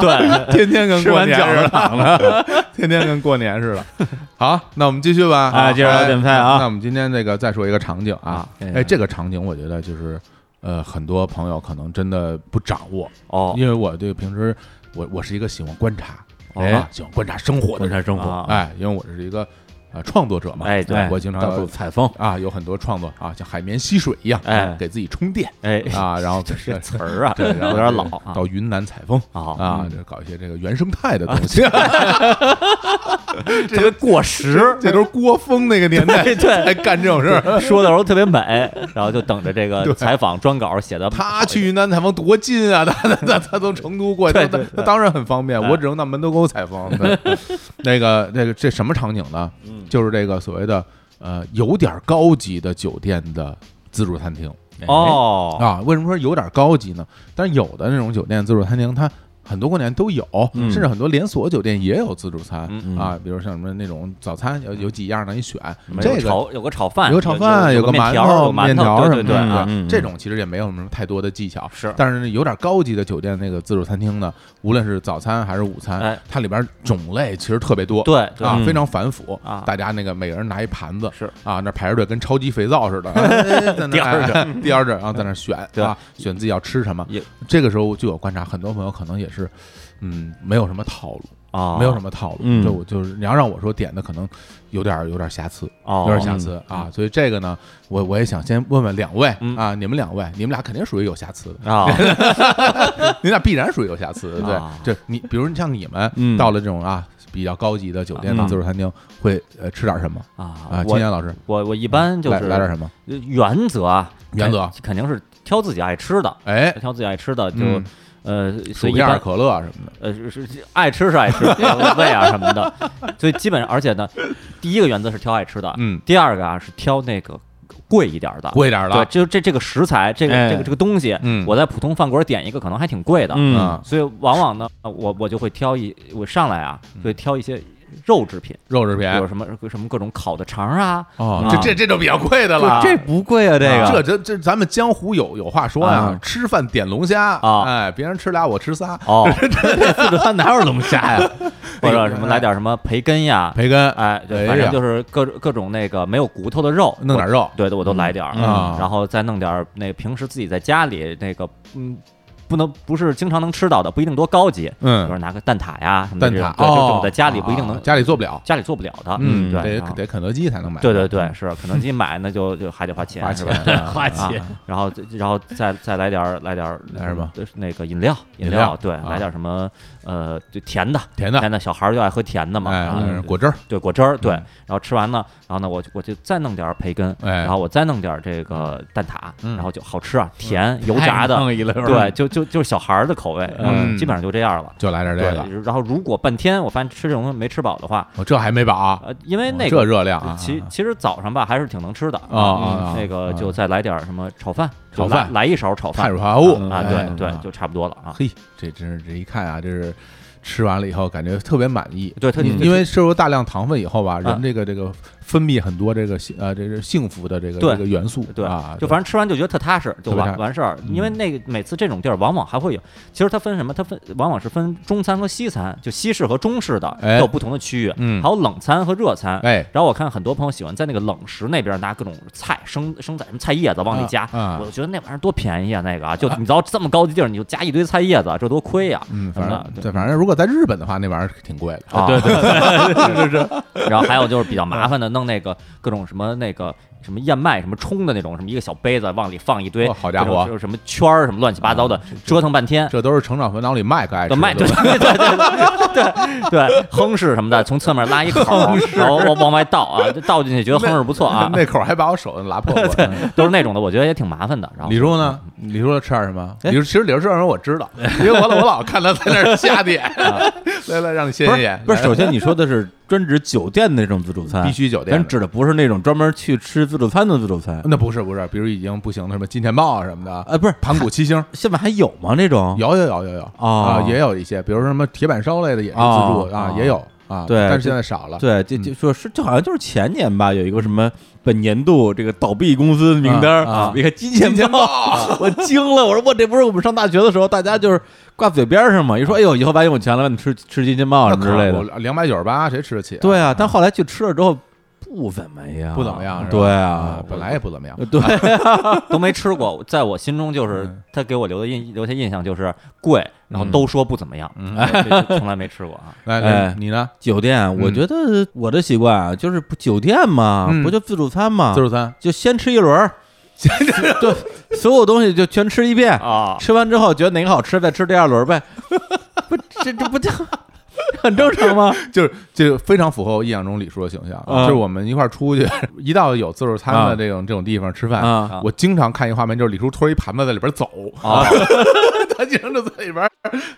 Speaker 2: 对，
Speaker 1: 天天跟
Speaker 4: 吃
Speaker 1: 过
Speaker 4: 完
Speaker 1: 年
Speaker 4: 饺
Speaker 1: 似
Speaker 4: 子
Speaker 1: 的，
Speaker 4: 躺着，
Speaker 1: 天天跟过年似的。 好，那我们继续吧。哎
Speaker 4: 啊接着聊点菜啊
Speaker 1: 那我们今天这个再说一个场景啊，
Speaker 4: 哎
Speaker 1: 哎，这个场景我觉得就是呃，很多朋友可能真的不掌握，
Speaker 2: 哦，
Speaker 1: 因为我对平时我我是一个喜欢观察，
Speaker 4: 哎
Speaker 1: 啊，喜欢观察生活的
Speaker 4: 观
Speaker 1: 人，
Speaker 4: 察生活，
Speaker 2: 啊，
Speaker 1: 哎，因为我是一个呃创作者嘛，
Speaker 2: 哎对
Speaker 4: 哎
Speaker 1: 我经常
Speaker 4: 到处采风，
Speaker 1: 啊有很多创作啊，像海绵吸水一样，
Speaker 2: 哎
Speaker 1: 给自己充电
Speaker 2: 哎，
Speaker 1: 啊，然后这
Speaker 2: 这词儿啊，
Speaker 1: 对，然后
Speaker 2: 有点老啊。
Speaker 1: 到云南采风
Speaker 2: 哦
Speaker 1: 啊，就搞一些这个原生态
Speaker 2: 啊
Speaker 1: 的东西，
Speaker 2: 特别过时，
Speaker 1: 这 都是郭峰那个年代
Speaker 2: 对对
Speaker 1: 才干这种事儿。
Speaker 2: 说的时候特别美，然后就等着这个采访专稿写的。
Speaker 1: 他去云南采风多近啊！他他他他从成都过去，
Speaker 2: 对
Speaker 1: 他
Speaker 2: 对
Speaker 1: 他当然很方便。我只能
Speaker 2: 嗯
Speaker 1: 到门头沟采风。对那个那个这什么场景呢？就是这个所谓的呃有点高级的酒店的自助餐厅
Speaker 2: 哦，
Speaker 1: 啊。为什么说有点高级呢？但是有的那种酒店自助餐厅，它很多过年都有，
Speaker 4: 嗯
Speaker 1: 甚至很多连锁酒店也有自助餐、
Speaker 4: 嗯
Speaker 1: 啊，比如像什么那种早餐有有几样让你选，
Speaker 2: 嗯有
Speaker 1: 这个
Speaker 2: 炒有个炒饭，
Speaker 1: 有炒饭，
Speaker 2: 有
Speaker 1: 个
Speaker 2: 面
Speaker 1: 馒
Speaker 2: 条，有
Speaker 1: 面
Speaker 2: 馒
Speaker 1: 条
Speaker 2: 对
Speaker 1: 什么
Speaker 2: 对对
Speaker 1: 的
Speaker 2: 啊
Speaker 1: 啊
Speaker 4: 嗯嗯嗯
Speaker 1: 这种其实也没有什么太多的技巧，
Speaker 2: 是
Speaker 1: 但是有点高级的酒店那个自助餐厅呢，无论是早餐还是午餐，
Speaker 2: 哎
Speaker 1: 它里边种类其实特别多，
Speaker 2: 对
Speaker 1: 嗯
Speaker 2: 对
Speaker 1: 啊，
Speaker 4: 嗯
Speaker 1: 非常繁复
Speaker 2: 啊
Speaker 1: 大家那个每个人拿一盘子，
Speaker 2: 是
Speaker 1: 啊，那排着队跟超级肥皂似 的，哎在那
Speaker 2: 吊着
Speaker 1: 哎 吊着，然后在那选
Speaker 2: 对
Speaker 1: 啊，选自己要吃什么
Speaker 2: 也。
Speaker 1: 这个时候据我观察，很多朋友可能也是，嗯，没有什么套路，
Speaker 2: 啊，
Speaker 1: 没有什么套路。
Speaker 4: 嗯
Speaker 1: 就我就是你要让我说点的，可能有点儿有点儿瑕疵，
Speaker 2: 哦
Speaker 1: 有点儿瑕疵啊。所以这个呢，我我也想先问问两位
Speaker 2: 嗯
Speaker 1: 啊，你们两位，你们俩肯定属于有瑕疵的，
Speaker 2: 啊，
Speaker 1: 你俩必然属于有瑕疵的，对
Speaker 2: 啊，
Speaker 1: 这你比如你像你们
Speaker 4: 嗯
Speaker 1: 到了这种啊比较高级的酒店的
Speaker 4: 嗯
Speaker 1: 自助餐厅，会呃吃点什么啊？
Speaker 2: 啊，
Speaker 1: 金
Speaker 2: 我
Speaker 1: 岩老师，
Speaker 2: 我我一般就
Speaker 1: 来
Speaker 2: 是
Speaker 1: 来点什么？
Speaker 2: 原则啊，
Speaker 1: 原则
Speaker 2: 肯肯定是挑自己爱吃的，
Speaker 1: 哎，
Speaker 2: 挑自己爱吃的就
Speaker 1: 嗯
Speaker 2: 呃，
Speaker 1: 薯
Speaker 2: 所以一
Speaker 1: 片儿、
Speaker 2: 般
Speaker 1: 可乐啊什么的，
Speaker 2: 呃是是是爱吃是 爱吃，无味啊什么的，所以基本上而且呢，第一个原则是挑爱吃的，
Speaker 1: 嗯，
Speaker 2: 第二个啊是挑那个贵一点儿的，
Speaker 1: 贵点儿
Speaker 2: 对，
Speaker 1: 的，
Speaker 2: 就这这个食材，这个
Speaker 4: 哎
Speaker 2: 这个这个东西，
Speaker 1: 嗯
Speaker 2: 我在普通饭馆点一个可能还挺贵的，
Speaker 4: 嗯
Speaker 1: 啊，
Speaker 2: 所以往往呢，我我就会挑一我上来啊，
Speaker 1: 嗯
Speaker 2: 会挑一些肉制品，
Speaker 1: 肉制品
Speaker 2: 比如什么什么各种烤的肠啊，
Speaker 1: 哦
Speaker 2: 啊，
Speaker 1: 这这这就比较贵的了
Speaker 2: 啊。
Speaker 3: 这不贵啊，这个
Speaker 1: 这这这，咱们江湖有有话说呀
Speaker 2: 啊，
Speaker 1: 吃饭点龙虾
Speaker 2: 啊
Speaker 1: 哎，别人吃俩我吃仨，
Speaker 2: 哦，
Speaker 4: 自助餐哪有龙虾呀？
Speaker 2: 或者什么来点什么培根呀，
Speaker 1: 哎培根，
Speaker 2: 哎，对，
Speaker 1: 哎
Speaker 2: 反
Speaker 1: 呀
Speaker 2: 正就是各各种那个没有骨头的肉，
Speaker 1: 弄点肉，
Speaker 2: 对的，我都来点儿，
Speaker 1: 嗯啊
Speaker 2: 然后再弄点儿那平时自己在家里那个，嗯，不能不是经常能吃到的，不一定多高级，比
Speaker 1: 嗯
Speaker 2: 如，拿个蛋挞呀什么的
Speaker 1: 蛋
Speaker 2: 这种，
Speaker 1: 挞
Speaker 2: 对，这
Speaker 1: 哦
Speaker 2: 种，在家里不一定能
Speaker 1: 啊，家里做不了，
Speaker 2: 家里做不了的，
Speaker 1: 嗯，
Speaker 2: 对，
Speaker 1: 得
Speaker 2: 然后
Speaker 1: 得肯德基才能买，
Speaker 2: 对对对，是肯德基买那就就还得花钱，
Speaker 1: 嗯花
Speaker 2: 是
Speaker 1: 钱
Speaker 2: 吧
Speaker 4: 花
Speaker 2: 啊
Speaker 4: 钱，
Speaker 2: 然后然后再再来点儿来点儿
Speaker 1: 来什么？
Speaker 2: 呃那个饮料，
Speaker 1: 饮
Speaker 2: 饮
Speaker 1: 料
Speaker 2: 对，
Speaker 1: 啊
Speaker 2: 来点儿什么呃，就甜的，
Speaker 1: 甜的，
Speaker 2: 甜的，小孩儿就爱喝甜的嘛，
Speaker 1: 哎，
Speaker 2: 啊
Speaker 1: 嗯果汁儿，
Speaker 2: 对果汁儿，对，
Speaker 1: 嗯
Speaker 2: 然后吃完呢，然后呢，我就我就再弄点儿培根，
Speaker 1: 哎
Speaker 2: 然后我再弄点儿这个蛋挞，
Speaker 1: 嗯哎
Speaker 2: 然后就好吃啊，甜油炸的，
Speaker 4: 太弄一溜儿
Speaker 2: 对，，就就就是小孩儿的口味，
Speaker 1: 嗯
Speaker 2: 基本上就这样了。
Speaker 1: 就来点这个，
Speaker 2: 对，然后如果半天我发现吃这种东西没吃饱的话，
Speaker 1: 我这还没饱啊，
Speaker 2: 呃，因为那
Speaker 1: 这
Speaker 2: 个
Speaker 1: 热量啊，
Speaker 2: 其其实早上吧还是挺能吃的
Speaker 1: 啊啊啊
Speaker 2: 那个
Speaker 1: 啊
Speaker 2: 就再来点儿什么炒饭，
Speaker 1: 炒
Speaker 2: 就来
Speaker 1: 饭
Speaker 2: 来一勺炒
Speaker 1: 碳
Speaker 2: 饭
Speaker 1: 水化合物
Speaker 2: 啊，
Speaker 1: 哎
Speaker 2: 对对
Speaker 1: 啊，
Speaker 2: 就差不多了啊。
Speaker 1: 嘿，这真是这一看啊，这是吃完了以后感觉特别满意。
Speaker 2: 对，特
Speaker 1: 嗯因为摄入大量糖分以后吧，人
Speaker 2: 啊
Speaker 1: 这个这个分泌很多这个幸呃这是幸福的这个
Speaker 2: 对
Speaker 1: 这个元素
Speaker 2: 对
Speaker 1: 啊，
Speaker 2: 就反正吃完就觉得特踏实，就
Speaker 1: 特别踏
Speaker 2: 完
Speaker 1: 实嗯
Speaker 2: 完事儿。因为那个每次这种地儿，往往还会有，其实它分什么？它分往往是分中餐和西餐，就西式和中式的，
Speaker 1: 哎
Speaker 2: 它有不同的区域，
Speaker 1: 嗯
Speaker 2: 还有冷餐和热餐。
Speaker 1: 哎
Speaker 2: 然后我看很多朋友喜欢在那个冷食那边拿各种菜生生菜什么菜叶子往里加，
Speaker 1: 啊啊
Speaker 2: 我就觉得那玩意儿多便宜啊！那个啊就你到这么高级地儿，你就加一堆菜叶子，这多亏啊呀、
Speaker 1: 嗯，
Speaker 2: 什么
Speaker 1: 反
Speaker 2: 的
Speaker 1: 正对，反正如果在日本的话，那玩意儿挺贵的。
Speaker 2: 啊，对对对，是是。然后还有就是比较麻烦的，弄那个各种什么那个什么燕麦什么冲的那种，什么一个小杯子往里放一堆，
Speaker 1: 哇哦好家伙
Speaker 2: 就是什么圈儿什么乱七八糟的，折腾半天。
Speaker 1: 这都是成长烦恼里麦克爱吃
Speaker 2: 对，卖对
Speaker 1: 的，
Speaker 2: 对对对对对，亨氏什么的，从侧面拉一口儿，然后往外倒啊，就倒进去觉得亨氏不错啊
Speaker 1: 那口儿还把我手拉 破过。嗯
Speaker 2: 都是那种的，我觉得也挺麻烦的。然后
Speaker 1: 李叔呢？
Speaker 4: 嗯
Speaker 1: 李叔吃点什么？
Speaker 4: 哎
Speaker 1: 李叔其实李叔吃点什么我知 道，因为我老我老看他在那儿瞎点。来来，让你歇
Speaker 4: 啊不
Speaker 1: 歇
Speaker 4: 是
Speaker 1: 眼。
Speaker 4: 不是，
Speaker 1: 来
Speaker 4: 首先你说的是专指酒店的那种自助餐，
Speaker 1: 必须酒店的
Speaker 4: 咱指的不是那种专门去吃自助餐的自助餐。
Speaker 1: 那不是不是，比如已经不行的什么金钱豹啊什么的，
Speaker 4: 哎，不是，
Speaker 1: 盘古七星
Speaker 4: 现在还有吗？那种
Speaker 1: 有有有有有啊，
Speaker 4: 哦
Speaker 1: 也有一些，比如说什么铁板烧类的也是自助
Speaker 4: 哦
Speaker 1: 啊
Speaker 4: 哦，
Speaker 1: 也有啊，嗯
Speaker 4: 对
Speaker 1: 但是
Speaker 4: 这
Speaker 1: 现在少了。
Speaker 4: 对，就就说是，这好像就是前年吧，有一个什么本年度这个倒闭公司名单，
Speaker 1: 啊啊
Speaker 4: 一个金钱
Speaker 1: 金钱
Speaker 4: 豹， 我惊了，我说我这不是我们上大学的时候，大家就是挂嘴边上嘛，一说哎呦，以后万一有钱了，你吃吃金钱豹
Speaker 1: 那
Speaker 4: 什么之类的，
Speaker 1: 的，两百九十八谁吃得起？
Speaker 4: 对，啊，但后来去吃了之后不怎么样，
Speaker 1: 不怎么样是吧
Speaker 4: 对
Speaker 1: 啊
Speaker 4: 啊，，
Speaker 1: 本来也啊不怎么样。
Speaker 4: 对，
Speaker 2: 都没吃过，在我心中就是
Speaker 1: 嗯
Speaker 2: 他给我留的印留下印象就是贵，然后都说不怎么样，
Speaker 1: 嗯
Speaker 2: 对对对从来没吃过啊。
Speaker 1: 来来
Speaker 4: 哎，
Speaker 1: 你呢？
Speaker 4: 酒店，我
Speaker 1: 嗯
Speaker 4: 觉得我的习惯啊，就是不酒店嘛，
Speaker 1: 嗯
Speaker 4: 不就自助餐嘛，
Speaker 1: 自助餐
Speaker 4: 就先吃一轮儿，对，所有东西就全吃一遍，
Speaker 2: 啊，
Speaker 4: 吃完之后觉得哪个好吃，再吃第二轮呗。不，这这不就 很正常 吗？
Speaker 1: 就是就是非常符合我印象中李叔的形象，
Speaker 4: 啊
Speaker 1: 就是我们一块儿出去， 一到有自助餐
Speaker 4: 啊
Speaker 1: 的这种这种地方吃饭，
Speaker 4: 啊，
Speaker 1: 我经常看一画面，就是李叔拖一盘子在里边走，
Speaker 4: 啊
Speaker 1: 他经常就在里边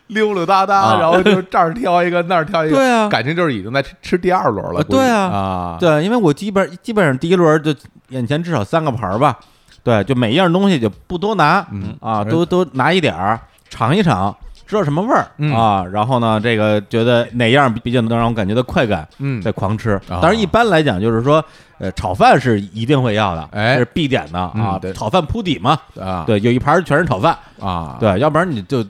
Speaker 1: 溜溜达达，
Speaker 4: 啊
Speaker 1: 然后就这儿挑一个那儿挑 一个，
Speaker 4: 对啊
Speaker 1: 感情就是已经在吃吃第二轮了，
Speaker 4: 啊
Speaker 1: 估计
Speaker 4: 对啊
Speaker 1: 啊，
Speaker 4: 对，因为我基本基本上第一轮就眼前至少三个盘儿吧，对，就每一样东西就不多拿，
Speaker 1: 嗯
Speaker 4: 啊，都都拿一点儿尝一尝，知道什么味儿、
Speaker 1: 嗯
Speaker 4: 啊，然后呢，这个觉得哪样比比较能让我感觉到快感，
Speaker 1: 嗯
Speaker 4: 再狂吃。
Speaker 1: 啊
Speaker 4: 当然，一般来讲就是说，呃，炒饭是一定会要的，
Speaker 1: 哎
Speaker 4: 这是必点的啊
Speaker 1: 嗯，对
Speaker 4: 炒饭铺底嘛，
Speaker 1: 啊
Speaker 4: 对，有一盘儿全是炒饭，
Speaker 1: 啊，
Speaker 4: 对，要不然你就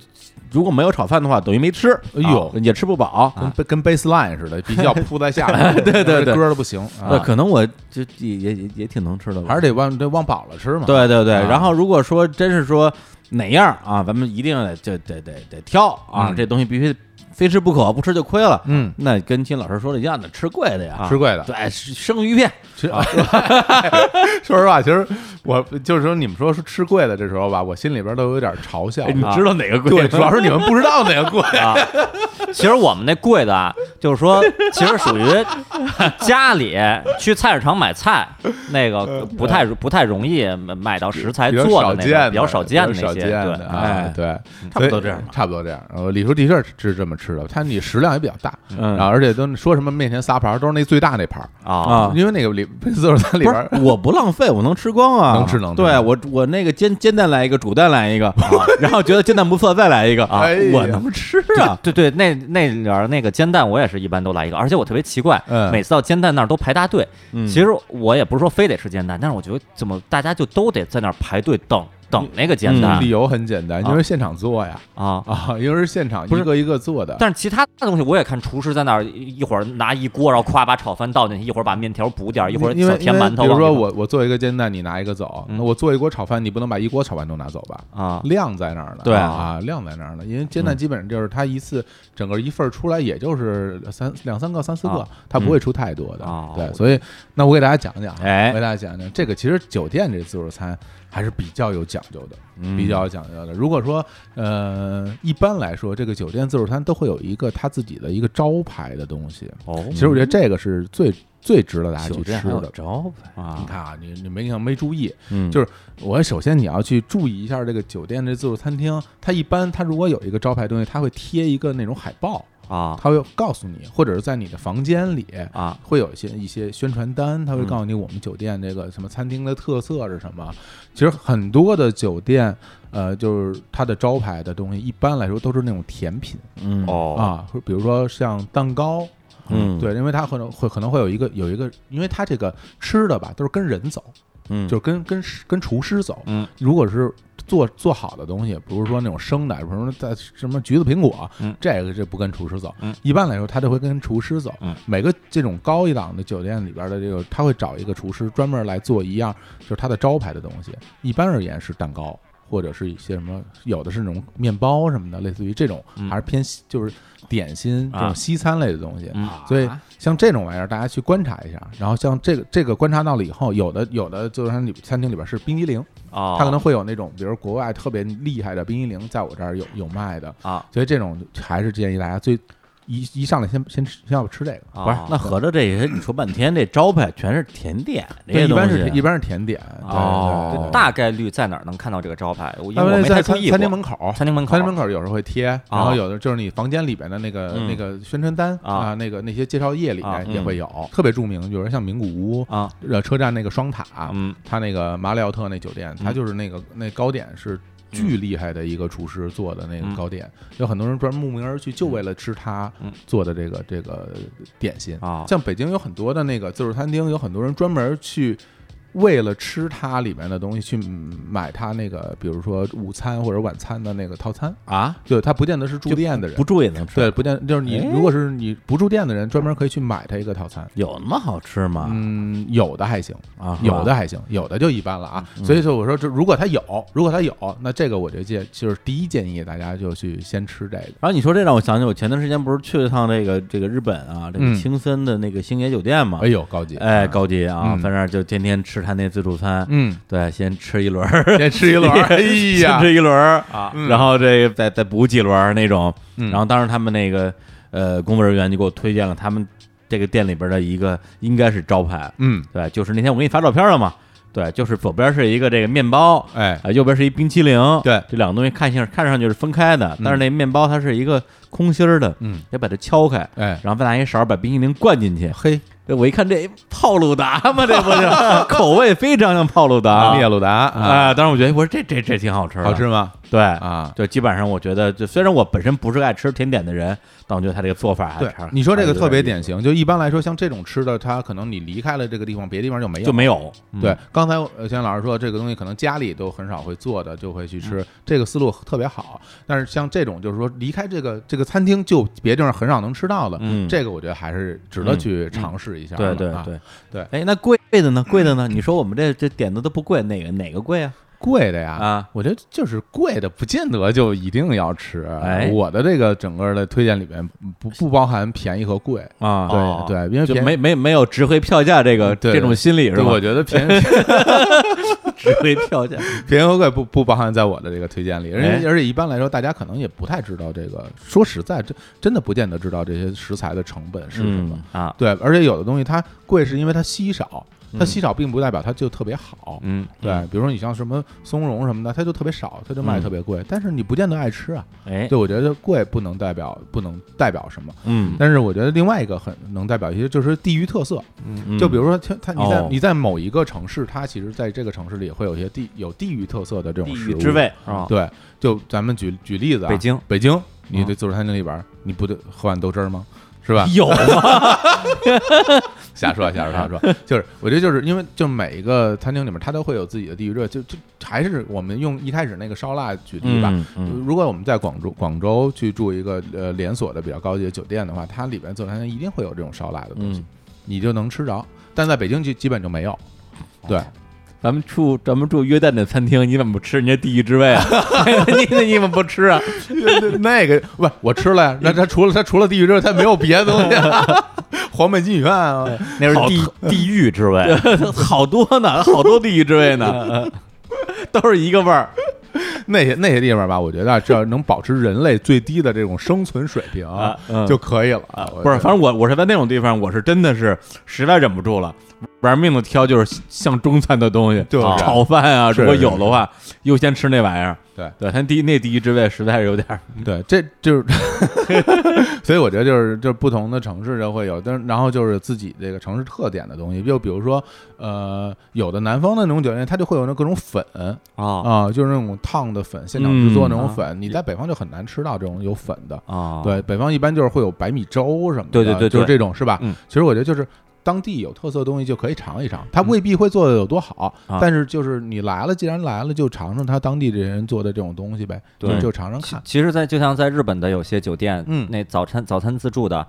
Speaker 4: 如果没有炒饭的话，等于没吃，
Speaker 1: 哎呦
Speaker 4: 啊也吃不饱。
Speaker 1: 跟跟 baseline 似的，比较铺在下 面，
Speaker 4: 对对对
Speaker 1: 歌都不行
Speaker 4: 那
Speaker 1: 啊，
Speaker 4: 可能我就也也也也挺能吃的吧，
Speaker 1: 还是得往得往饱了吃嘛，
Speaker 4: 对对对，
Speaker 1: 啊
Speaker 4: 然后如果说真是说哪样啊，咱们一定得就得得得挑啊，
Speaker 1: 嗯
Speaker 4: 这东西必须非吃不可，不吃就亏了。
Speaker 1: 嗯，啊
Speaker 4: 那跟金老师说的一样的，吃贵的呀，
Speaker 1: 吃贵的，
Speaker 4: 对，是生鱼片
Speaker 1: 其实，啊 说实话，其实我就是说，你们说是吃贵的这时候吧，我心里边都有点嘲笑。啊
Speaker 3: 你
Speaker 4: 啊
Speaker 3: 知道哪个贵
Speaker 1: 对，？主要是你们不知道哪个贵。
Speaker 2: 啊。其实我们那贵的啊，就是说，其实属于 家里去菜市场买菜，那个不太不太容易买到食材
Speaker 1: 嗯比较
Speaker 2: 做
Speaker 1: 少
Speaker 2: 那
Speaker 1: 见
Speaker 2: 个，
Speaker 1: 的，
Speaker 2: 比较少见
Speaker 1: 见
Speaker 2: 的
Speaker 1: 少
Speaker 2: 那些，
Speaker 1: 的
Speaker 2: 对，
Speaker 1: 啊
Speaker 4: 哎
Speaker 1: 对，
Speaker 4: 差不多这样
Speaker 1: 所
Speaker 4: 吧
Speaker 1: 以差不多这样。然后李叔的确是这么吃的，他你食量也比较大，
Speaker 4: 嗯
Speaker 1: 然后而且都说什么面前仨盘儿都是那最大那盘儿，
Speaker 2: 啊，
Speaker 4: 啊。
Speaker 1: 因为那个里 自助餐里
Speaker 4: 不
Speaker 1: 边
Speaker 4: 是
Speaker 1: 儿，
Speaker 4: 我不浪费，我能吃光啊，
Speaker 1: 能吃能吃
Speaker 4: 对我我那个煎煎蛋来一个，煮蛋来一个，啊 然后觉得煎蛋不错，再来一个啊
Speaker 1: 哎呀，
Speaker 4: 我能吃啊，
Speaker 2: 对对，那那里儿那个煎蛋我也是一般都来一个，而且我特别奇怪，
Speaker 1: 嗯
Speaker 2: 每次到煎蛋那儿都排大队。
Speaker 4: 嗯
Speaker 2: 其实我也不是说非得吃煎蛋，但是我觉得怎么大家就都得在那儿排队等等那个煎蛋、
Speaker 1: 理由很简单，因为现场做呀
Speaker 2: 啊。
Speaker 1: 啊，因为是现场
Speaker 2: 不是
Speaker 1: 一个一个做的。
Speaker 2: 但是其他的东西我也看厨师在那儿一会儿拿一锅，然后夸把炒饭倒进去，一会儿把面条补点儿，啊一会儿
Speaker 1: 因为
Speaker 2: 小甜
Speaker 1: 因为
Speaker 2: 馒头
Speaker 1: 比如
Speaker 2: 往里
Speaker 1: 说
Speaker 2: 放
Speaker 1: 我我做一个煎蛋，你拿一个走，那我做一锅炒饭，你不能把一锅炒饭都拿走吧？
Speaker 2: 啊嗯
Speaker 1: 量在那儿呢，
Speaker 4: 对
Speaker 1: 啊，量在那儿呢，因为煎蛋基本上就是它一次整个一份儿出来也就是三两三个、三四个
Speaker 2: 啊，
Speaker 1: 它不会出太多的
Speaker 2: 哦，
Speaker 1: 对，所以那我给大家讲讲啊，
Speaker 4: 哎
Speaker 1: 我给大家讲讲这个，其实酒店这自助餐还是比较有讲究的，
Speaker 4: 嗯
Speaker 2: 嗯
Speaker 1: 比较有讲究的。如果说呃，一般来说，这个酒店自助餐都会有一个它自己的一个招牌的东西，
Speaker 2: 哦
Speaker 1: 其实我觉得这个是最最值得大家
Speaker 4: 酒
Speaker 1: 去
Speaker 4: 店
Speaker 1: 吃
Speaker 4: 还有
Speaker 1: 的。
Speaker 4: 招牌，
Speaker 1: 你
Speaker 2: 啊
Speaker 1: 看啊，你你没你想没注意，
Speaker 4: 嗯
Speaker 1: 就是我首先你要去注意一下这个酒店这自助餐厅，它一般它如果有一个招牌东西，它会贴一个那种海报，
Speaker 2: 啊
Speaker 1: 它会告诉你，或者是在你的房间里
Speaker 2: 啊
Speaker 1: 会有一些一些宣传单，它会告诉你我们酒店这个什么餐厅的特色是什么。其实很多的酒店，呃，就是它的招牌的东西，一般来说都是那种甜品
Speaker 4: 嗯
Speaker 2: 哦
Speaker 1: 啊，或者比如说像蛋糕，
Speaker 4: 嗯
Speaker 1: 对，因为它可能会可能会有一个有一个，因为它这个吃的吧都是跟人走，
Speaker 4: 嗯
Speaker 1: 就是跟跟跟厨师走。
Speaker 2: 嗯，
Speaker 1: 如果是做做好的东西，不是说那种生的，比如说在什么橘子、苹果，
Speaker 2: 嗯
Speaker 1: 这个这不跟厨师走。
Speaker 2: 嗯
Speaker 1: 一般来说，他都会跟厨师走。
Speaker 2: 嗯
Speaker 1: 每个这种高一档的酒店里边的这个，他会找一个厨师专门来做一样，就是他的招牌的东西。一般而言是蛋糕。或者是一些什么，有的是那种面包什么的，类似于这种，
Speaker 2: 嗯
Speaker 1: 还是偏西就是点心这
Speaker 2: 啊
Speaker 1: 种西餐类的东西。
Speaker 2: 嗯
Speaker 1: 所以像这种玩意儿，大家去观察一下。然后像这个这个观察到了以后，有的有的就是餐里餐厅里边是冰激凌，
Speaker 2: 哦，
Speaker 1: 它可能会有那种，比如国外特别厉害的冰激凌，在我这儿有有卖的
Speaker 2: 啊。
Speaker 1: 所以这种还是建议大家最一一上来先先吃先要吃这个。
Speaker 2: 啊
Speaker 4: 不是，那合着这些你说半天，这招牌全是甜点，这
Speaker 1: 对，
Speaker 4: 些
Speaker 1: 一般是
Speaker 4: 东西
Speaker 1: 一般是甜点，对
Speaker 2: 啊哦，
Speaker 1: 对对
Speaker 2: 大概率在哪儿能看到这个招牌？我因
Speaker 1: 他
Speaker 2: 为我
Speaker 1: 们
Speaker 2: 没太
Speaker 1: 在
Speaker 2: 注
Speaker 1: 餐
Speaker 2: 意过
Speaker 1: 餐厅门口，
Speaker 2: 餐厅门口
Speaker 1: 餐厅门口有时候会贴，然后
Speaker 2: 哦
Speaker 1: 有的就是你房间里边的那个
Speaker 4: 嗯
Speaker 1: 那个宣传单
Speaker 2: 啊
Speaker 1: 啊，那个那些介绍页里
Speaker 2: 啊
Speaker 1: 面也会有，特别著名，有人像名古屋
Speaker 2: 啊，
Speaker 1: 呃车站那个双塔，
Speaker 2: 嗯
Speaker 1: 他那个马里奥特那酒店，他就是那个那糕点是巨厉害的一个厨师做的那个糕点，有很多人专门慕名而去，就为了吃他
Speaker 2: 嗯
Speaker 1: 做的这个这个点心。
Speaker 2: 啊
Speaker 1: 像北京有很多的那个自助餐厅，有很多人专门去。为了吃它里面的东西，去买它那个，比如说午餐或者晚餐的那个套餐，
Speaker 4: 啊，
Speaker 1: 对，他不见得是住
Speaker 4: 就
Speaker 1: 店的人，
Speaker 4: 不住也能吃。
Speaker 1: 对，不见就是你
Speaker 4: 哎
Speaker 1: 如果是你不住店的人，专门可以去买它一个套餐。
Speaker 4: 有那么好吃吗？
Speaker 1: 嗯，有的还行，
Speaker 4: 啊，是吧
Speaker 1: 有的还行，有的就一般了啊。所以说，我说这如果他有，如果他有，那这个我就建就是第一建议大家就去先吃这个。
Speaker 4: 然后你说这让我想起，我前段时间不是去了趟这个这个日本啊，这
Speaker 1: 嗯
Speaker 4: 个青森的那个星野酒店嘛
Speaker 1: 哎，呦，高级，
Speaker 4: 哎，，高级啊，
Speaker 1: 嗯
Speaker 4: 在那儿就天天吃他那自助餐，
Speaker 1: 嗯，
Speaker 4: 对，先吃一轮儿，
Speaker 1: 先吃一轮儿，哎
Speaker 4: 先
Speaker 1: 呀，
Speaker 4: 吃一轮啊
Speaker 1: 嗯
Speaker 4: 然后这个再再补几轮儿那种，
Speaker 1: 嗯
Speaker 4: 然后当时他们那个。呃，工作人员就给我推荐了他们这个店里边的一个应该是招牌，
Speaker 1: 嗯，
Speaker 4: 对，就是那天我给你发照片了嘛，对，就是左边是一个这个面包，
Speaker 1: 哎，
Speaker 4: 啊，右边是一冰淇淋，
Speaker 1: 对
Speaker 4: 这两个东西看上看上去是分开的，但是那面包它是一个空心儿的，
Speaker 1: 嗯，
Speaker 4: 得把它敲开，
Speaker 1: 哎，
Speaker 4: 然后再拿一勺把冰淇淋灌进去。
Speaker 1: 嘿，
Speaker 4: 这我一看这泡鲁达嘛，这不是 口味非常像泡鲁达
Speaker 1: 聂鲁达啊，
Speaker 4: 啊！当时我觉得，我说这这这挺好吃，
Speaker 1: 好吃，吗？
Speaker 4: 对
Speaker 1: 啊
Speaker 4: 就基本上我觉得，就虽然我本身不是爱吃甜点的人，但我觉得他这个做法还
Speaker 1: 对
Speaker 4: 还，
Speaker 1: 你说这个特别典
Speaker 4: 还
Speaker 1: 型，就一般来说，像这种吃的，它可能你离开了这个地方，别的地方就没有
Speaker 4: 有就。没有，嗯
Speaker 1: 对，刚才呃，像老师说，这个东西可能家里都很少会做的，就会去吃，
Speaker 4: 嗯
Speaker 1: 这个思路特别好。但是像这种，就是说离开这个这个餐厅，就别地方很少能吃到的，
Speaker 4: 嗯
Speaker 1: 这个我觉得还是值得去尝试一下的、
Speaker 4: 对对
Speaker 1: 啊
Speaker 4: 对
Speaker 1: 对
Speaker 4: 哎，那贵的呢？贵的呢？你说我们这这点子都不贵，哪个哪个贵啊？
Speaker 1: 贵的呀，
Speaker 4: 啊，
Speaker 1: 我觉得就是贵的，不见得就一定要吃。
Speaker 4: 哎
Speaker 1: 我的这个整个的推荐里面不不包含便宜和贵。
Speaker 4: 啊
Speaker 1: 对、对，因为
Speaker 4: 就
Speaker 1: 便宜
Speaker 4: 没没嗯没有值回票价这个
Speaker 1: 对
Speaker 4: 这种心理是
Speaker 1: 对
Speaker 4: 吧
Speaker 1: 我？觉得 便宜
Speaker 4: 值回票 价，
Speaker 1: 便宜和贵不不包含在我的这个推荐里，而
Speaker 4: 哎
Speaker 1: 且而且一般来说，大家可能也不太知道这个。说实在，真真的不见得知道这些食材的成本是什
Speaker 4: 嗯
Speaker 1: 么。
Speaker 2: 啊？
Speaker 1: 对，而且有的东西它贵是因为它稀少，它稀少并不代表它就特别好。
Speaker 4: 嗯，
Speaker 1: 对，比如说你像什么松茸什么的，它就特别少，它就卖特别贵，但是你不见得爱吃啊。
Speaker 4: 哎，
Speaker 1: 对，我觉得贵不能代表不能代表什么，
Speaker 4: 嗯，
Speaker 1: 但是我觉得另外一个很能代表一些就是地域特色，就比如说它它你在
Speaker 4: 嗯哦
Speaker 1: 你在某一个城市，它其实在这个城市里会有一些地有地域特色的这种
Speaker 4: 地
Speaker 1: 食
Speaker 4: 狱
Speaker 1: 物
Speaker 4: 之味，啊，嗯
Speaker 1: 对，就咱们举举例子啊，
Speaker 2: 北京，
Speaker 1: 北京，你的自助餐厅里边儿，你不得喝碗豆汁儿吗？是 吧？
Speaker 4: 有吗？
Speaker 1: 瞎说啊瞎说瞎 说，就是我觉得就是因为就每一个餐厅里面，它都会有自己的地域热，就就还是我们用一开始那个烧腊举例吧。
Speaker 4: 嗯嗯
Speaker 1: 如果我们在广州广州去住一个呃连锁的比较高级的酒店的话，它里边自助餐厅一定会有这种烧腊的东西，
Speaker 4: 嗯
Speaker 1: 你就能吃着。但在北京基基本就没有。对，
Speaker 4: 咱们住咱们住约旦的餐厅，你怎么不吃人家地狱之味啊？ 你你怎么不吃啊？
Speaker 1: 那个不，我吃了呀。那它除了它除了地狱之外，它没有别的东西。 黄焖鸡米饭啊，
Speaker 2: 那是地地狱之味，
Speaker 4: 好多呢， 好多地狱之味呢， 都是一个味儿。
Speaker 1: 那些那些地方吧，我觉得啊只要能保持人类最低的这种生存水平
Speaker 4: 啊嗯
Speaker 1: 就可以了。我
Speaker 4: 不
Speaker 1: 觉
Speaker 4: 是，
Speaker 1: 得
Speaker 4: 反正我我是在那种地方，我是真的是实在忍不住了，玩命的挑，就是像中餐的东西，
Speaker 1: 就是
Speaker 4: 炒饭啊，
Speaker 1: 是
Speaker 4: 如果有的话，优先吃那玩意儿。
Speaker 1: 对
Speaker 4: 对，他第一那第一之位实在是有点儿，
Speaker 1: 对，这就是， 所以我觉得就是就是不同的城市就会有，但是然后就是自己这个城市特点的东西，就比如说呃，有的南方的那种酒店，它就会有那各种粉啊、
Speaker 2: 啊
Speaker 1: 就是那种烫的粉，现场制作那种
Speaker 4: 啊
Speaker 2: 嗯
Speaker 1: 粉，你在北方就很难吃到这种有粉的。
Speaker 2: 啊，
Speaker 1: 对，北方一般就是会有白米粥什么的，
Speaker 2: 对对对对
Speaker 1: 就是这种是吧？
Speaker 2: 嗯
Speaker 1: 其实我觉得就是当地有特色的东西就可以尝一尝，它未必会做的有多好，
Speaker 2: 嗯啊
Speaker 1: 但是就是你来了，既然来了，就尝尝他当地这人做的这种东西呗，
Speaker 2: 对
Speaker 1: 就就尝尝
Speaker 2: 其
Speaker 1: 看。
Speaker 2: 其实在，就像在日本的有些酒店，
Speaker 1: 嗯
Speaker 2: 那早餐早餐自助的，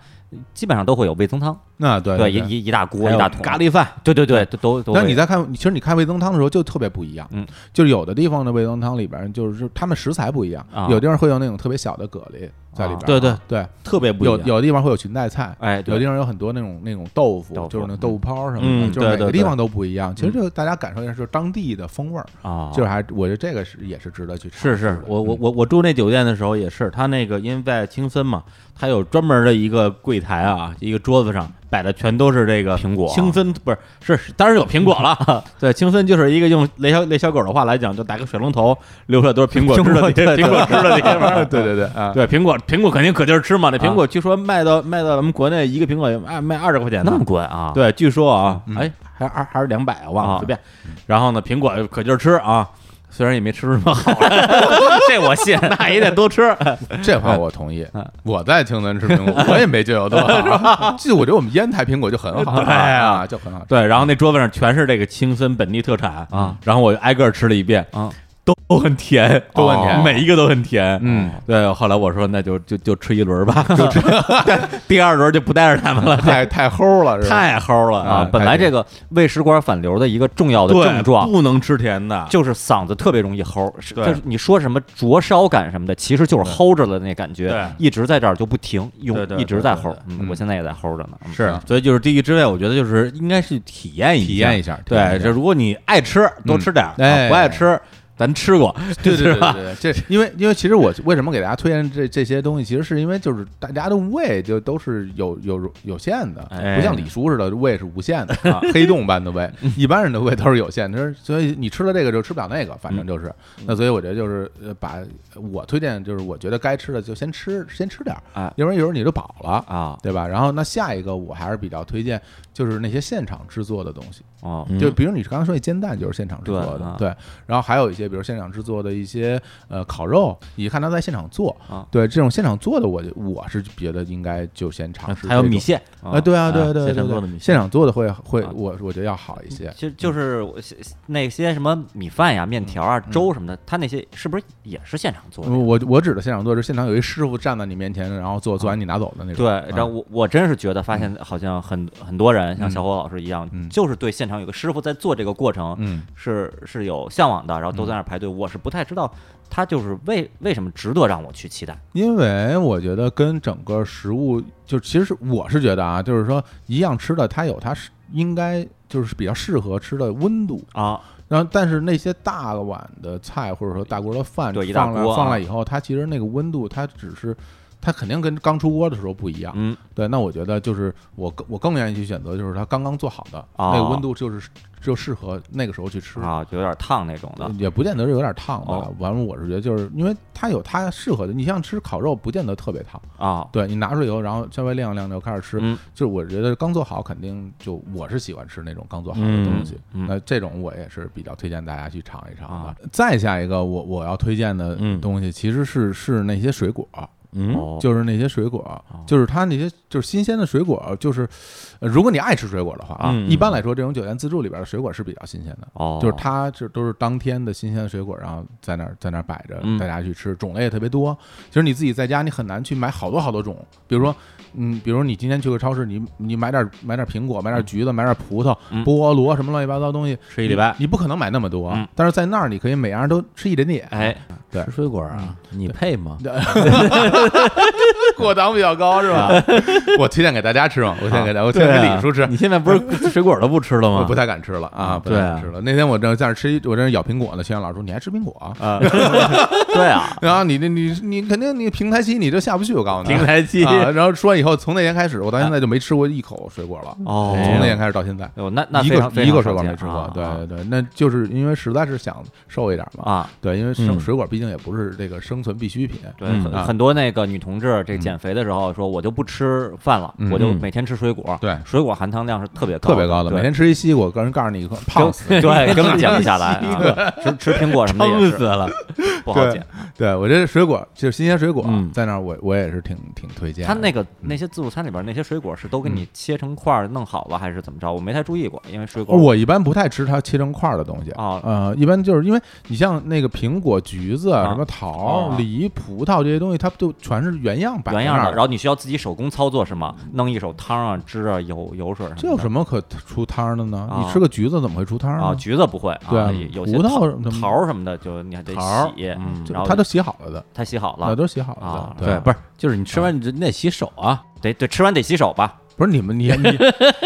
Speaker 2: 基本上都会有味增汤，
Speaker 1: 那对
Speaker 2: 对，
Speaker 1: 对
Speaker 2: 一
Speaker 1: 对。
Speaker 2: 一一大锅
Speaker 4: 还
Speaker 2: 一
Speaker 4: 有
Speaker 2: 大桶
Speaker 4: 咖，喱饭，
Speaker 2: 对对对，都都都会。
Speaker 1: 啊但你在看，其实你看味增汤的时候就特别不一样，
Speaker 2: 嗯，
Speaker 1: 就是有的地方的味增汤里边就是就是他们食材不一样，
Speaker 2: 啊
Speaker 1: 有地方会有那种特别小的蛤蜊在里边，
Speaker 2: 啊
Speaker 4: 对对
Speaker 1: 对，
Speaker 4: 特别不一
Speaker 1: 有
Speaker 4: 样。
Speaker 1: 有的地方会有裙带菜，
Speaker 2: 哎，
Speaker 1: 有
Speaker 2: 对
Speaker 1: 地方有很多那种那种豆腐，
Speaker 2: 豆腐
Speaker 1: 就是那豆腐泡什么的，
Speaker 4: 嗯
Speaker 1: 就是每个
Speaker 4: 对对
Speaker 1: 地
Speaker 4: 对嗯
Speaker 1: 方都不一样。其实就大家感受一下，就是当地的风味儿，
Speaker 2: 啊，
Speaker 1: 就是还我觉得这个是也是值得去尝试
Speaker 4: 是
Speaker 1: 的。嗯
Speaker 4: 是，我我我我住那酒店的时候也是，他那个因为在青森嘛，他有专门的一个柜台啊，一个桌子上摆的全都是这个
Speaker 2: 苹果啊
Speaker 4: 青森不是是是当然有苹果了， 对，青森就是一个用雷小雷小狗的话来讲，就打个水龙头流出来都是苹果汁的地苹果汁的地 方
Speaker 1: 嗯。对对对啊，
Speaker 4: 对苹果，苹果肯定可劲儿吃嘛。那苹果据说卖到卖到咱们国内一个苹果卖卖二十块钱呢
Speaker 2: 那么，贵啊，
Speaker 4: 对，据说啊
Speaker 1: 嗯，
Speaker 4: 哎，还还还是两百啊，忘
Speaker 2: 啊
Speaker 4: 了随便。然后呢，苹果可劲儿吃啊，虽然也没吃出什么好来，这 我 信，那也得多吃。
Speaker 1: 这
Speaker 4: 啊
Speaker 1: 话我同意。我在青森吃苹果，我也没觉得有多 好。啊就我觉得我们烟台苹果就很好，
Speaker 4: 对啊
Speaker 1: 啊，就很好吃。
Speaker 4: 对，然后那桌子上全是这个青森本地特产
Speaker 2: 啊，
Speaker 4: 然后我就挨个儿吃了一遍
Speaker 2: 啊，
Speaker 4: 都很甜，
Speaker 1: 都很甜
Speaker 4: 每一个都很甜。
Speaker 1: 嗯，
Speaker 4: 对。后来我说那就就就吃一轮儿吧， 第二轮就不带着他们了，
Speaker 1: 太太齁了，是吧？
Speaker 4: 太齁了
Speaker 1: 啊
Speaker 2: 啊，本来这个胃食管反流的一个重要的
Speaker 4: 对，
Speaker 2: 症状。
Speaker 4: 不能吃甜
Speaker 1: 啊
Speaker 4: 的，
Speaker 2: 就是嗓子特别容易齁，是
Speaker 4: 对
Speaker 2: 就是你说什么灼烧感什么的，其实就是齁着了那感觉
Speaker 4: 对，
Speaker 2: 一直在这儿就不停，用
Speaker 4: 对对
Speaker 2: 一直在
Speaker 4: 对
Speaker 2: 齁
Speaker 4: 对。
Speaker 2: 嗯我现在也在齁着呢。嗯
Speaker 4: 是，所以就是地狱之味，我觉得就是应该去体验一下
Speaker 1: 体验一下体验
Speaker 4: 对，
Speaker 1: 一下
Speaker 4: 这如果你爱吃，多吃点儿；
Speaker 1: 嗯
Speaker 4: 啊不爱吃，咱吃过，
Speaker 1: 对对对对对，这因为因为其实我为什么给大家推荐这这些东西，其实是因为就是大家的胃就都是有有有限的，
Speaker 4: 哎嗯
Speaker 1: 不像李叔似的胃是无限的，啊、黑洞般的 胃，一般人的胃都是有限的，就是所以你吃了这个就吃不了那个，反正
Speaker 4: 嗯
Speaker 1: 就是、那所以我觉得就是呃把我推荐就是我觉得该吃的就先吃先吃点儿，
Speaker 4: 哎
Speaker 1: 要不然有时候你就饱了。
Speaker 4: 啊，
Speaker 1: 对吧？然后那下一个我还是比较推荐，就是那些现场制作的东西。
Speaker 4: 哦，
Speaker 1: 就比如你刚才说那煎蛋就是现场制作
Speaker 4: 对
Speaker 1: 的
Speaker 4: 啊，
Speaker 1: 对，然后还有一些比如现场制作的一些呃烤肉，你看他在现场做
Speaker 4: 啊，
Speaker 1: 对这种现场做的，我就我是觉得应该就先尝试这种。
Speaker 4: 还有米线
Speaker 1: 啊，对啊，对啊对啊，
Speaker 4: 现场
Speaker 1: 对啊
Speaker 4: 做的米线
Speaker 1: 现场做的会会
Speaker 4: 啊
Speaker 1: 我我觉得要好一些。
Speaker 2: 就就是我那些什么米饭呀、面条
Speaker 1: 嗯
Speaker 2: 啊、粥什么的，他那些是不是也是现场做
Speaker 4: 嗯
Speaker 2: 的？
Speaker 1: 我我指的现场做是现场有一师傅站在你面前，然后做
Speaker 4: 啊
Speaker 1: 做完你拿走的那种。
Speaker 2: 对，然后我我真是觉得发现好像很很多人像
Speaker 1: 嗯
Speaker 2: 小伙老师一样，
Speaker 1: 嗯
Speaker 2: 就是对现场有个师傅在做这个过程
Speaker 1: 嗯，
Speaker 2: 是是有向往的，然后都在那儿排队。我是不太知道他就是为为什么值得让我去期待。
Speaker 1: 因为我觉得跟整个食物，就其实我是觉得啊，就是说一样吃的，它有它是应该就是比较适合吃的温度
Speaker 2: 啊。
Speaker 1: 然后，但是那些大碗的菜或者说大锅的饭
Speaker 2: 对一大
Speaker 1: 放来
Speaker 2: 锅啊
Speaker 1: 放来以后，它其实那个温度，它只是它肯定跟刚出锅的时候不一样。
Speaker 2: 嗯，
Speaker 1: 对。那我觉得就是我更我更愿意去选择就是它刚刚做好的、
Speaker 2: 哦
Speaker 1: 那个温度，就是就适合那个时候去吃。
Speaker 2: 啊，就有点烫那种的，
Speaker 1: 也不见得是有点烫吧
Speaker 2: 哦，
Speaker 1: 反正我是觉得，就是因为它有它适合的。你像吃烤肉，不见得特别烫，
Speaker 2: 啊，
Speaker 1: 对你拿出来以后，然后稍微晾一晾就开始吃，
Speaker 2: 嗯
Speaker 1: 就是我觉得刚做好肯定就我是喜欢吃那种刚做好的东西，
Speaker 2: 嗯嗯
Speaker 1: 那这种我也是比较推荐大家去尝一尝的。再下一个我我要推荐的
Speaker 4: 嗯
Speaker 1: 东西其实是是那些水果，
Speaker 4: 嗯，
Speaker 2: 哦，
Speaker 1: 就是那些水果，就是它那些就是新鲜的水果，就是呃如果你爱吃水果的话啊，
Speaker 4: 嗯
Speaker 1: 一般来说这种酒店自助里边的水果是比较新鲜的。
Speaker 2: 哦，
Speaker 1: 就是它这都是当天的新鲜的水果，然后在那儿在那儿摆着
Speaker 2: 嗯，
Speaker 1: 大家去吃，种类也特别多。其实你自己在家，你很难去买好多好多种。比如说，嗯，比如你今天去个超市，你你买点买点苹果，买点橘子，买点葡萄、菠萝什么乱七八糟东西，
Speaker 4: 嗯吃一礼拜
Speaker 1: 你，你不可能买那么多
Speaker 2: 嗯。
Speaker 1: 但是在那儿，你可以每样都吃一点 点。
Speaker 2: 哎，
Speaker 4: 吃水果啊，你配吗？
Speaker 1: 果糖比较高是
Speaker 4: 啊
Speaker 1: 吧？ 我推荐给大家吃嘛，我推荐给大家，我推荐给李叔吃。
Speaker 4: 你现在不 是水果都不吃了
Speaker 1: 我
Speaker 4: 吗
Speaker 1: 不？太敢吃了啊，不太
Speaker 4: 对啊
Speaker 1: 敢吃了。那天我正在那儿吃一，我在那儿咬苹果呢。秦阳老师说：“你还吃苹果啊？”
Speaker 2: 呃 对 啊，
Speaker 1: 然后你这你你肯定你平台期你就下不去，我告诉你。
Speaker 4: 平台期
Speaker 1: 啊，然后说完以后，从那天开始，我到现在就没吃过一口水果了。
Speaker 2: 哦
Speaker 1: 从那天开始到现在，
Speaker 2: 哎呦那那
Speaker 1: 一
Speaker 2: 非常
Speaker 1: 个
Speaker 2: 非
Speaker 1: 一
Speaker 2: 常
Speaker 1: 个
Speaker 2: 少
Speaker 1: 水果
Speaker 2: 见
Speaker 1: 没吃过
Speaker 2: 啊。
Speaker 1: 对
Speaker 2: 啊
Speaker 1: 对对，那就是因为实在是想瘦一点嘛。
Speaker 2: 啊，
Speaker 1: 对，因为生
Speaker 4: 嗯
Speaker 1: 水果毕竟也不是这个生存必需品。
Speaker 2: 对，
Speaker 4: 嗯
Speaker 2: 很
Speaker 1: 啊
Speaker 2: 很多那个女同志这减肥的时候说，我就不吃饭了，
Speaker 1: 嗯
Speaker 2: 我就每天吃水果，
Speaker 1: 对
Speaker 2: 水果含糖量是特别高
Speaker 1: 特别高的，
Speaker 2: 对
Speaker 1: 每天吃一西瓜，我个人告诉你，胖死。
Speaker 2: 对，根本减不下来啊！吃吃苹果什么的也
Speaker 4: 撑死
Speaker 2: 是
Speaker 4: 了，
Speaker 2: 不好
Speaker 1: 对
Speaker 2: 减。
Speaker 1: 对我觉得水果就是新鲜水果
Speaker 4: 嗯，
Speaker 1: 在那儿我我也是挺挺推荐的。
Speaker 2: 他那个那些自助餐里边那些水果是都给你切成块儿弄好了，还是怎么着？我没太注意过，因为水果
Speaker 1: 我一般不太吃它切成块儿的东西
Speaker 2: 哦
Speaker 1: 呃，一般就是因为你像那个苹果、橘子、
Speaker 2: 啊
Speaker 1: 什么桃
Speaker 2: 哦、
Speaker 1: 梨、葡萄这些东西，它就全是原样摆在
Speaker 2: 原
Speaker 1: 那
Speaker 2: 样的，
Speaker 1: 儿
Speaker 2: 然。后你需要自己手工操作是吗？弄一手汤啊、汁啊、油油水什么的。
Speaker 1: 这有什么可出汤的呢？
Speaker 2: 啊
Speaker 1: 你吃个橘子怎么会出汤呢
Speaker 2: 啊，橘子不会
Speaker 1: 对啊
Speaker 2: 啊，有有些
Speaker 1: 葡萄
Speaker 2: 桃
Speaker 1: 什么
Speaker 2: 桃什么的，就你还得
Speaker 1: 桃
Speaker 2: 洗，
Speaker 4: 嗯
Speaker 1: 就
Speaker 2: 然后
Speaker 1: 它都洗好了的，
Speaker 2: 它洗好
Speaker 1: 那
Speaker 2: 了，
Speaker 1: 都洗好了
Speaker 2: 啊
Speaker 1: 的。
Speaker 4: 对，不是，就是你吃完你这你得洗手啊，
Speaker 2: 得得吃完得洗手 吧。
Speaker 1: 不是你们你 你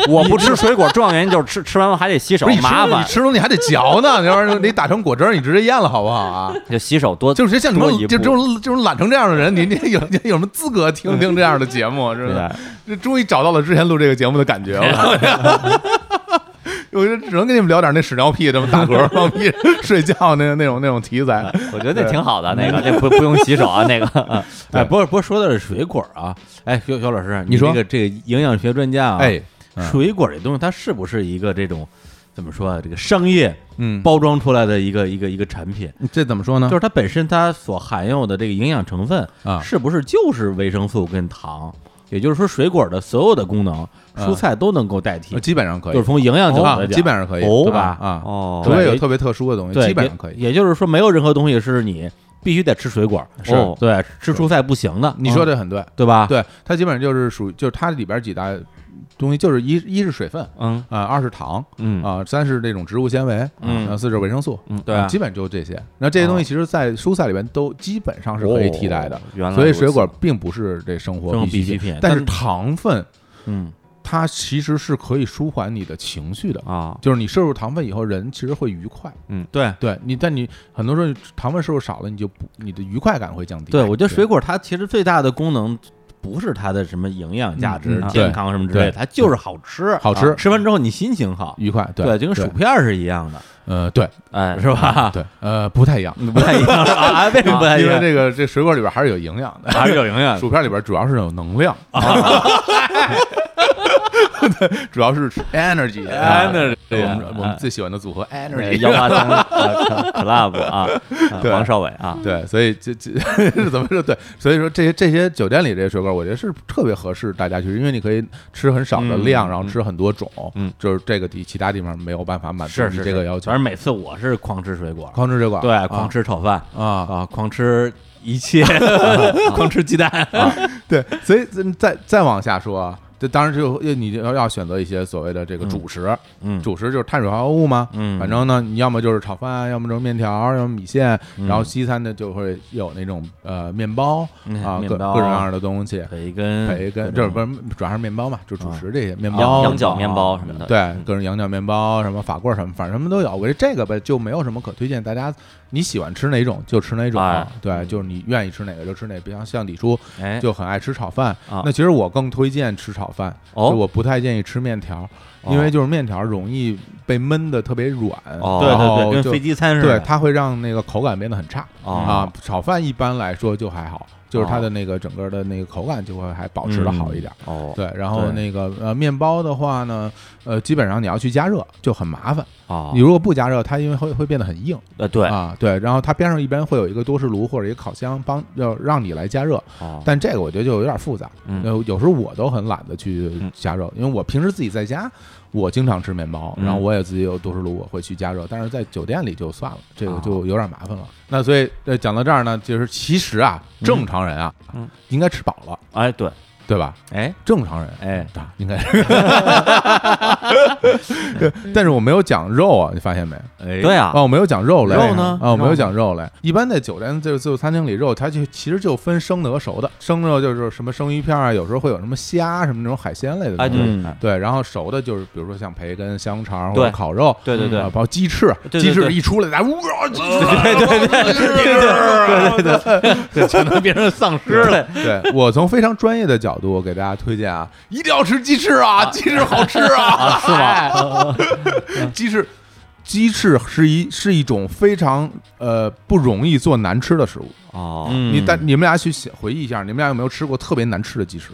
Speaker 2: 我不吃水果，重要原因就是吃吃完还得洗手
Speaker 1: 不是你，吃
Speaker 2: 麻
Speaker 1: 你
Speaker 2: 烦，
Speaker 1: 吃东西还得嚼呢，要不然 你打成果汁儿你直接咽了好不好啊？
Speaker 2: 就洗手多
Speaker 1: 就是像你
Speaker 2: 多
Speaker 1: 们
Speaker 2: 一
Speaker 1: 就这
Speaker 2: 步
Speaker 1: 种这种懒成这样的人，你你有你有什么资格 听听这样的节目？是不是
Speaker 2: 对？
Speaker 1: 这终于找到了之前录这个节目的感觉了。 我就只能跟你们聊点那屎尿屁、什么打嗝、放 屁、睡觉那那种那种题
Speaker 4: 啊
Speaker 1: 材。
Speaker 2: 我觉得那挺好的，那
Speaker 1: 嗯
Speaker 2: 个那不不用洗手啊，那个
Speaker 4: 哎，不是不是，说的是水果啊，哎，小小老师，
Speaker 1: 你说
Speaker 4: 这个这个营养学专家啊，
Speaker 1: 哎，嗯
Speaker 4: 水果这东西它是不是一个这种怎么说啊，这个商业
Speaker 1: 嗯，
Speaker 4: 包装出来的一个一个一个产品？
Speaker 1: 这怎么说呢
Speaker 4: 就是它本身它所含有的这个营养成分
Speaker 1: 啊
Speaker 4: 是不是就是维生素跟糖？也就是说，水果的所有的功能，
Speaker 1: 嗯
Speaker 4: 蔬菜都能够代替，
Speaker 1: 呃基本上可以，
Speaker 4: 就是从营养角
Speaker 1: 啊
Speaker 4: 度来讲，
Speaker 1: 基本上可以，
Speaker 4: 哦
Speaker 1: 对吧？
Speaker 4: 吧
Speaker 1: 啊，
Speaker 2: 哦
Speaker 1: 除非有
Speaker 4: 对哎
Speaker 1: 特别特殊的东西，
Speaker 4: 对，
Speaker 1: 基本上可以。
Speaker 4: 也。也就是说，没有任何东西是你必须得吃水果，
Speaker 1: 是
Speaker 4: 哦对，吃蔬菜不行的。
Speaker 1: 你说
Speaker 4: 的
Speaker 1: 这很对，
Speaker 4: 对吧？
Speaker 1: 嗯对，它基本上就是属于，就是它里边几大东西，就是一一是水分，
Speaker 2: 嗯
Speaker 1: 啊，二是糖，
Speaker 2: 嗯
Speaker 1: 啊，三是这种植物纤维，
Speaker 4: 嗯
Speaker 1: 啊，四是维生素，
Speaker 2: 嗯
Speaker 4: 对啊哦
Speaker 1: 基本就这些。那这些东西其实，在蔬菜里边都基本上是可以替代的
Speaker 2: 哦，原来
Speaker 1: 所以
Speaker 2: 如此
Speaker 1: 水果并不是这生活
Speaker 4: 生活
Speaker 1: 必
Speaker 4: 必需品
Speaker 1: 但是
Speaker 4: 但
Speaker 1: 糖分
Speaker 4: 嗯，
Speaker 1: 它其实是可以舒缓你的情绪的，
Speaker 2: 啊，
Speaker 1: 就是你摄入糖分以后，人其实会愉快。
Speaker 4: 对
Speaker 1: 对你，但你很多时候糖分摄入少了，你就不你的愉快感会降低。
Speaker 4: 对，我觉得水果它其实最大的功能不是它的什么营养价值、
Speaker 1: 嗯嗯
Speaker 4: 健康什么之类的，
Speaker 1: 对
Speaker 4: 它就是好吃，
Speaker 1: 好吃
Speaker 4: 啊吃完之后你心情好。
Speaker 1: 愉快，对，
Speaker 4: 对，就跟薯片儿是一样的，
Speaker 1: 呃，对
Speaker 2: 哎，
Speaker 4: 是 吧？
Speaker 1: 对，呃，不太一样，
Speaker 4: 不太一样是吧啊？为什 么不太一
Speaker 1: 因为
Speaker 4: 样？
Speaker 1: 这个这水果里边还是有营养的，
Speaker 4: 还是有营 养的。
Speaker 1: 薯片里边主要是有能 量，对， 主要是 energy 啊
Speaker 4: Energy 哎
Speaker 1: 对我们我们最喜欢的组合 energy，
Speaker 2: 幺八三呃 club 啊，啊
Speaker 1: 对
Speaker 2: 王少伟啊，
Speaker 1: 对，所以这 这是怎么说？对，所以说这些这些酒店里这些水果，我觉得是特别合适大家去吃，因为你可以吃很少的量，然后吃很多种，
Speaker 4: 嗯，
Speaker 1: 就是这个地其他地方没有办法满足
Speaker 4: 是
Speaker 1: 你
Speaker 4: 是
Speaker 1: 这个要求
Speaker 4: 反。正每次我是狂啊吃水果，
Speaker 1: 狂吃水果，
Speaker 4: 对，狂吃炒饭
Speaker 1: 啊
Speaker 4: 啊，狂吃一 切，狂吃鸡蛋。
Speaker 1: 对，所以咱再再往下说啊，这当然就你就要选择一些所谓的这个主食，
Speaker 4: 嗯，
Speaker 1: 主食就是碳水化合物嘛，
Speaker 4: 嗯
Speaker 1: 反正呢，你要么就是炒饭，要么就是面条，要么米线，
Speaker 2: 嗯
Speaker 1: 然后西餐呢就会有那种呃面包
Speaker 4: 嗯
Speaker 1: 啊，
Speaker 4: 面
Speaker 1: 各
Speaker 4: 包
Speaker 1: 各种各样的东西，
Speaker 4: 培根，
Speaker 1: 培根，
Speaker 4: 各
Speaker 1: 这
Speaker 4: 种
Speaker 1: 不是主要是面包嘛，就主食这些面
Speaker 2: 羊
Speaker 1: 包、
Speaker 2: 嗯啊
Speaker 1: 啊
Speaker 2: 羊角面包什么的，嗯
Speaker 1: 对，各种羊角面包，什么法棍儿什么，反正什么都有。我觉得这个呗，就没有什么可推荐。大家你喜欢吃哪种就吃哪种，
Speaker 2: 哎
Speaker 1: 对，就是你愿意吃哪个就吃哪个。比方像李叔
Speaker 4: 哎，
Speaker 1: 就很爱吃炒饭，
Speaker 2: 啊
Speaker 1: 那其实我更推荐吃炒饭，
Speaker 2: 哦
Speaker 1: 就我不太建议吃面条，因为就是面条容易被焖的特别软，
Speaker 2: 哦
Speaker 4: 对
Speaker 1: 然
Speaker 4: 对
Speaker 1: 后
Speaker 4: 对，
Speaker 1: 就
Speaker 4: 跟飞机餐似
Speaker 1: 对
Speaker 4: 的。
Speaker 1: 它会让那个口感变得很差。
Speaker 2: 啊，
Speaker 1: 啊，炒饭一般来说就还好，就是它的那个整个的那个口感就会还保持的好一点。
Speaker 2: 哦
Speaker 1: 对，然后
Speaker 4: 对
Speaker 1: 那个呃面包的话呢，呃，基本上你要去加热就很麻烦。
Speaker 2: 哦
Speaker 1: 你，如果不加热，它因为会会变得很硬
Speaker 2: 呃对，
Speaker 1: 啊。对，然后它边上一般会有一个多士炉或者一个烤箱帮要让你来加热，
Speaker 2: 哦
Speaker 1: 但这个我觉得就有点复杂。
Speaker 2: 嗯
Speaker 1: 呃，有时候我都很懒得去加热，因为我平时自己在家。我经常吃面包，
Speaker 2: 嗯
Speaker 1: 然后我也自己有多士炉，我会去加热，但是在酒店里就算了，这
Speaker 2: 哦
Speaker 1: 个就有点麻烦了。那所以呃，讲到这儿呢，就是其实啊，正常人啊，
Speaker 2: 嗯
Speaker 1: 应该吃饱了，
Speaker 2: 哎 对，
Speaker 1: 对吧？
Speaker 4: 哎
Speaker 1: 正常人
Speaker 4: 哎，
Speaker 1: 啊，应该是。 对，但是我没有讲肉啊，你发现没？
Speaker 4: 哎，
Speaker 2: 对啊
Speaker 1: 啊，，我没有讲肉类。
Speaker 4: 肉呢
Speaker 1: 啊，我没有讲肉类。一般在酒店、就是自助餐厅里，肉它就其实就分生的和熟的。生肉就是什么生鱼片啊，有时候会有什么虾什么那种海鲜类的
Speaker 2: 哎
Speaker 1: 东西。
Speaker 2: 对
Speaker 4: 嗯
Speaker 1: 对，然后熟的就是比如说像培根、香肠或
Speaker 2: 对
Speaker 1: 者烤肉。
Speaker 2: 对对对
Speaker 1: 啊，包括鸡翅，
Speaker 2: 对对
Speaker 1: 鸡翅
Speaker 2: 对
Speaker 1: 一出来，咱呜啊，鸡翅，
Speaker 4: 对对对对对对对，全都变成丧尸了。
Speaker 1: 对我从非常专业的角度给大家推荐啊，一定要吃鸡翅啊，鸡翅好吃啊，是吗？鸡翅，鸡翅是一是一种非常呃不容易做难吃的食物。
Speaker 2: 哦
Speaker 4: 嗯
Speaker 1: 你但你们俩去想回忆一下，你们俩有没有吃过特别难吃的鸡翅？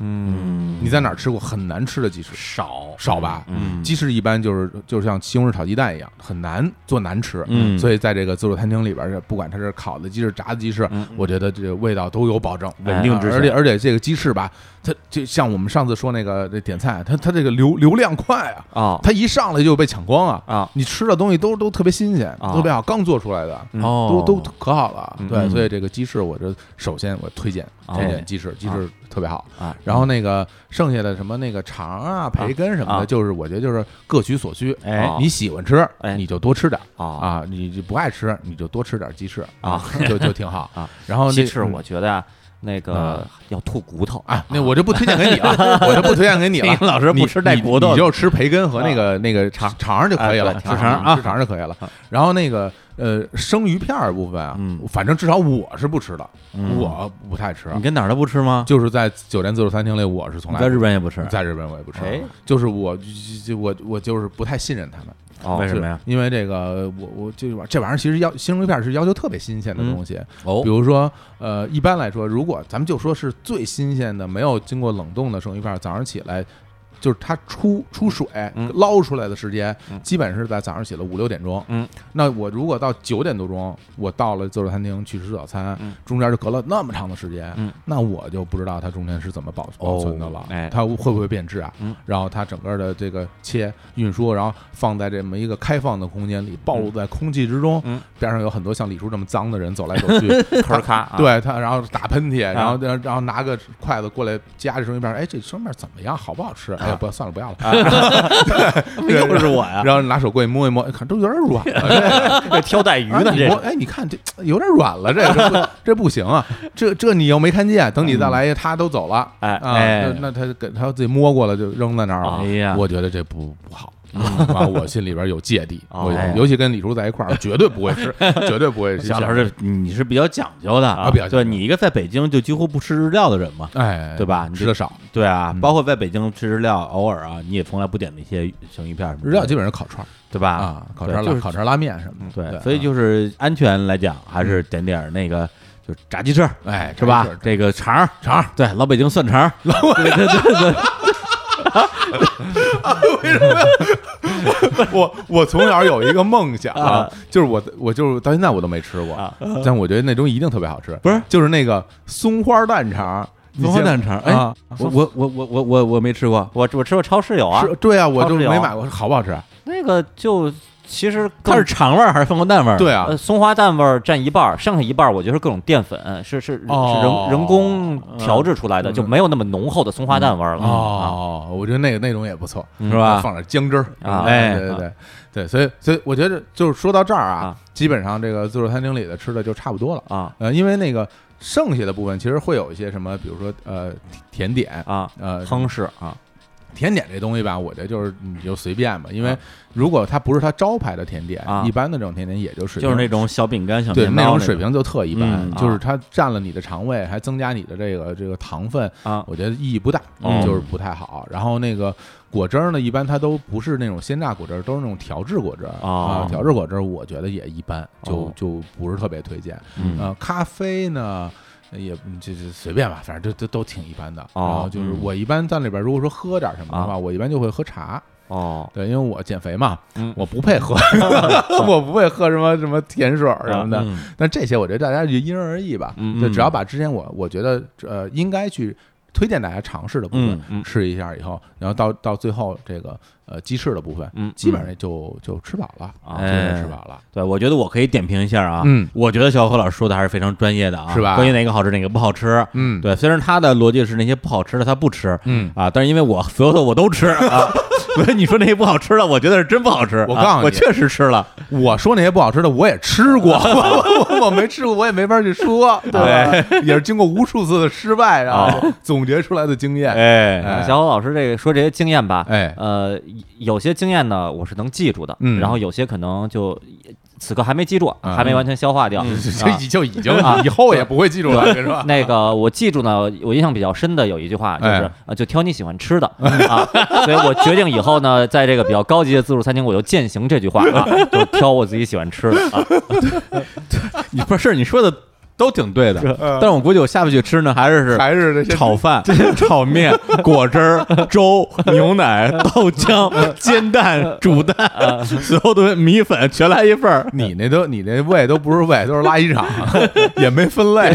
Speaker 4: 嗯
Speaker 1: 你在哪儿吃过很难吃的鸡翅？
Speaker 4: 少
Speaker 1: 少吧？
Speaker 4: 嗯
Speaker 1: 鸡翅一般就是就像西红柿炒鸡蛋一样，很难做难吃。
Speaker 4: 嗯
Speaker 1: 所以在这个自助餐厅里边儿，不管它是烤的鸡翅、炸的鸡翅，我觉得这个味道都有保证，呃
Speaker 2: 稳定
Speaker 1: 之。而且而且这个鸡翅吧，它就像我们上次说那个这点菜，它它这个流流量快啊，
Speaker 2: 哦
Speaker 1: 它一上来就被抢光啊
Speaker 2: 啊！
Speaker 1: 你吃的东西都都特别新鲜，
Speaker 2: 啊嗯
Speaker 1: 特别好，刚做出来的。
Speaker 4: 哦
Speaker 1: 都都可好了，对，
Speaker 4: 嗯
Speaker 1: 所以这个鸡翅，我这首先我推荐
Speaker 2: 哦
Speaker 1: 推荐鸡翅，鸡翅特别好
Speaker 2: 啊。
Speaker 1: 然后那个剩下的什么那个肠啊、培根什么
Speaker 2: 啊
Speaker 1: 的，就是我觉得就是各取所需。
Speaker 4: 哎
Speaker 2: 哦
Speaker 1: 你喜欢吃
Speaker 2: 哎，
Speaker 1: 你就多吃点
Speaker 2: 哦
Speaker 1: 啊；你就不爱吃，你就多吃点鸡翅
Speaker 2: 啊，
Speaker 1: 就就挺好
Speaker 2: 啊。
Speaker 1: 然后那
Speaker 2: 鸡翅
Speaker 1: 嗯
Speaker 2: 我觉得啊，那个要吐骨头
Speaker 1: 啊，那我就不推荐给你 了，我就不推荐给你了。
Speaker 4: 老师不吃带骨
Speaker 1: 你
Speaker 4: 头啊
Speaker 1: 你就吃培根和那个那个肠肠就可以了，
Speaker 2: 哎
Speaker 1: 吃
Speaker 2: 对
Speaker 1: 肠啊，吃肠就可以了。然后那个呃生鱼片儿部分啊
Speaker 4: 嗯，
Speaker 1: 反正至少我是不吃的，我不太吃，
Speaker 4: 你跟哪儿都不吃吗？
Speaker 1: 就是在酒店自助餐厅里，我是从来
Speaker 4: 在
Speaker 1: 不
Speaker 4: 日本也不吃，
Speaker 1: 在日本我也不吃
Speaker 2: 哎，
Speaker 1: 就是我就就我我就是不太信任他们。
Speaker 2: 哦
Speaker 4: 为什么呀？
Speaker 1: 因为这个，我我这玩这玩意儿其实要生鱼片是要求特别新鲜的
Speaker 4: 嗯
Speaker 1: 东西，
Speaker 4: 哦
Speaker 1: 比如说，呃，一般来说，如果咱们就说是最新鲜的，没有经过冷冻的生鱼片，早上起来就是它出出水、
Speaker 2: 嗯
Speaker 1: 捞出来的时间，基本是在早上起来五六点钟。
Speaker 2: 嗯，
Speaker 1: 那我如果到九点多钟，我到了自助餐厅去吃早餐，中间就隔了那么长的时间，
Speaker 2: 嗯
Speaker 1: 那我就不知道它中间是怎么保保存的了，
Speaker 2: 哎嗯
Speaker 1: 它会不会变质啊？然后它整个的这个切运输，然后放在这么一个开放的空间里，暴露在空气之中，
Speaker 2: 嗯
Speaker 1: 边上有很多像李叔这么脏的人走来走 去，
Speaker 2: 吭咔啊，
Speaker 1: 对他，然后打喷嚏，然后然后拿个筷子过来夹着生鱼片儿，哎，这生鱼片儿怎么样，好不好吃？哎哎呀，
Speaker 2: 啊，
Speaker 1: 不算了，不要了。
Speaker 2: 又是我呀，
Speaker 1: 然后拿手过去摸一摸，哎看都有点软了。
Speaker 2: 这挑带鱼
Speaker 1: 这啊
Speaker 2: 呢，
Speaker 1: 你
Speaker 2: 这
Speaker 1: 摸
Speaker 2: 是
Speaker 1: 哎，你看这有点软了，这这不这不行啊！这这你又没看见，等你再来，他都走了。
Speaker 2: 嗯哎
Speaker 1: 啊
Speaker 4: 哎
Speaker 1: 那那他给他自己摸过了，就扔在那儿了。
Speaker 4: 哎呀
Speaker 1: 我觉得这不不好。啊，我心里边有芥蒂，
Speaker 2: 哦
Speaker 1: 我有
Speaker 4: 哎
Speaker 1: 尤其跟李叔在一块儿，我绝对不会吃，绝对不会吃。
Speaker 4: 小老师，你是比较讲究的
Speaker 1: 啊比较讲究
Speaker 4: 对你一个在北京就几乎不吃日料的人嘛，
Speaker 1: 哎，
Speaker 4: 对吧你
Speaker 1: 吃
Speaker 4: 这
Speaker 1: 的少，
Speaker 4: 对啊，包括在北京吃日料，偶尔啊，你也从来不点那些生鱼片什么的
Speaker 1: 日料基本上烤串儿
Speaker 4: 对吧？
Speaker 1: 啊，烤
Speaker 4: 对
Speaker 1: 串儿
Speaker 4: 就是
Speaker 1: 拉烤串儿拉面什么的。
Speaker 4: 对，啊
Speaker 1: 对，
Speaker 4: 所以就是安全来讲，还是点点儿那个就是炸鸡翅，
Speaker 1: 哎，
Speaker 4: 是吧
Speaker 1: 这？
Speaker 4: 这个肠儿肠儿，对，老北京蒜肠儿，
Speaker 1: 我我从小有一个梦想啊，就是我我就是到现在我都没吃过，但我觉得那东西一定特别好吃。
Speaker 4: 不是，
Speaker 1: 就是那个松花蛋肠，你
Speaker 4: 松花
Speaker 1: 见
Speaker 4: 蛋肠儿，哎
Speaker 1: 啊，
Speaker 4: 我我我我我我我没吃过，
Speaker 2: 我我吃过超市有啊，
Speaker 1: 是对啊，我
Speaker 2: 超
Speaker 1: 就
Speaker 2: 市有
Speaker 1: 没买过，好不好吃？啊
Speaker 2: 那个就其实
Speaker 4: 它
Speaker 2: 更
Speaker 4: 是肠味儿还是凤凰蛋味儿？
Speaker 1: 对啊
Speaker 2: 呃，松花蛋味儿占一半儿，剩下一半儿我觉得是各种淀粉，是是是
Speaker 1: 哦嗯
Speaker 2: 人人工调制出来的，就没有那么浓厚的松花蛋味儿了。
Speaker 1: 哦，我觉得那个那种也不错，
Speaker 4: 是吧？
Speaker 1: 放点姜汁儿
Speaker 2: 啊
Speaker 1: 哎，
Speaker 4: 哎
Speaker 1: 对对对对，所以所以我觉得就是说到这儿啊
Speaker 2: 啊，
Speaker 1: 基本上这个自助餐厅里的吃的就差不多了
Speaker 2: 啊
Speaker 1: 呃，因为那个剩下的部分其实会有一些什么，比如说呃甜点。
Speaker 2: 啊，
Speaker 1: 呃，
Speaker 2: 亨氏啊，
Speaker 1: 甜点这东西吧，我觉得就是你就随便吧，因
Speaker 4: 啊
Speaker 1: 为如果它不是它招牌的甜点，
Speaker 2: 啊
Speaker 1: 一般的这种甜点也就水平
Speaker 4: 就是那种小饼干、小
Speaker 1: 对
Speaker 4: 面包
Speaker 1: 那种
Speaker 4: 种
Speaker 1: 水平就特一般，
Speaker 4: 嗯
Speaker 1: 就是它占了你的肠胃，还增加你的这个这个糖分
Speaker 2: 啊
Speaker 1: 我觉得意义不大，
Speaker 4: 哦
Speaker 1: 就是不太好。然后那个果汁儿呢，一般它都不是那种鲜榨果汁儿，都是那种调制果汁儿、
Speaker 2: 哦
Speaker 1: 啊，调制果汁儿我觉得也一般，就、
Speaker 2: 哦
Speaker 1: 就不是特别推荐。
Speaker 4: 嗯
Speaker 1: 呃，咖啡呢。也就就随便吧，反正都都都挺一般的。
Speaker 2: 哦
Speaker 1: 然后就是
Speaker 4: 嗯
Speaker 1: 我一般在里边，如果说喝点什么的话，我一般就会喝茶。
Speaker 2: 哦，
Speaker 1: 对，因为我减肥嘛，
Speaker 2: 嗯
Speaker 1: 我不配喝， 我不配喝什么什么甜水儿什么的。
Speaker 4: 嗯
Speaker 1: 但这些我觉得大家就因人而异吧，
Speaker 2: 嗯
Speaker 1: 就只要把之前我我觉得呃应该去推荐大家尝试的部分
Speaker 4: 嗯
Speaker 2: 嗯
Speaker 1: 吃一下以后，然后到到最后这个呃鸡翅的部分，
Speaker 2: 嗯
Speaker 1: 基本上就就吃饱了，
Speaker 2: 啊
Speaker 1: 就
Speaker 4: 哎
Speaker 1: 吃饱了。
Speaker 4: 对，我觉得我可以点评一下啊。
Speaker 1: 嗯
Speaker 4: 我觉得小何老师说的还是非常专业的啊，
Speaker 1: 是吧
Speaker 4: 关于哪个好吃，哪个不好吃。
Speaker 1: 嗯，
Speaker 4: 对，虽然他的逻辑是那些不好吃的他不吃，
Speaker 1: 嗯
Speaker 4: 啊，但是因为我所有的我都吃啊， 所以你说那些不好吃的，我觉得是真不好吃。
Speaker 1: 我
Speaker 4: 啊
Speaker 1: 告诉你
Speaker 4: 我确实吃了，
Speaker 1: 我说那些不好吃的我也吃过， 我我我没吃过，我也没法去说，对
Speaker 2: 哎
Speaker 1: 吧？也是经过无数次的失败，然
Speaker 2: 哦
Speaker 1: 后总结出来的经验。
Speaker 4: 哎，
Speaker 1: 哎
Speaker 2: 小欧老师这个说这些经验吧，
Speaker 1: 哎
Speaker 2: 呃，有些经验呢我是能记住的，
Speaker 1: 嗯
Speaker 2: 然后有些可能就此刻还没记住，
Speaker 1: 啊
Speaker 2: 还没完全消 化掉。
Speaker 1: 这
Speaker 2: 啊
Speaker 1: 已就已经以后也不会记住 了，是 吧？
Speaker 2: 那个我记住呢，我印象比较深的有一句话就是
Speaker 1: 哎
Speaker 2: 呃，就挑你喜欢吃的啊，所以我决定以后呢，在这个比较高级的自助餐厅，我就践行这句话啊，就挑我自己喜欢吃的啊。
Speaker 4: 你不是你说的都挺对的，但是我估计我下次去吃呢，还是
Speaker 1: 还是这些
Speaker 4: 炒饭、炒 面、果汁儿、粥、牛奶、豆 浆、煎蛋、煮蛋，所有的米粉全来一 份 儿。
Speaker 1: 你那都你那胃都不是胃，都是垃圾 场，也没分 类，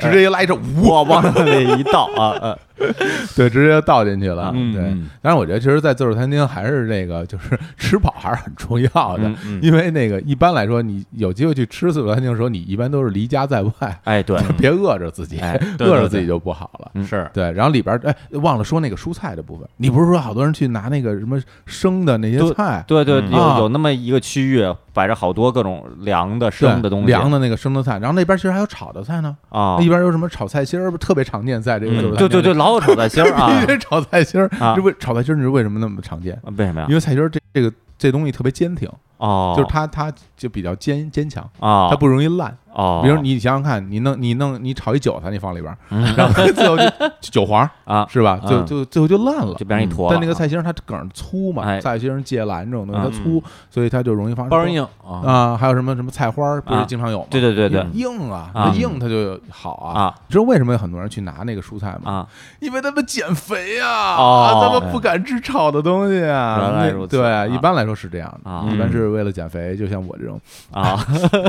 Speaker 1: 直接一垃圾场，
Speaker 2: 我往那里一倒啊，呃
Speaker 1: 对，直接倒进去了。
Speaker 4: 嗯
Speaker 1: 对
Speaker 4: 嗯，
Speaker 1: 但是我觉得其实，在自助餐厅还是那个，就是吃饱还是很重要的，因为那个一般来说，你有机会去吃自助餐厅的时候，你一般都是离家在外，
Speaker 2: 哎，对，嗯
Speaker 1: 别饿着自己，
Speaker 2: 哎
Speaker 4: 对
Speaker 1: 饿着
Speaker 4: 对
Speaker 1: 自己就不好了。
Speaker 4: 是，
Speaker 1: 对，然后里边儿哎，忘了说那个蔬菜的部分，你不是说好多人去拿那个什么生的那些菜？
Speaker 2: 对对，
Speaker 4: 嗯
Speaker 2: 有
Speaker 1: 啊
Speaker 2: 有那么一个区域摆着好多各种凉的、
Speaker 1: 对
Speaker 2: 生的东西，
Speaker 1: 凉的哎那个生的菜，然后那边其实还有炒的菜呢，
Speaker 2: 啊嗯
Speaker 1: 那，一边有什么炒菜心儿，特别常见，在这个自助餐厅
Speaker 2: 对
Speaker 1: 里
Speaker 2: 对对，老有炒菜心儿 啊
Speaker 1: 因为炒菜心儿，
Speaker 2: 啊
Speaker 1: 这为炒菜心儿，你知道为什么那么常见？
Speaker 2: 啊，为什么呀
Speaker 1: 因？为菜心儿这这个这东西特别坚挺，
Speaker 2: 哦，
Speaker 1: 就是它它就比较坚坚强，
Speaker 2: 啊，
Speaker 1: 它不容易烂。
Speaker 2: 哦，
Speaker 1: 比如你想想看，你弄你弄你炒一韭菜，你放里边儿， 然后最后就 就韭黄
Speaker 2: 啊
Speaker 1: 是吧？就
Speaker 2: 嗯
Speaker 1: 就最后就烂了嗯
Speaker 2: 就。变成一坨了啊，
Speaker 1: 但那个菜心儿它梗儿粗嘛，
Speaker 2: 哎
Speaker 1: 菜心儿芥蓝这种东西它
Speaker 2: 啊
Speaker 1: 粗，所以它就容易发生
Speaker 4: 包人硬啊，
Speaker 1: 啊。还有什么什么菜花儿，不是
Speaker 2: 啊
Speaker 1: 经常有吗？
Speaker 2: 对对对对
Speaker 1: 硬啊，
Speaker 2: 啊
Speaker 1: 硬它就好啊。
Speaker 2: 啊
Speaker 1: 知道为什么有很多人去拿那个蔬菜吗？
Speaker 2: 啊，
Speaker 1: 因为他们减肥呀、啊
Speaker 2: 哦
Speaker 1: 他们不敢吃炒的东西啊。
Speaker 2: 原来
Speaker 1: 那
Speaker 2: 如此
Speaker 1: 对，
Speaker 2: 啊
Speaker 1: 一般来说是这样的，
Speaker 2: 啊
Speaker 1: 一般是为了减肥，就像我这 种
Speaker 2: 啊，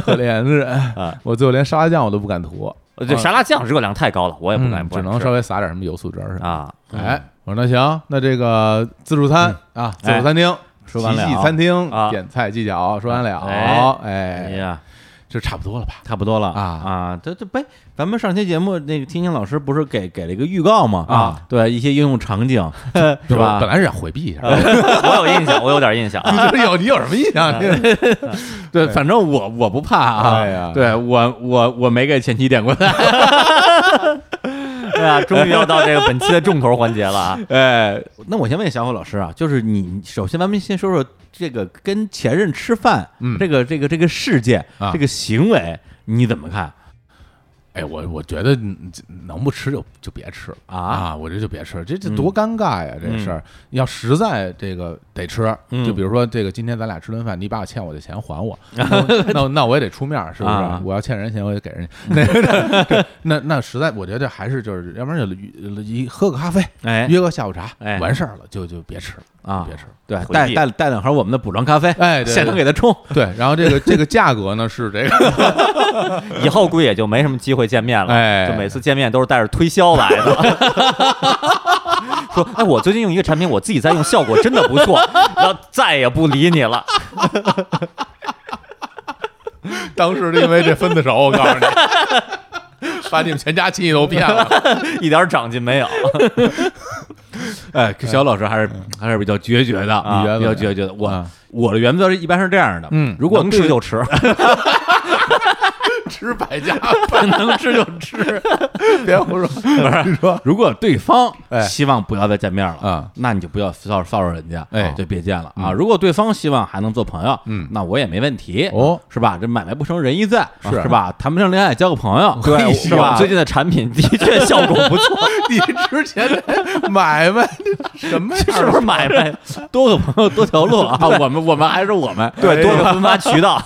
Speaker 1: 可怜的人，我最后连沙拉酱我都不敢涂，
Speaker 2: 这沙拉酱热量太高了，我也不敢，
Speaker 1: 啊嗯
Speaker 2: 不
Speaker 1: 只
Speaker 2: 敢
Speaker 1: 能
Speaker 2: 吃
Speaker 1: 稍微撒点什么油醋汁儿什么
Speaker 2: 啊，嗯
Speaker 1: 的。哎，我说那行，那这个自助餐啊，自
Speaker 2: 哎
Speaker 1: 助餐厅。
Speaker 4: 说完了
Speaker 1: 奇迹餐厅
Speaker 2: 啊
Speaker 1: 点菜技巧说完了，
Speaker 2: 哎
Speaker 1: 哎
Speaker 4: 哎呀，
Speaker 1: 这差不多了吧？
Speaker 4: 差不多了
Speaker 1: 啊
Speaker 4: 啊，这这呗，咱们上期节目那个天晴老师不是给给了一个预告吗？
Speaker 1: 啊，
Speaker 4: 对一些应用场景是
Speaker 1: 我
Speaker 4: 吧啊
Speaker 1: 本？来是想回避一下，
Speaker 2: 我有印象，我有点印象。啊
Speaker 1: 你这 有你有什么印象？这
Speaker 4: 对，反正我我不怕
Speaker 1: 哎呀
Speaker 4: 啊，对我我我没给前妻点过赞，
Speaker 2: 对啊，终于要到这个本期的重头环节了啊！
Speaker 4: 哎， 那我先问小虎老师啊，就是你首先咱们先说说这个跟前任吃饭，
Speaker 1: 嗯
Speaker 4: 这个这个这个事件，
Speaker 1: 啊
Speaker 4: 这个行为你怎么看
Speaker 1: 哎，我我觉得嗯能不吃就就别吃了
Speaker 4: 啊嗯
Speaker 1: 啊！我这就别吃了，这这多尴尬呀！这事儿要实在这个得吃，
Speaker 4: 嗯
Speaker 1: 就比如说这个今天咱俩吃顿饭，你把我欠我的钱还 我，那那那我也得出面儿，是不是
Speaker 4: 啊？
Speaker 1: 我要欠人钱，我得 给人家。那这那那实在，我觉得还是就是，要不然就一喝个咖啡，
Speaker 4: 哎
Speaker 1: 约个下午茶
Speaker 4: 哎，
Speaker 1: 完事儿了，就就别吃了，
Speaker 4: 啊？
Speaker 1: 别吃了。
Speaker 4: 对，
Speaker 2: 避
Speaker 4: 带带带两盒我们的补妆咖啡，
Speaker 1: 哎，对
Speaker 4: 现场给他冲，
Speaker 1: 对，然后这个这个价格呢是这个，
Speaker 2: 以后估计也就没什么机会见面了，
Speaker 1: 哎
Speaker 2: 就每次见面都是带着推销来的。 说，哎，我最近用一个产品，我自己在用，效果真的不错，然后再也不理你了。
Speaker 1: 当时是因为这分的少，我告诉你， 把你们全家亲戚都骗了。
Speaker 2: 一点长进没有。
Speaker 4: 哎，小老师还是还是比较决绝的
Speaker 1: 啊
Speaker 4: 比较决绝的。我
Speaker 1: 啊
Speaker 4: 我的原则是一般是这样的，
Speaker 1: 嗯
Speaker 4: 如果
Speaker 2: 能吃
Speaker 4: 对
Speaker 2: 就吃，
Speaker 1: 吃百家，
Speaker 4: 能吃就 吃，
Speaker 1: 别胡说，你说
Speaker 4: 如果对方
Speaker 1: 哎
Speaker 4: 希望不要再见面了
Speaker 1: 啊，
Speaker 4: 那你就不要骚骚扰人家，
Speaker 1: 哎
Speaker 4: 就别见了啊。如果对方希望还能做朋友，
Speaker 1: 嗯
Speaker 4: 那我也没问题
Speaker 1: 哦，
Speaker 4: 是吧？这买卖不成仁义在，
Speaker 1: 是
Speaker 4: 是吧？谈不上恋爱，交个朋友，对，是吧？
Speaker 2: 最近的产品的确效果 不错，
Speaker 1: 你之前这买卖什么样
Speaker 2: 是
Speaker 1: 儿
Speaker 2: 不是买卖？
Speaker 4: 多个朋友多条路啊，我们我们还是我们，
Speaker 2: 对，多个分发渠道。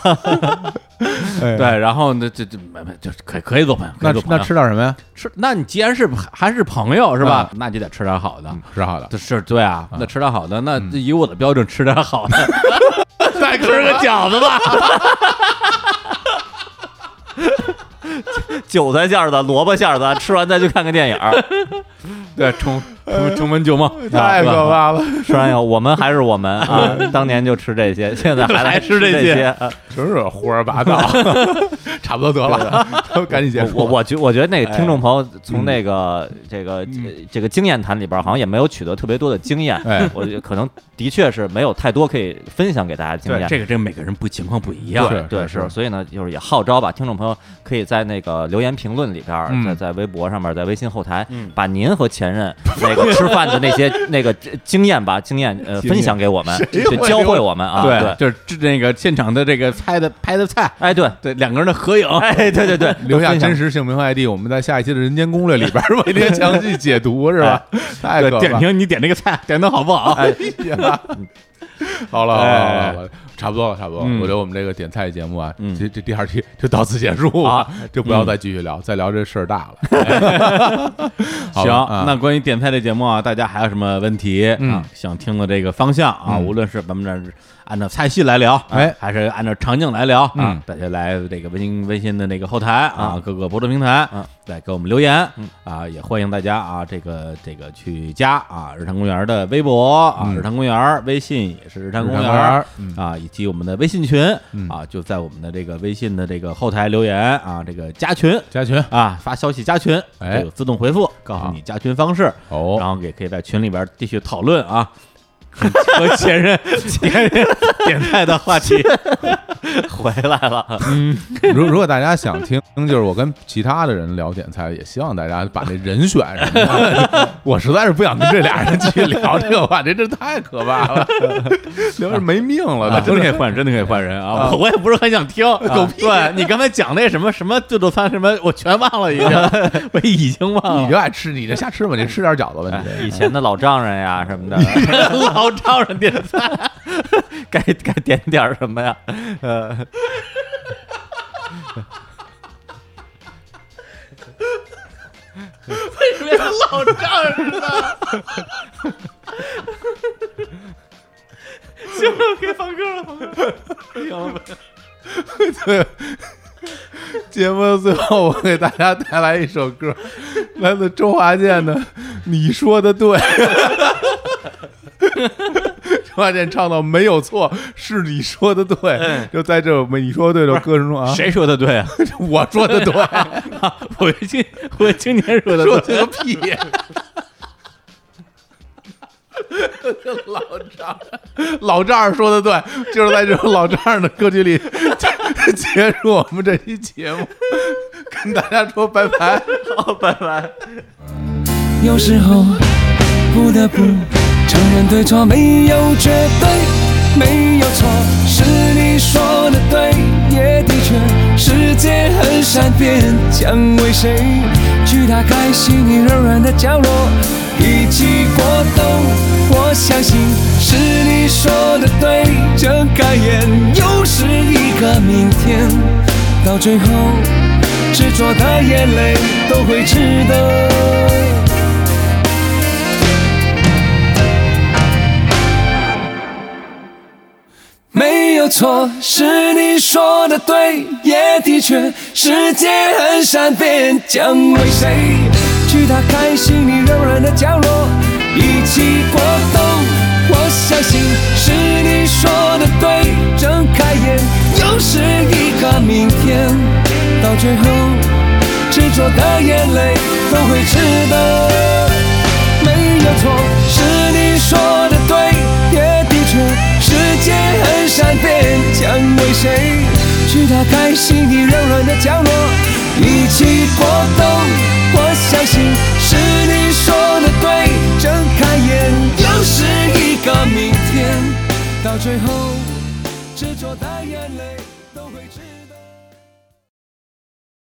Speaker 1: 哎
Speaker 4: 对，然后呢，这这买卖就是可以可以做朋友，可
Speaker 1: 那
Speaker 4: 以做朋
Speaker 1: 那
Speaker 4: 友。
Speaker 1: 吃点什么呀？
Speaker 4: 吃，那你既然是还是朋友是吧？
Speaker 2: 嗯
Speaker 4: 那就得吃点好的。
Speaker 1: 吃好的，
Speaker 4: 这是对啊，
Speaker 1: 啊
Speaker 4: 那吃点好的，
Speaker 2: 嗯
Speaker 4: 那以我的标准吃点好 的，
Speaker 1: 再吃个饺子吧。
Speaker 2: 韭菜馅儿的、萝卜馅儿的，吃完再去看个电影儿。
Speaker 4: 对，重重重温旧梦，
Speaker 2: 哎
Speaker 4: 啊
Speaker 1: 太
Speaker 4: 是吧
Speaker 1: 可怕了！
Speaker 2: 吃完以后，我们还是我们啊，当年就吃这些，现在还来吃这些。啊
Speaker 1: 真是胡说八道， 差不多得了，赶紧结束。
Speaker 2: 我我觉我觉得那个听
Speaker 1: 哎
Speaker 2: 众朋友从
Speaker 1: 嗯
Speaker 2: 那个这个呃这这个经验谈里边，好像也没有取得特别多的经验
Speaker 1: 哎。
Speaker 2: 我觉得可能的确是没有太多可以分享给大家经验。
Speaker 4: 这个这个每个人不情况不一样，
Speaker 1: 对
Speaker 2: 对，嗯是，所以呢，就是也号召吧，听众朋友可以在那个留言评论里边儿，
Speaker 1: 嗯
Speaker 2: 在在微博上面，在微信后台，把您和前任那个吃饭的那些那个呃经验吧，经验呃
Speaker 1: 经验
Speaker 2: 分享给我们，
Speaker 1: 谁
Speaker 2: 就
Speaker 1: 会
Speaker 2: 教
Speaker 1: 留
Speaker 2: 会我们啊，
Speaker 4: 对，就是这那个现场的这个拍的拍的菜，
Speaker 2: 哎对，
Speaker 4: 对，两个人的合影，
Speaker 2: 哎 对对对，
Speaker 1: 留下
Speaker 2: 分享
Speaker 1: 真实姓名和 ID，我们在下一期的《人间攻略》里边儿为您详细解读，是吧？太可怕
Speaker 4: 对，点
Speaker 1: 了！
Speaker 4: 评你点这个菜点的好不好？
Speaker 1: 哎呀， 好了，好了，好了
Speaker 4: 哎
Speaker 1: 好了，差不多了，差不多了。
Speaker 4: 嗯
Speaker 1: 我觉得我们这个点菜节目啊，
Speaker 4: 嗯
Speaker 1: 这这第二期 就到此结束吧，就不要再继续聊，再聊这事儿大了。 好
Speaker 4: 行
Speaker 1: 吧，啊
Speaker 4: 那关于点菜这节目啊，大家还有什么问题
Speaker 1: 嗯
Speaker 4: 啊？想听的这个方向啊，
Speaker 1: 嗯
Speaker 4: 无论是咱们这儿按照菜系来聊，啊
Speaker 1: 哎
Speaker 4: 还是按照场景来聊啊
Speaker 1: 嗯，
Speaker 4: 大家来这个微信微信的那个后台啊，各个播出平台
Speaker 1: 嗯
Speaker 4: 啊来给我们留言啊，也欢迎大家啊，这个这个去加啊日坛公园的微博啊，
Speaker 1: 嗯
Speaker 4: 日坛公园微信也是日坛
Speaker 1: 日
Speaker 4: 公
Speaker 1: 坛公
Speaker 4: 园
Speaker 1: 园嗯
Speaker 4: 啊，以及我们的微信群
Speaker 1: 嗯
Speaker 4: 啊，就在我们的这个微信的这个后台留言啊，这个加群
Speaker 1: 加群
Speaker 4: 啊，发消息加群，
Speaker 1: 哎
Speaker 4: 就有自动回复，告诉你加群方式，然
Speaker 1: 哦，
Speaker 4: 后也可以在群里边继续讨论啊。和前任、前任 点菜的话 题，
Speaker 2: 回来
Speaker 4: 啊
Speaker 2: 了，
Speaker 1: 如如果大家想听，就是我跟其他的人聊点菜，也希望大家把这人选什么的， 我实在是不想跟这俩人去聊这个话题，这太可怕 了，聊着没命了，
Speaker 4: 啊
Speaker 1: 那真
Speaker 4: 真的可
Speaker 1: 的
Speaker 4: 以换，真的可以换人啊！我我也不是很想听，狗屁！对你刚才讲那什么什么自助餐什么，我全忘了，已经， 我已经忘
Speaker 1: 你
Speaker 4: 了。
Speaker 1: 就爱吃，你就瞎吃吧，你吃点饺子吧，你这
Speaker 2: 以前的老丈人呀 什么的，
Speaker 4: 老丈人点菜，
Speaker 2: 该该点点儿什么呀？呃，
Speaker 1: 节目的最后，我给大家带来一首歌， 来自 周华健的《你说的对》。发现唱到没有错，是你说的对，就在这没你说的对的歌声中啊，
Speaker 3: 谁说的 对啊？
Speaker 1: 我说的对，
Speaker 3: 我今我今天说的
Speaker 1: 说
Speaker 3: 对，
Speaker 1: 的个屁！老丈老丈人说的对，就是在这种老丈人的歌曲里结结束我们这期节目，跟大家说拜拜。
Speaker 7: 有时候不得不承认对错没有绝对，没有错，是你说的对，也的确，世界很善变，将为谁去打开心里柔软的角落，一起过冬。我相信是你说的对，睁开眼又是一个明天，到最后执着的眼泪都会值得。没有错，是你说的对，也的确，世界很善变，将为谁去打开心里柔软的角落，一起过冬。我相信是你说的对，睁开眼又是一个明天，到最后执着的眼泪都会值得。没有错，是你说的对，也的确，世界很善变，将为谁去打开心底柔软的角落，一起过冬。我相信是你说的对，睁开眼又是一个明天，到最后执着的眼泪。